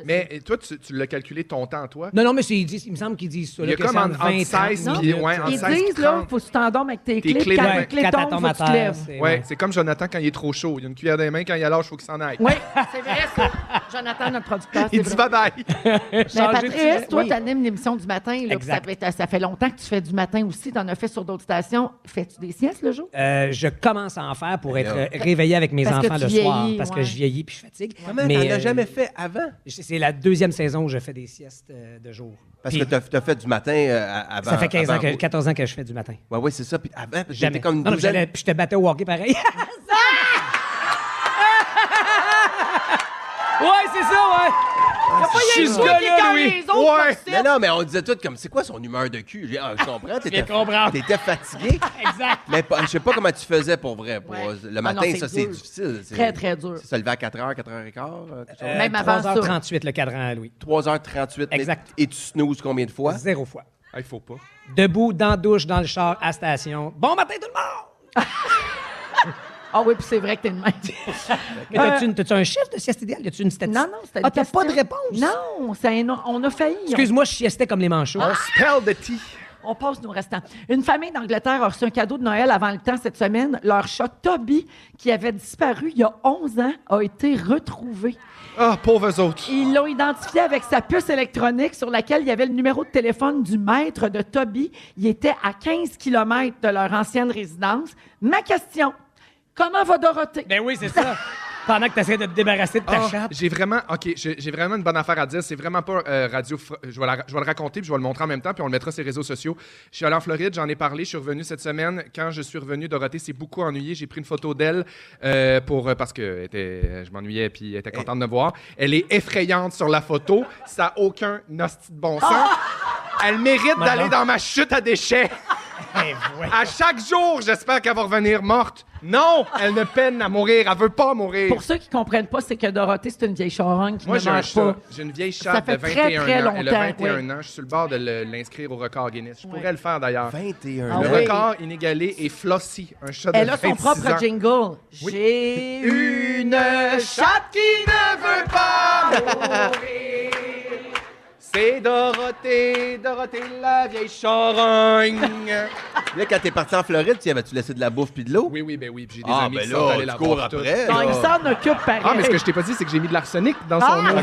Speaker 2: mais et toi, tu, tu l'as calculé ton temps, toi?
Speaker 3: Non, non, mais c'est- ils disent- il me semble qu'ils disent ça.
Speaker 2: Il y
Speaker 3: là,
Speaker 2: a
Speaker 3: que
Speaker 2: comme
Speaker 3: c'est
Speaker 2: en-
Speaker 3: entre
Speaker 2: entre
Speaker 3: 20 et 30
Speaker 2: 16
Speaker 3: minutes.
Speaker 2: puis- ouais, en
Speaker 1: Ils
Speaker 2: 16
Speaker 1: disent, là, faut que tu t'endormes avec tes, clés.
Speaker 2: clés,
Speaker 1: Quand
Speaker 2: ouais.
Speaker 1: les clés
Speaker 3: Quand elle
Speaker 1: tombent,
Speaker 3: tombe
Speaker 1: faut
Speaker 3: à
Speaker 1: que tu te
Speaker 3: terre,
Speaker 1: lèves.
Speaker 3: c'est-
Speaker 2: Ouais, c'est comme Jonathan quand il est trop chaud. Il a une cuillère des mains, quand il a l'âge, il faut qu'il s'en aille.
Speaker 1: Oui, c'est vrai, ça. Jonathan, notre producteur, c'est
Speaker 2: Il
Speaker 1: vrai.
Speaker 2: dit bye-bye.
Speaker 1: Mais
Speaker 3: Changer de sujet.
Speaker 1: Patrice, toi,
Speaker 3: Oui.
Speaker 1: tu animes l'émission du matin. là, puis ça,
Speaker 3: Exact.
Speaker 1: fait, ça fait longtemps que tu fais du matin aussi. Tu en as fait sur d'autres stations. Fais-tu des siestes le jour?
Speaker 3: Euh, je commence à en faire pour être
Speaker 4: là.
Speaker 3: euh, réveillé avec mes
Speaker 1: Parce que
Speaker 3: enfants
Speaker 1: tu
Speaker 3: le soir
Speaker 1: vieillis,
Speaker 3: parce que
Speaker 1: ouais.
Speaker 3: je vieillis puis je fatigue.
Speaker 4: Comment
Speaker 3: Mais,
Speaker 4: t'en as
Speaker 3: euh,
Speaker 4: jamais fait avant?
Speaker 3: c'est c'est la deuxième saison où je fais des siestes euh, de jour.
Speaker 4: Parce
Speaker 3: Puis
Speaker 4: que t'as as fait du matin euh, à- avant.
Speaker 3: ça fait 15 ans
Speaker 4: avant-
Speaker 3: que, 14 ans que je fais du matin.
Speaker 4: Ouais, ouais, c'est ça. Puis avant, parce que
Speaker 3: Jamais.
Speaker 4: j'étais comme une
Speaker 3: non, non,
Speaker 4: douzaine-
Speaker 3: j'allais- puis je te battais au hockey pareil. ouais, c'est ça, ouais.
Speaker 1: Ah,
Speaker 3: Jusque-là, Louis.
Speaker 4: Ouais. Non, non, mais on disait tout comme, c'est quoi son humeur de cul? J'ai dit, Ah, je comprends, t'étais,
Speaker 3: Je comprends.
Speaker 4: t'étais fatigué.
Speaker 3: Exact.
Speaker 4: Mais pas- je sais pas comment tu faisais pour vrai. pour- Le matin,
Speaker 1: non, c'est
Speaker 4: ça, c'est
Speaker 1: dur.
Speaker 4: difficile. C'est,
Speaker 1: Très, très dur.
Speaker 4: C'est se lever à 4h, 4h15. euh, quelque chose.
Speaker 1: Même avant ça.
Speaker 3: 3h38 le cadran à Louis.
Speaker 4: 3h38. mais-
Speaker 3: Exact.
Speaker 4: et tu snooze combien de fois?
Speaker 3: Zéro fois.
Speaker 2: Ah, il faut pas.
Speaker 3: Debout, dans la douche, dans le char, à station. Bon matin tout le monde!
Speaker 1: Ah oui, puis c'est vrai que t'es le même.
Speaker 3: Mais t'as-tu une- t'as-tu un chiffre de sieste idéal? Y a-tu une statistique?
Speaker 1: Euh, Non, non, c'était une
Speaker 3: Ah, t'as pas de
Speaker 1: question.
Speaker 3: réponse?
Speaker 1: Non, Ah. c'est un- on a failli. On-
Speaker 3: Excuse-moi, je siestais comme les manchots.
Speaker 2: On spell de tea.
Speaker 1: On passe nos restants. Une famille d'Angleterre a reçu un cadeau de Noël avant le temps cette semaine. Leur chat Toby, qui avait disparu il y a 11 ans, a été retrouvé.
Speaker 2: Ah, pauvres autres.
Speaker 1: Ils l'ont identifié avec sa puce électronique sur laquelle il y avait le numéro de téléphone du maître de Toby. Il était à 15 km de leur ancienne résidence. Ma question, comment va Dorothée?
Speaker 3: Ben oui, c'est ça. Pendant que t'essaies de te débarrasser de ta
Speaker 2: Ah,
Speaker 3: chatte.
Speaker 2: j'ai vraiment, ok, j'ai j'ai vraiment une bonne affaire à dire. C'est vraiment pas euh, radio. fr- Je vais, la- je vais le raconter puis je vais le montrer en même temps puis on le mettra sur les réseaux sociaux. Je suis allé en Floride, j'en ai parlé. Je suis revenu cette semaine. Quand je suis revenu, Dorothée s'est beaucoup ennuyée. J'ai pris une photo d'elle euh, pour euh, parce que elle était, je m'ennuyais puis elle était contente de me voir. Elle est effrayante sur la photo. Ça a aucun hostie de bon sens. Elle mérite
Speaker 3: Maman.
Speaker 2: d'aller dans ma chute à déchets.
Speaker 3: Ben ouais.
Speaker 2: À chaque jour, j'espère qu'elle va revenir morte. Non, elle ne peine à mourir. Elle veut pas mourir.
Speaker 1: Pour ceux qui comprennent pas, c'est que Dorothée, c'est une vieille charogne qui
Speaker 2: Moi,
Speaker 1: ne
Speaker 2: j'ai un
Speaker 1: mange
Speaker 2: chat.
Speaker 1: pas.
Speaker 2: J'ai une vieille
Speaker 1: Ça
Speaker 2: chatte de
Speaker 1: fait
Speaker 2: 21
Speaker 1: très, très
Speaker 2: ans. Elle a
Speaker 1: longtemps,
Speaker 2: 21
Speaker 1: oui.
Speaker 2: ans. Je suis sur le bord de le- l'inscrire au record Guinness. Je pourrais le faire d'ailleurs.
Speaker 4: 21
Speaker 1: Ah
Speaker 4: ans.
Speaker 2: Le
Speaker 1: oui.
Speaker 2: record inégalé est Flossie, un chat de
Speaker 1: Elle a son
Speaker 2: 26
Speaker 1: propre
Speaker 2: ans.
Speaker 1: jingle. J'ai une chatte qui ne veut pas
Speaker 2: C'est Dorothée, Dorothée la vieille charogne.
Speaker 4: Là, quand t'es parti en Floride, tu avais-tu laissé de la bouffe puis de l'eau?
Speaker 2: oui, oui, ben oui. puis J'ai des
Speaker 4: Ah,
Speaker 2: amis
Speaker 4: ben
Speaker 2: qui sont
Speaker 4: là,
Speaker 2: allés
Speaker 4: tu
Speaker 2: la
Speaker 4: cours
Speaker 2: voir, tout.
Speaker 4: après.
Speaker 1: Non,
Speaker 4: là.
Speaker 1: il s'en occupe pareil.
Speaker 2: Ah, mais ce que je t'ai pas dit, c'est que j'ai mis de l'arsenic dans son
Speaker 1: Ah!
Speaker 2: nom.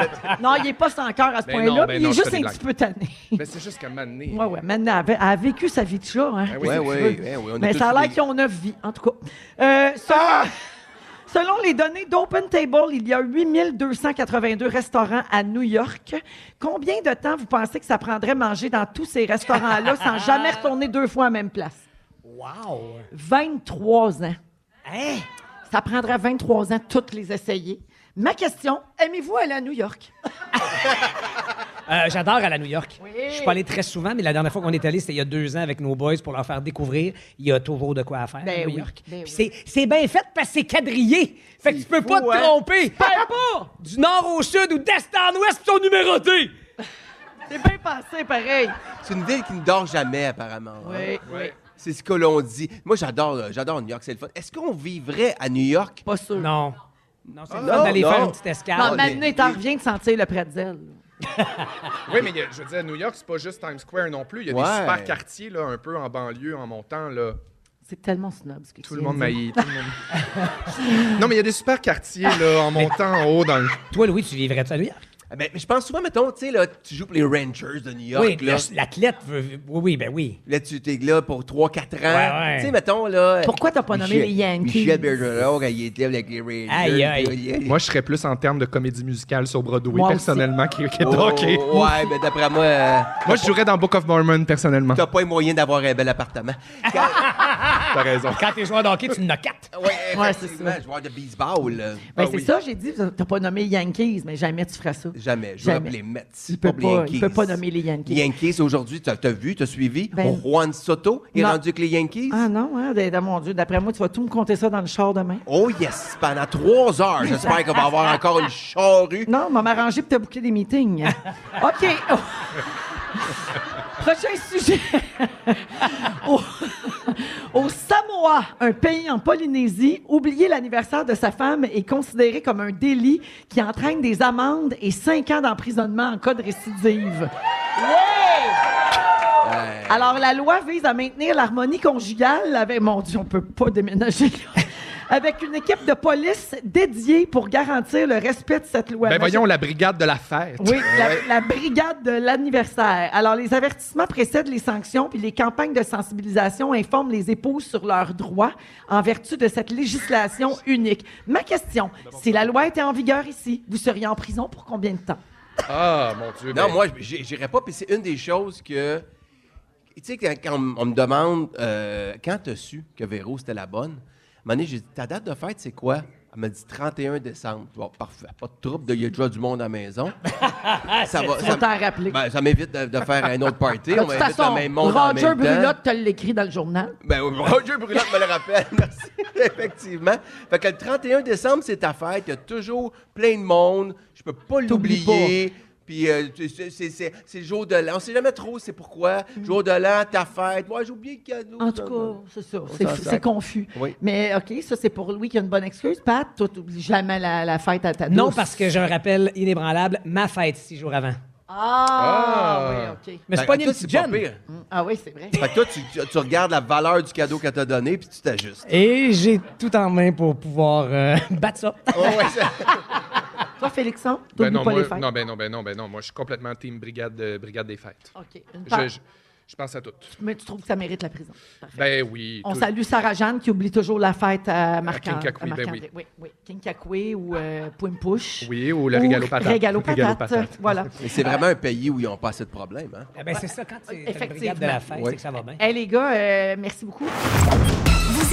Speaker 1: Non, il n'est pas encore à ce
Speaker 2: Ben
Speaker 1: point-là,
Speaker 2: non, ben
Speaker 1: mais il
Speaker 2: non,
Speaker 1: est
Speaker 2: je
Speaker 1: juste
Speaker 2: fais
Speaker 1: un
Speaker 2: des
Speaker 1: petit peu tanné.
Speaker 2: Mais Ben, c'est juste qu'à un moment donné,
Speaker 1: Ouais, ouais. Maintenant, elle a, elle a vécu sa vie de chat. Hein,
Speaker 2: Ben oui,
Speaker 4: Ouais,
Speaker 1: Qu'est-ce que tu
Speaker 4: ouais,
Speaker 1: veux?
Speaker 4: ouais, ouais, on est
Speaker 1: mais
Speaker 4: tous
Speaker 1: ça a
Speaker 4: des-
Speaker 1: l'air qu'ils ont neuf vies, en tout cas. Euh, selon, selon les données d'Open Table, il y a 8282 restaurants à New York. Combien de temps vous pensez que ça prendrait manger dans tous ces restaurants-là sans jamais retourner deux fois à la même place?
Speaker 3: Wow!
Speaker 1: 23 ans.
Speaker 3: Hein?
Speaker 1: Ça prendrait 23 ans de toutes les essayer. Ma question, aimez-vous aller à New York?
Speaker 3: Euh, J'adore aller à New York. Je suis pas allé très souvent, mais la dernière fois qu'on est allé, c'était il y a deux ans avec nos boys pour leur faire découvrir. Il y a toujours de quoi à faire
Speaker 1: Ben
Speaker 3: à New
Speaker 1: oui, hein?
Speaker 3: York.
Speaker 1: ben
Speaker 3: Puis c'est- c'est bien fait parce que c'est quadrillé. Fait que tu peux pas te tromper. Du nord au sud ou d'est en ouest, ils sont numérotés.
Speaker 1: C'est bien passé, pareil.
Speaker 4: C'est une ville qui ne dort jamais, apparemment. hein.
Speaker 1: Oui, oui.
Speaker 4: C'est ce que l'on dit. Moi, j'adore, euh, j'adore New York, c'est le fun. Est-ce qu'on vivrait à New York?
Speaker 1: Pas sûr.
Speaker 3: Non. Ah, Non, c'est le
Speaker 4: Ah, non,
Speaker 3: temps d'aller
Speaker 4: non.
Speaker 3: faire une petite escale.
Speaker 4: Non,
Speaker 1: Non,
Speaker 4: mais-
Speaker 1: maintenant, t'en reviens de sentir le pretzel.
Speaker 2: Oui, mais il y a- je veux dire, New York, c'est pas juste Times Square non plus. Il y a
Speaker 4: Ouais.
Speaker 2: des super quartiers, là, un peu en banlieue, en montant, là.
Speaker 1: C'est tellement snob, ce que
Speaker 2: Tout
Speaker 1: tu
Speaker 2: le
Speaker 1: viens
Speaker 2: monde
Speaker 1: de dire.
Speaker 2: maillit. tout le monde. non, mais il y a des super quartiers, là, en montant en haut dans le.
Speaker 3: Toi, Louis, tu vivrais à New York?
Speaker 4: Ah, Ben, je pense souvent, mettons, tu sais, là, tu joues pour les Rangers de New York,
Speaker 3: Oui,
Speaker 4: là.
Speaker 3: le- l'athlète veut. veut- Oui, oui, ben oui.
Speaker 4: Là, tu t'es là pour 3-4 ans.
Speaker 3: ouais.
Speaker 4: Tu sais, mettons, là.
Speaker 1: Pourquoi t'as pas nommé
Speaker 4: Michel-
Speaker 1: les Yankees?
Speaker 4: Michel Bergeron, quand il était avec les Rangers.
Speaker 3: Aïe, aïe.
Speaker 4: il- il-
Speaker 2: Moi, je serais plus en termes de comédie musicale sur Broadway,
Speaker 1: Moi aussi.
Speaker 2: personnellement, que que de
Speaker 4: Oh,
Speaker 2: hockey.
Speaker 4: Ouais, mais d'après moi, euh,
Speaker 2: Moi, je jouerais dans Book of Mormon, personnellement.
Speaker 4: t'as pas les moyens d'avoir un bel appartement. Quand-
Speaker 2: T'as raison.
Speaker 3: Quand t'es joueur de hockey, tu n'as quatre.
Speaker 4: ouais,
Speaker 1: Ouais,
Speaker 4: effectivement,
Speaker 1: c'est ça.
Speaker 4: joueur de baseball, là.
Speaker 1: Ben,
Speaker 2: Ah
Speaker 1: c'est
Speaker 2: oui.
Speaker 1: ça, j'ai dit, t'as pas nommé Yankees, mais jamais tu ferais ça.
Speaker 4: Jamais. Joueur
Speaker 1: Jamais.
Speaker 4: pour les Mets.
Speaker 1: Il peut
Speaker 4: pour les
Speaker 1: pas, il
Speaker 4: Yankees.
Speaker 1: peut pas nommer les Yankees.
Speaker 4: Yankees, aujourd'hui, t'as as vu, t'as suivi.
Speaker 1: Ben-
Speaker 4: Juan Soto est
Speaker 1: Non.
Speaker 4: rendu avec les Yankees.
Speaker 1: Ah non, hein, d- d- mon Dieu, d'après moi, tu vas tout me compter ça dans le char demain.
Speaker 4: Oh yes, pendant trois heures. J'espère qu'on va avoir encore une charrue.
Speaker 1: Non, maman arrangé pour te boucler des meetings. OK. Prochain sujet. Au- Au Samoa, un pays en Polynésie, oublier l'anniversaire de sa femme est considéré comme un délit qui entraîne des amendes et cinq ans d'emprisonnement en cas de récidive. Alors, la loi vise à maintenir l'harmonie conjugale avec... Mon Dieu, on peut pas déménager. là. avec une équipe de police dédiée pour garantir le respect de cette loi.
Speaker 2: Ben
Speaker 1: Imagine-
Speaker 2: voyons, la brigade de la fête.
Speaker 1: oui, la, la brigade de l'anniversaire. Alors, les avertissements précèdent les sanctions, puis les campagnes de sensibilisation informent les épouses sur leurs droits en vertu de cette législation unique. Ma question, si la loi était en vigueur ici, vous seriez en prison pour combien de temps?
Speaker 2: Ah, mon Dieu.
Speaker 4: Non,
Speaker 2: ben-
Speaker 4: moi, j'ai- j'irais pas. Puis c'est une des choses que. Tu sais, quand, quand on, me demande euh, quand t'as su que Véro, c'était la bonne, à un moment donné, j'ai dit Ta date de fête, c'est quoi Elle m'a dit 31 décembre. Bon, parfait. Pas de trouble, il y a déjà du monde à la maison. ça va.
Speaker 1: Faut
Speaker 4: ça-
Speaker 1: t'en rappeler.
Speaker 4: ben, ça m'évite de, de faire un autre party.
Speaker 1: De
Speaker 4: on
Speaker 1: toute
Speaker 4: m'invite le
Speaker 1: façon,
Speaker 4: même monde en
Speaker 1: Roger
Speaker 4: même temps.
Speaker 1: Brulotte te l'écrit dans le journal.
Speaker 4: Ben, oui, Roger Brulotte me le rappelle. Merci. Effectivement. Fait que le 31 décembre, c'est ta fête. Il y a toujours plein de monde. Je peux pas l'oublier. Puis euh, tu- c'est- c'est c'est- c'est le jour de l'an. On sait jamais trop c'est pourquoi. Jour de l'an, ta fête. Moi, j'ai oublié le cadeau.
Speaker 1: En tout cas, c'est ça. C'est,
Speaker 4: s'en
Speaker 1: fou-
Speaker 4: sacre.
Speaker 1: c'est confus.
Speaker 4: Oui.
Speaker 1: Mais OK, ça, c'est pour Louis qui a une bonne excuse. Pat, toi, t'oublies jamais la, la fête à ta
Speaker 3: Non,
Speaker 1: douce.
Speaker 3: parce que j'ai un rappel inébranlable, ma fête six jours avant.
Speaker 1: Ah,
Speaker 4: Ah.
Speaker 1: oui, OK.
Speaker 3: Mais je suis
Speaker 4: Ben,
Speaker 3: pas une
Speaker 4: toi,
Speaker 3: petite
Speaker 4: c'est pas
Speaker 3: jeune.
Speaker 4: pire.
Speaker 1: Ah oui, c'est vrai.
Speaker 4: Fait que toi, tu, tu- tu regardes la valeur du cadeau qu'elle t'a donné, puis tu t'ajustes.
Speaker 3: Et j'ai tout en main pour pouvoir euh, battre ça.
Speaker 1: Toi, Félixon, t'oublies
Speaker 2: Ben non,
Speaker 1: pas
Speaker 2: moi-
Speaker 1: les fêtes.
Speaker 2: non, ben non, ben non, ben non. Moi, je suis complètement team brigade, de- brigade des fêtes.
Speaker 1: OK. Une
Speaker 2: Je,
Speaker 1: part-
Speaker 2: je- je pense à toutes.
Speaker 1: Mais tu trouves que ça mérite la prison. Parfait.
Speaker 2: Ben oui.
Speaker 1: On
Speaker 2: tout-
Speaker 1: salue Sarah-Jeanne qui oublie toujours la fête à Marc- à
Speaker 2: Kinkakoué, ben
Speaker 1: Marc-André. oui. oui, Kinkakoué ou euh, Pouimpouche.
Speaker 2: Oui, ou le régalo patate.
Speaker 1: Régalo
Speaker 2: Régalo
Speaker 1: patate.
Speaker 2: patate.
Speaker 1: Voilà.
Speaker 4: Mais c'est vraiment un pays où ils n'ont pas assez de problèmes. Hein?
Speaker 3: Eh ben, c'est ça, quand c'est t'as une brigade de
Speaker 1: Effectivement.
Speaker 3: la fête,
Speaker 4: Oui.
Speaker 3: c'est que ça va bien.
Speaker 1: Hey, les gars, euh, merci beaucoup.
Speaker 5: Vous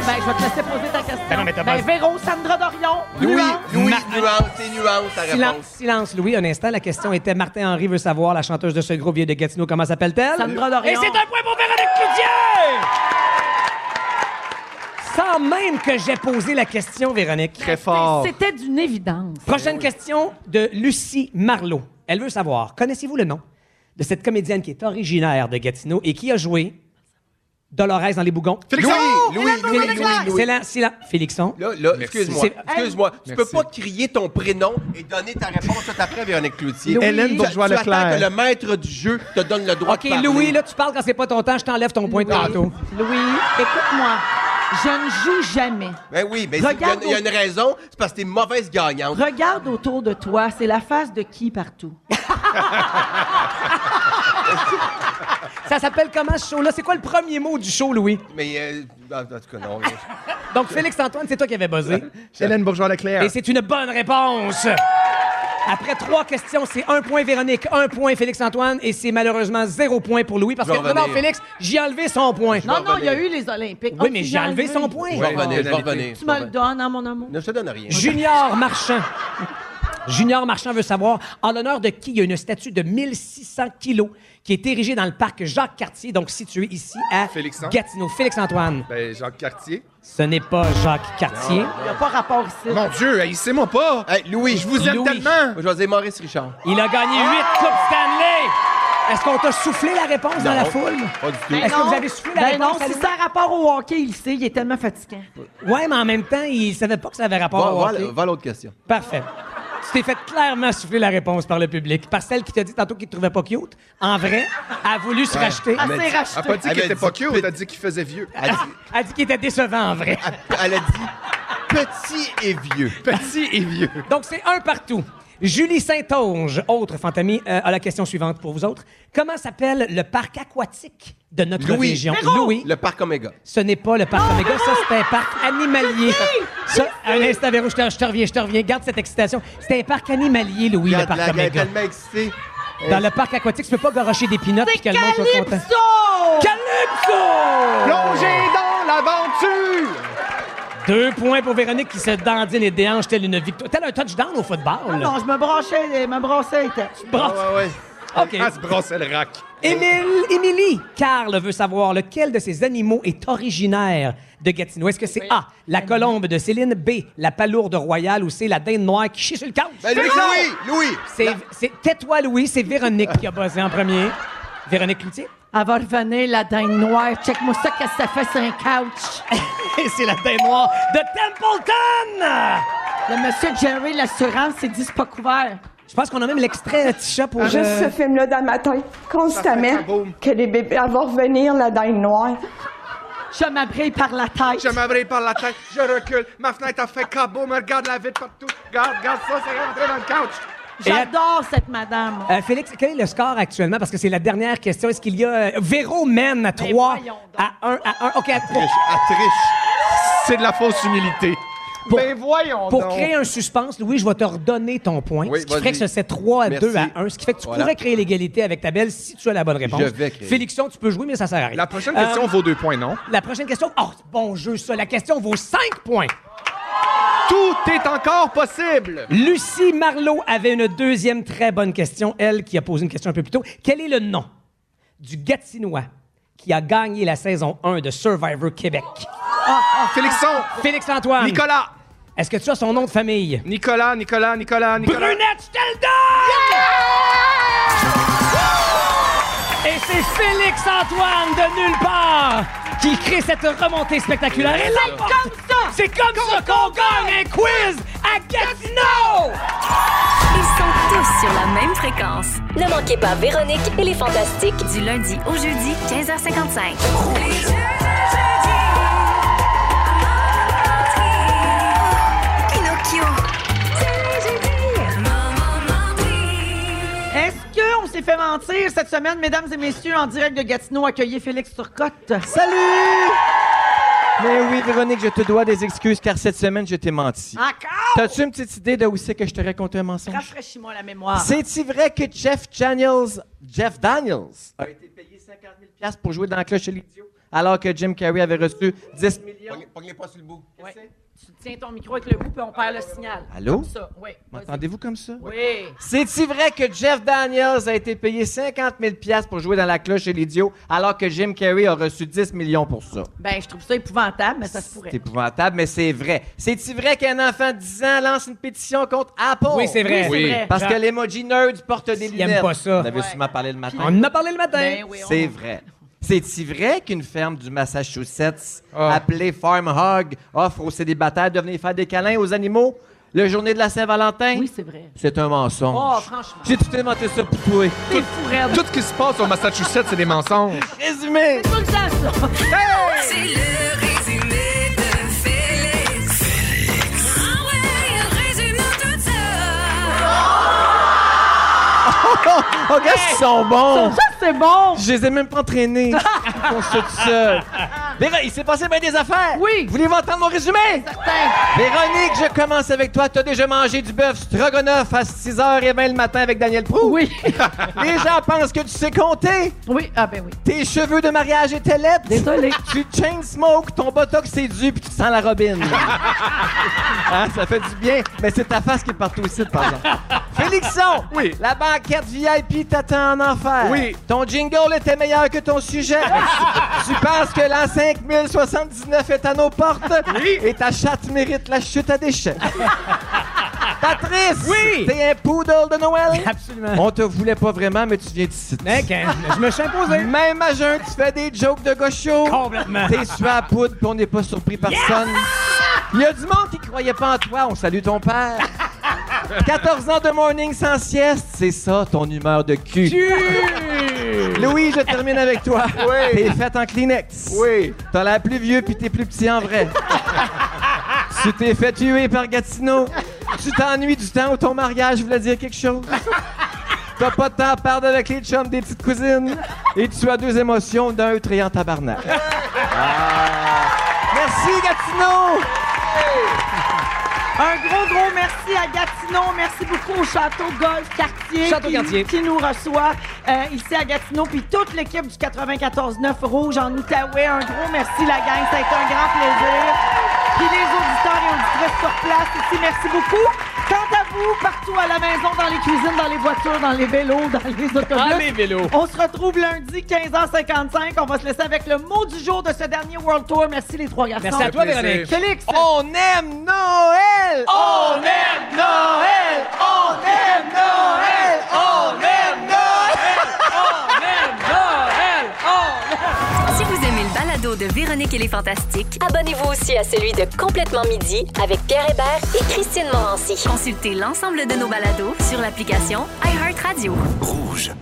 Speaker 1: Ben, je vais te laisser poser ta question.
Speaker 3: Ben non, mais t'as pas-
Speaker 1: Véro, Sandra Dorion,
Speaker 4: Louis,
Speaker 1: Luan.
Speaker 4: Louis, nuance, c'est nuance, ta
Speaker 3: Silence,
Speaker 4: réponse.
Speaker 3: silence, Louis, un instant. La question était Martin Henry veut savoir, la chanteuse de ce groupe vient de Gatineau, comment s'appelle-t-elle?
Speaker 1: Sandra Dorion.
Speaker 3: Et c'est un point pour Véronique Cloutier! Sans même que j'aie posé la question, Véronique.
Speaker 2: Très fort.
Speaker 1: C'était d'une évidence.
Speaker 3: Prochaine question de Lucie Marlowe. Elle veut savoir, connaissez-vous le nom de cette comédienne qui est originaire de Gatineau et qui a joué Dolores dans les Bougons?
Speaker 2: Félixon!
Speaker 4: Louis, Louis, Louis, Louis, Louis.
Speaker 3: Silence, silence. Félixon.
Speaker 4: Là, là,
Speaker 2: Merci.
Speaker 4: excuse-moi,
Speaker 3: C'est-
Speaker 4: excuse-moi. Tu peux
Speaker 2: Merci.
Speaker 4: pas crier ton prénom et donner ta réponse tout après, Véronique Cloutier.
Speaker 1: Louis. Hélène
Speaker 4: Tu- tu
Speaker 2: Bourgeois-Leclerc.
Speaker 4: attends que le maître du jeu te donne le droit
Speaker 3: OK,
Speaker 4: de parler.
Speaker 3: Louis, là, tu parles quand c'est pas ton temps, je t'enlève ton point de tantôt.
Speaker 1: Louis, écoute-moi. Je ne joue jamais.
Speaker 4: Ben oui, mais il y, a-
Speaker 1: Regarde
Speaker 4: il y a une raison, c'est parce que t'es mauvaise gagnante.
Speaker 1: Regarde autour de toi, c'est la face de qui partout?
Speaker 3: Ça s'appelle comment ce show-là? C'est quoi le premier mot du show, Louis?
Speaker 4: Mais euh, en tout cas, non.
Speaker 3: Donc, Félix-Antoine, c'est toi qui avais buzzé.
Speaker 2: Hélène Bourgeois-Leclerc.
Speaker 3: Et c'est une bonne réponse. Après trois questions, c'est un point Véronique, un point Félix-Antoine et c'est malheureusement zéro point pour Louis parce
Speaker 4: Je
Speaker 3: que
Speaker 4: vais
Speaker 3: non, non,
Speaker 4: revenir.
Speaker 3: Félix, j'ai enlevé son point.
Speaker 1: Non, non, il y a eu
Speaker 4: revenir.
Speaker 1: les Olympiques.
Speaker 3: Oui,
Speaker 1: Oh,
Speaker 3: mais
Speaker 1: tu
Speaker 3: j'ai
Speaker 1: l'as
Speaker 3: enlevé son point.
Speaker 4: je vais revenir, je vais
Speaker 2: pénalité.
Speaker 4: revenir.
Speaker 1: Tu me le donnes, hein, mon amour?
Speaker 4: Ne je te donne rien.
Speaker 3: Junior Marchand Junior Marchand veut savoir, en l'honneur de qui il y a une statue de 1600 kilos qui est érigée dans le parc Jacques-Cartier, donc situé ici à
Speaker 4: hein?
Speaker 3: Gatineau. Félix-Antoine.
Speaker 2: Ben, Jacques Cartier.
Speaker 3: Ce n'est pas Jacques Cartier.
Speaker 1: Il n'y a pas rapport ici.
Speaker 2: Mon Dieu, il sait moi pas.
Speaker 4: Louis,
Speaker 2: je vous aime
Speaker 3: Louis.
Speaker 2: tellement.
Speaker 4: Moi, je vais dire Maurice Richard.
Speaker 3: Il a gagné 8 Coupes Stanley. Est-ce qu'on t'a soufflé la réponse dans la foule?
Speaker 4: Pas du tout.
Speaker 3: Est-ce que vous avez soufflé la
Speaker 1: Ben
Speaker 3: réponse?
Speaker 1: non, si
Speaker 3: à
Speaker 1: ça a rapport au hockey, il le sait, il est tellement fatigant.
Speaker 3: Ouais, mais en même temps, il savait pas que ça avait rapport
Speaker 4: Va,
Speaker 3: au
Speaker 4: va-
Speaker 3: hockey.
Speaker 4: va à l'autre question.
Speaker 3: Parfait. Tu t'es fait clairement souffler la réponse par le public. Par celle qui t'a dit tantôt qu'il te trouvait pas cute, en vrai, a voulu se
Speaker 4: Ouais.
Speaker 3: racheter.
Speaker 1: Ah,
Speaker 4: Elle
Speaker 1: c'est
Speaker 4: dit-
Speaker 2: Elle a
Speaker 1: racheté.
Speaker 2: pas dit
Speaker 4: Elle
Speaker 2: qu'il
Speaker 4: a
Speaker 2: était
Speaker 4: dit
Speaker 2: pas cute, elle a dit qu'il faisait vieux.
Speaker 4: Elle a dit,
Speaker 3: A dit qu'il était décevant, en vrai.
Speaker 4: elle a dit petit et vieux.
Speaker 2: Petit et vieux.
Speaker 3: Donc, c'est un partout. Julie Saint-Onge, autre fantamie, euh, a la question suivante pour vous autres. Comment s'appelle le parc aquatique de notre
Speaker 4: Louis.
Speaker 3: région?
Speaker 1: Véro!
Speaker 3: Louis.
Speaker 4: Le parc Omega.
Speaker 3: Ce n'est pas le parc Omega, ça c'est un parc animalier. Ça, un instant, Véro, je te, je te reviens, je te reviens. Garde cette excitation. C'est un parc animalier, Louis, le
Speaker 4: Regarde,
Speaker 3: parc
Speaker 4: la- elle est
Speaker 3: Omega.
Speaker 4: tellement excitée.
Speaker 3: Dans le parc aquatique, tu peux pas garocher des pinottes puis que le monde soit content.
Speaker 1: Calypso!
Speaker 3: Calypso!
Speaker 2: Plongez dans l'aventure.
Speaker 3: Deux points pour Véronique qui se dandine et déhanche telle une victoire. Telle un touchdown au football. là.
Speaker 1: Non, je me branchais, me brassais. était-
Speaker 3: Brasse.
Speaker 4: Ah ouais.
Speaker 3: OK.
Speaker 2: Elle se brossait le rack.
Speaker 3: Émile, Émilie, Carl veut savoir lequel de ces animaux est originaire de Gatineau. Est-ce que c'est A, la colombe de Céline, B, la palourde royale ou C, la dinde noire qui chie sur le couch?
Speaker 4: Ben, Louis, Louis, Louis.
Speaker 3: C'est, c'est- tais-toi, Louis, c'est Véronique qui a buzzé en premier. Véronique Cloutier.
Speaker 1: Elle va revenir, la dinde noire. Check-moi ça, qu'est-ce que ça fait sur un couch.
Speaker 3: Et c'est la dinde noire de Templeton!
Speaker 1: Le monsieur Jerry, l'assurance, c'est dit, c'est pas couvert.
Speaker 3: Je pense qu'on a même l'extrait euh, Tisha pour.
Speaker 14: Juste
Speaker 3: euh,
Speaker 14: ce film-là dans ma tête,
Speaker 2: Ça
Speaker 14: constamment,
Speaker 2: fait un boom.
Speaker 14: que les bébés, elle va revenir, la dinde noire.
Speaker 1: Je m'abris par la tête.
Speaker 2: Je m'abris par la tête, je recule. Ma fenêtre a fait cabot, me regarde la vitre partout. Regarde, regarde ça, c'est rentré dans le couch.
Speaker 1: J'adore cette madame.
Speaker 3: Euh, Félix, quel est le score actuellement? Parce que c'est la dernière question. Est-ce qu'il y a. euh, Véro mène à 3,
Speaker 1: voyons donc.
Speaker 3: à 1, à 1. OK, à- pour,
Speaker 4: Triche, elle triche.
Speaker 2: C'est de la fausse humilité.
Speaker 3: Pour-
Speaker 2: ben voyons
Speaker 3: pour
Speaker 2: donc.
Speaker 3: créer un suspense, Louis, je vais te redonner ton point.
Speaker 4: Oui,
Speaker 3: ce qui ferait
Speaker 4: vas-y.
Speaker 3: que ce serait 3 à
Speaker 4: Merci.
Speaker 3: 2 à 1. Ce qui fait que tu
Speaker 4: Voilà.
Speaker 3: pourrais créer l'égalité avec ta belle si tu as la bonne réponse.
Speaker 4: Je vais créer.
Speaker 3: Félixon, tu peux jouer, mais ça sert à rien.
Speaker 2: La prochaine
Speaker 3: Euh,
Speaker 2: question vaut deux points, non?
Speaker 3: La prochaine question. Oh, bon jeu, ça. La question vaut 5 points.
Speaker 2: Tout est encore possible.
Speaker 3: Lucie Marlowe avait une deuxième très bonne question, elle qui a posé une question un peu plus tôt. Quel est le nom du Gatinois qui a gagné la saison 1 de Survivor Québec?
Speaker 2: Félixon,
Speaker 3: Félix-Antoine.
Speaker 2: Nicolas,
Speaker 3: Est-ce que tu as son nom de famille?
Speaker 2: Nicolas, Nicolas, Nicolas, Nicolas.
Speaker 3: Brunette, je te le donne! Et c'est Félix-Antoine de Nulle part qui crée cette remontée spectaculaire. Et c'est comme ça! C'est comme, ça qu'on gagne un quiz à Gatineau!
Speaker 5: Ils sont tous sur la même fréquence.
Speaker 6: Ne manquez pas Véronique et les Fantastiques.
Speaker 5: Du lundi au jeudi, 15h55.
Speaker 10: Pinocchio.
Speaker 1: Est-ce qu'on s'est fait mentir cette semaine, mesdames et messieurs, en direct de Gatineau, accueillez Félix Turcotte?
Speaker 15: Salut! Mais oui, Véronique, je te dois des excuses car cette semaine, je t'ai menti.
Speaker 1: Encore?
Speaker 15: T'as-tu une petite idée de où c'est que je te racontais un mensonge?
Speaker 1: Rafraîchis-moi la mémoire.
Speaker 15: C'est-tu vrai que Jeff Daniels, Jeff Daniels a été payé 50 000 piastres pour jouer dans la cloche et l'idiot alors que Jim Carrey avait reçu 10 millions?
Speaker 4: Pogne- Pogne-les pas sur le bout.
Speaker 1: Ouais. Tu tiens ton micro avec le bout, puis on perd le signal.
Speaker 15: Allô?
Speaker 1: Comme ça, oui.
Speaker 15: M'entendez-vous comme ça?
Speaker 1: Vas-y. Oui.
Speaker 15: C'est-tu vrai que Jeff Daniels a été payé 50 000 piastres pour jouer dans la cloche et l'idiot alors que Jim Carrey a reçu 10 millions pour ça?
Speaker 1: Ben, je trouve ça épouvantable, mais ça se pourrait.
Speaker 15: C'est épouvantable, mais c'est vrai. C'est-tu vrai qu'un enfant de 10 ans lance une pétition contre Apple?
Speaker 3: Oui, c'est vrai.
Speaker 1: Oui, c'est vrai.
Speaker 15: Parce que l'emoji nerd porte des
Speaker 3: Ils
Speaker 15: lunettes.
Speaker 3: aiment pas ça.
Speaker 15: On avait
Speaker 1: Ouais.
Speaker 15: sûrement parlé le
Speaker 3: On
Speaker 15: matin.
Speaker 3: en a parlé le matin.
Speaker 1: Ben oui, on-
Speaker 15: C'est vrai. C'est-tu vrai qu'une ferme du Massachusetts,
Speaker 2: Ah.
Speaker 15: appelée Farm Hog, offre aux célibataires de venir faire des câlins aux animaux le journée de la Saint-Valentin?
Speaker 1: Oui, c'est vrai.
Speaker 15: C'est un mensonge.
Speaker 1: Oh, franchement.
Speaker 15: J'ai tout inventé ça pour toi.
Speaker 1: T'es fou, raide.
Speaker 2: Tout ce qui se passe au Massachusetts, c'est des mensonges.
Speaker 15: Résumé!
Speaker 1: Tout le temps, ça.
Speaker 10: C'est le résumé de Félix. Félix. Ah ouais, il résume tout ça.
Speaker 15: Oh,
Speaker 1: Oh.
Speaker 15: gars, ils sont bons!
Speaker 1: Ça, c'est bon.
Speaker 15: Je les ai même pas entraînés. Ils font ça tout seul. Véro- il s'est passé bien des affaires. Oui. Voulez-vous entendre mon résumé? Certain. Véronique, je commence avec toi. T'as déjà mangé du bœuf stroganoff à 6h20 le matin avec Daniel Prou? Oui. Les gens pensent que tu sais compter. Oui, ah ben oui. Tes cheveux de mariage étaient lettres. Désolé. Tu chain smoke, ton botox c'est dû puis tu sens la robine. Hein, ça fait du bien. Mais c'est ta face qui est partout ici, par exemple. Félixon! Oui. La banquette VIP t'attend en enfer. Oui. Ton jingle était meilleur que ton sujet. tu penses que l'an 5079 est à nos portes? Oui. Et ta chatte mérite la chute à déchets. Patrice! Oui! T'es un poodle de Noël? Absolument. On te voulait pas vraiment, mais tu viens d'ici. je me suis imposé. Même à jeun, tu fais des jokes de gaucho. Complètement. T'es sur à poudre, puis on n'est pas surpris par personne. Il y a du monde qui croyait pas en toi. On salue ton père. 14 ans de morning sans sieste, c'est ça ton humeur de cul. Louis, je termine avec toi.
Speaker 4: Oui.
Speaker 15: T'es faite en Kleenex. Oui. T'as l'air plus vieux puis t'es plus petit en vrai. tu t'es fait tuer par Gatineau. Tu t'ennuies du temps où ton mariage voulait dire quelque chose. T'as pas de temps à perdre avec les chums des petites cousines. Et tu as deux émotions d'un en tabarnak. Ah. Merci Gatineau!
Speaker 1: Un gros, gros merci à Gatineau. Merci beaucoup au Château Golf Cartier,
Speaker 3: Château
Speaker 1: qui,
Speaker 3: Cartier.
Speaker 1: qui nous reçoit euh, ici à Gatineau. Puis toute l'équipe du 94-9 Rouge en Outaouais. Un gros merci, la gang. Ça a été un grand plaisir. Puis les auditeurs et auditrices sur place ici, merci beaucoup. Quant à vous, partout à la maison, dans les cuisines, dans les voitures, dans les vélos, dans les autobus.
Speaker 3: Dans les vélos.
Speaker 1: On se retrouve lundi, 15h55. On va se laisser avec le mot du jour de ce dernier World Tour. Merci les trois garçons.
Speaker 3: Merci à toi, Véronique.
Speaker 1: Félix.
Speaker 15: On aime Noël!
Speaker 10: On aime Noël! On aime Noël! On aime Noël! On aime Noël!
Speaker 5: Si vous aimez le balado de Véronique et les Fantastiques,
Speaker 6: Abonnez-vous aussi à celui de Complètement Midi avec Pierre Hébert et Christine Morancy.
Speaker 5: consultez l'ensemble de nos balados sur l'application iHeartRadio.
Speaker 13: Rouge.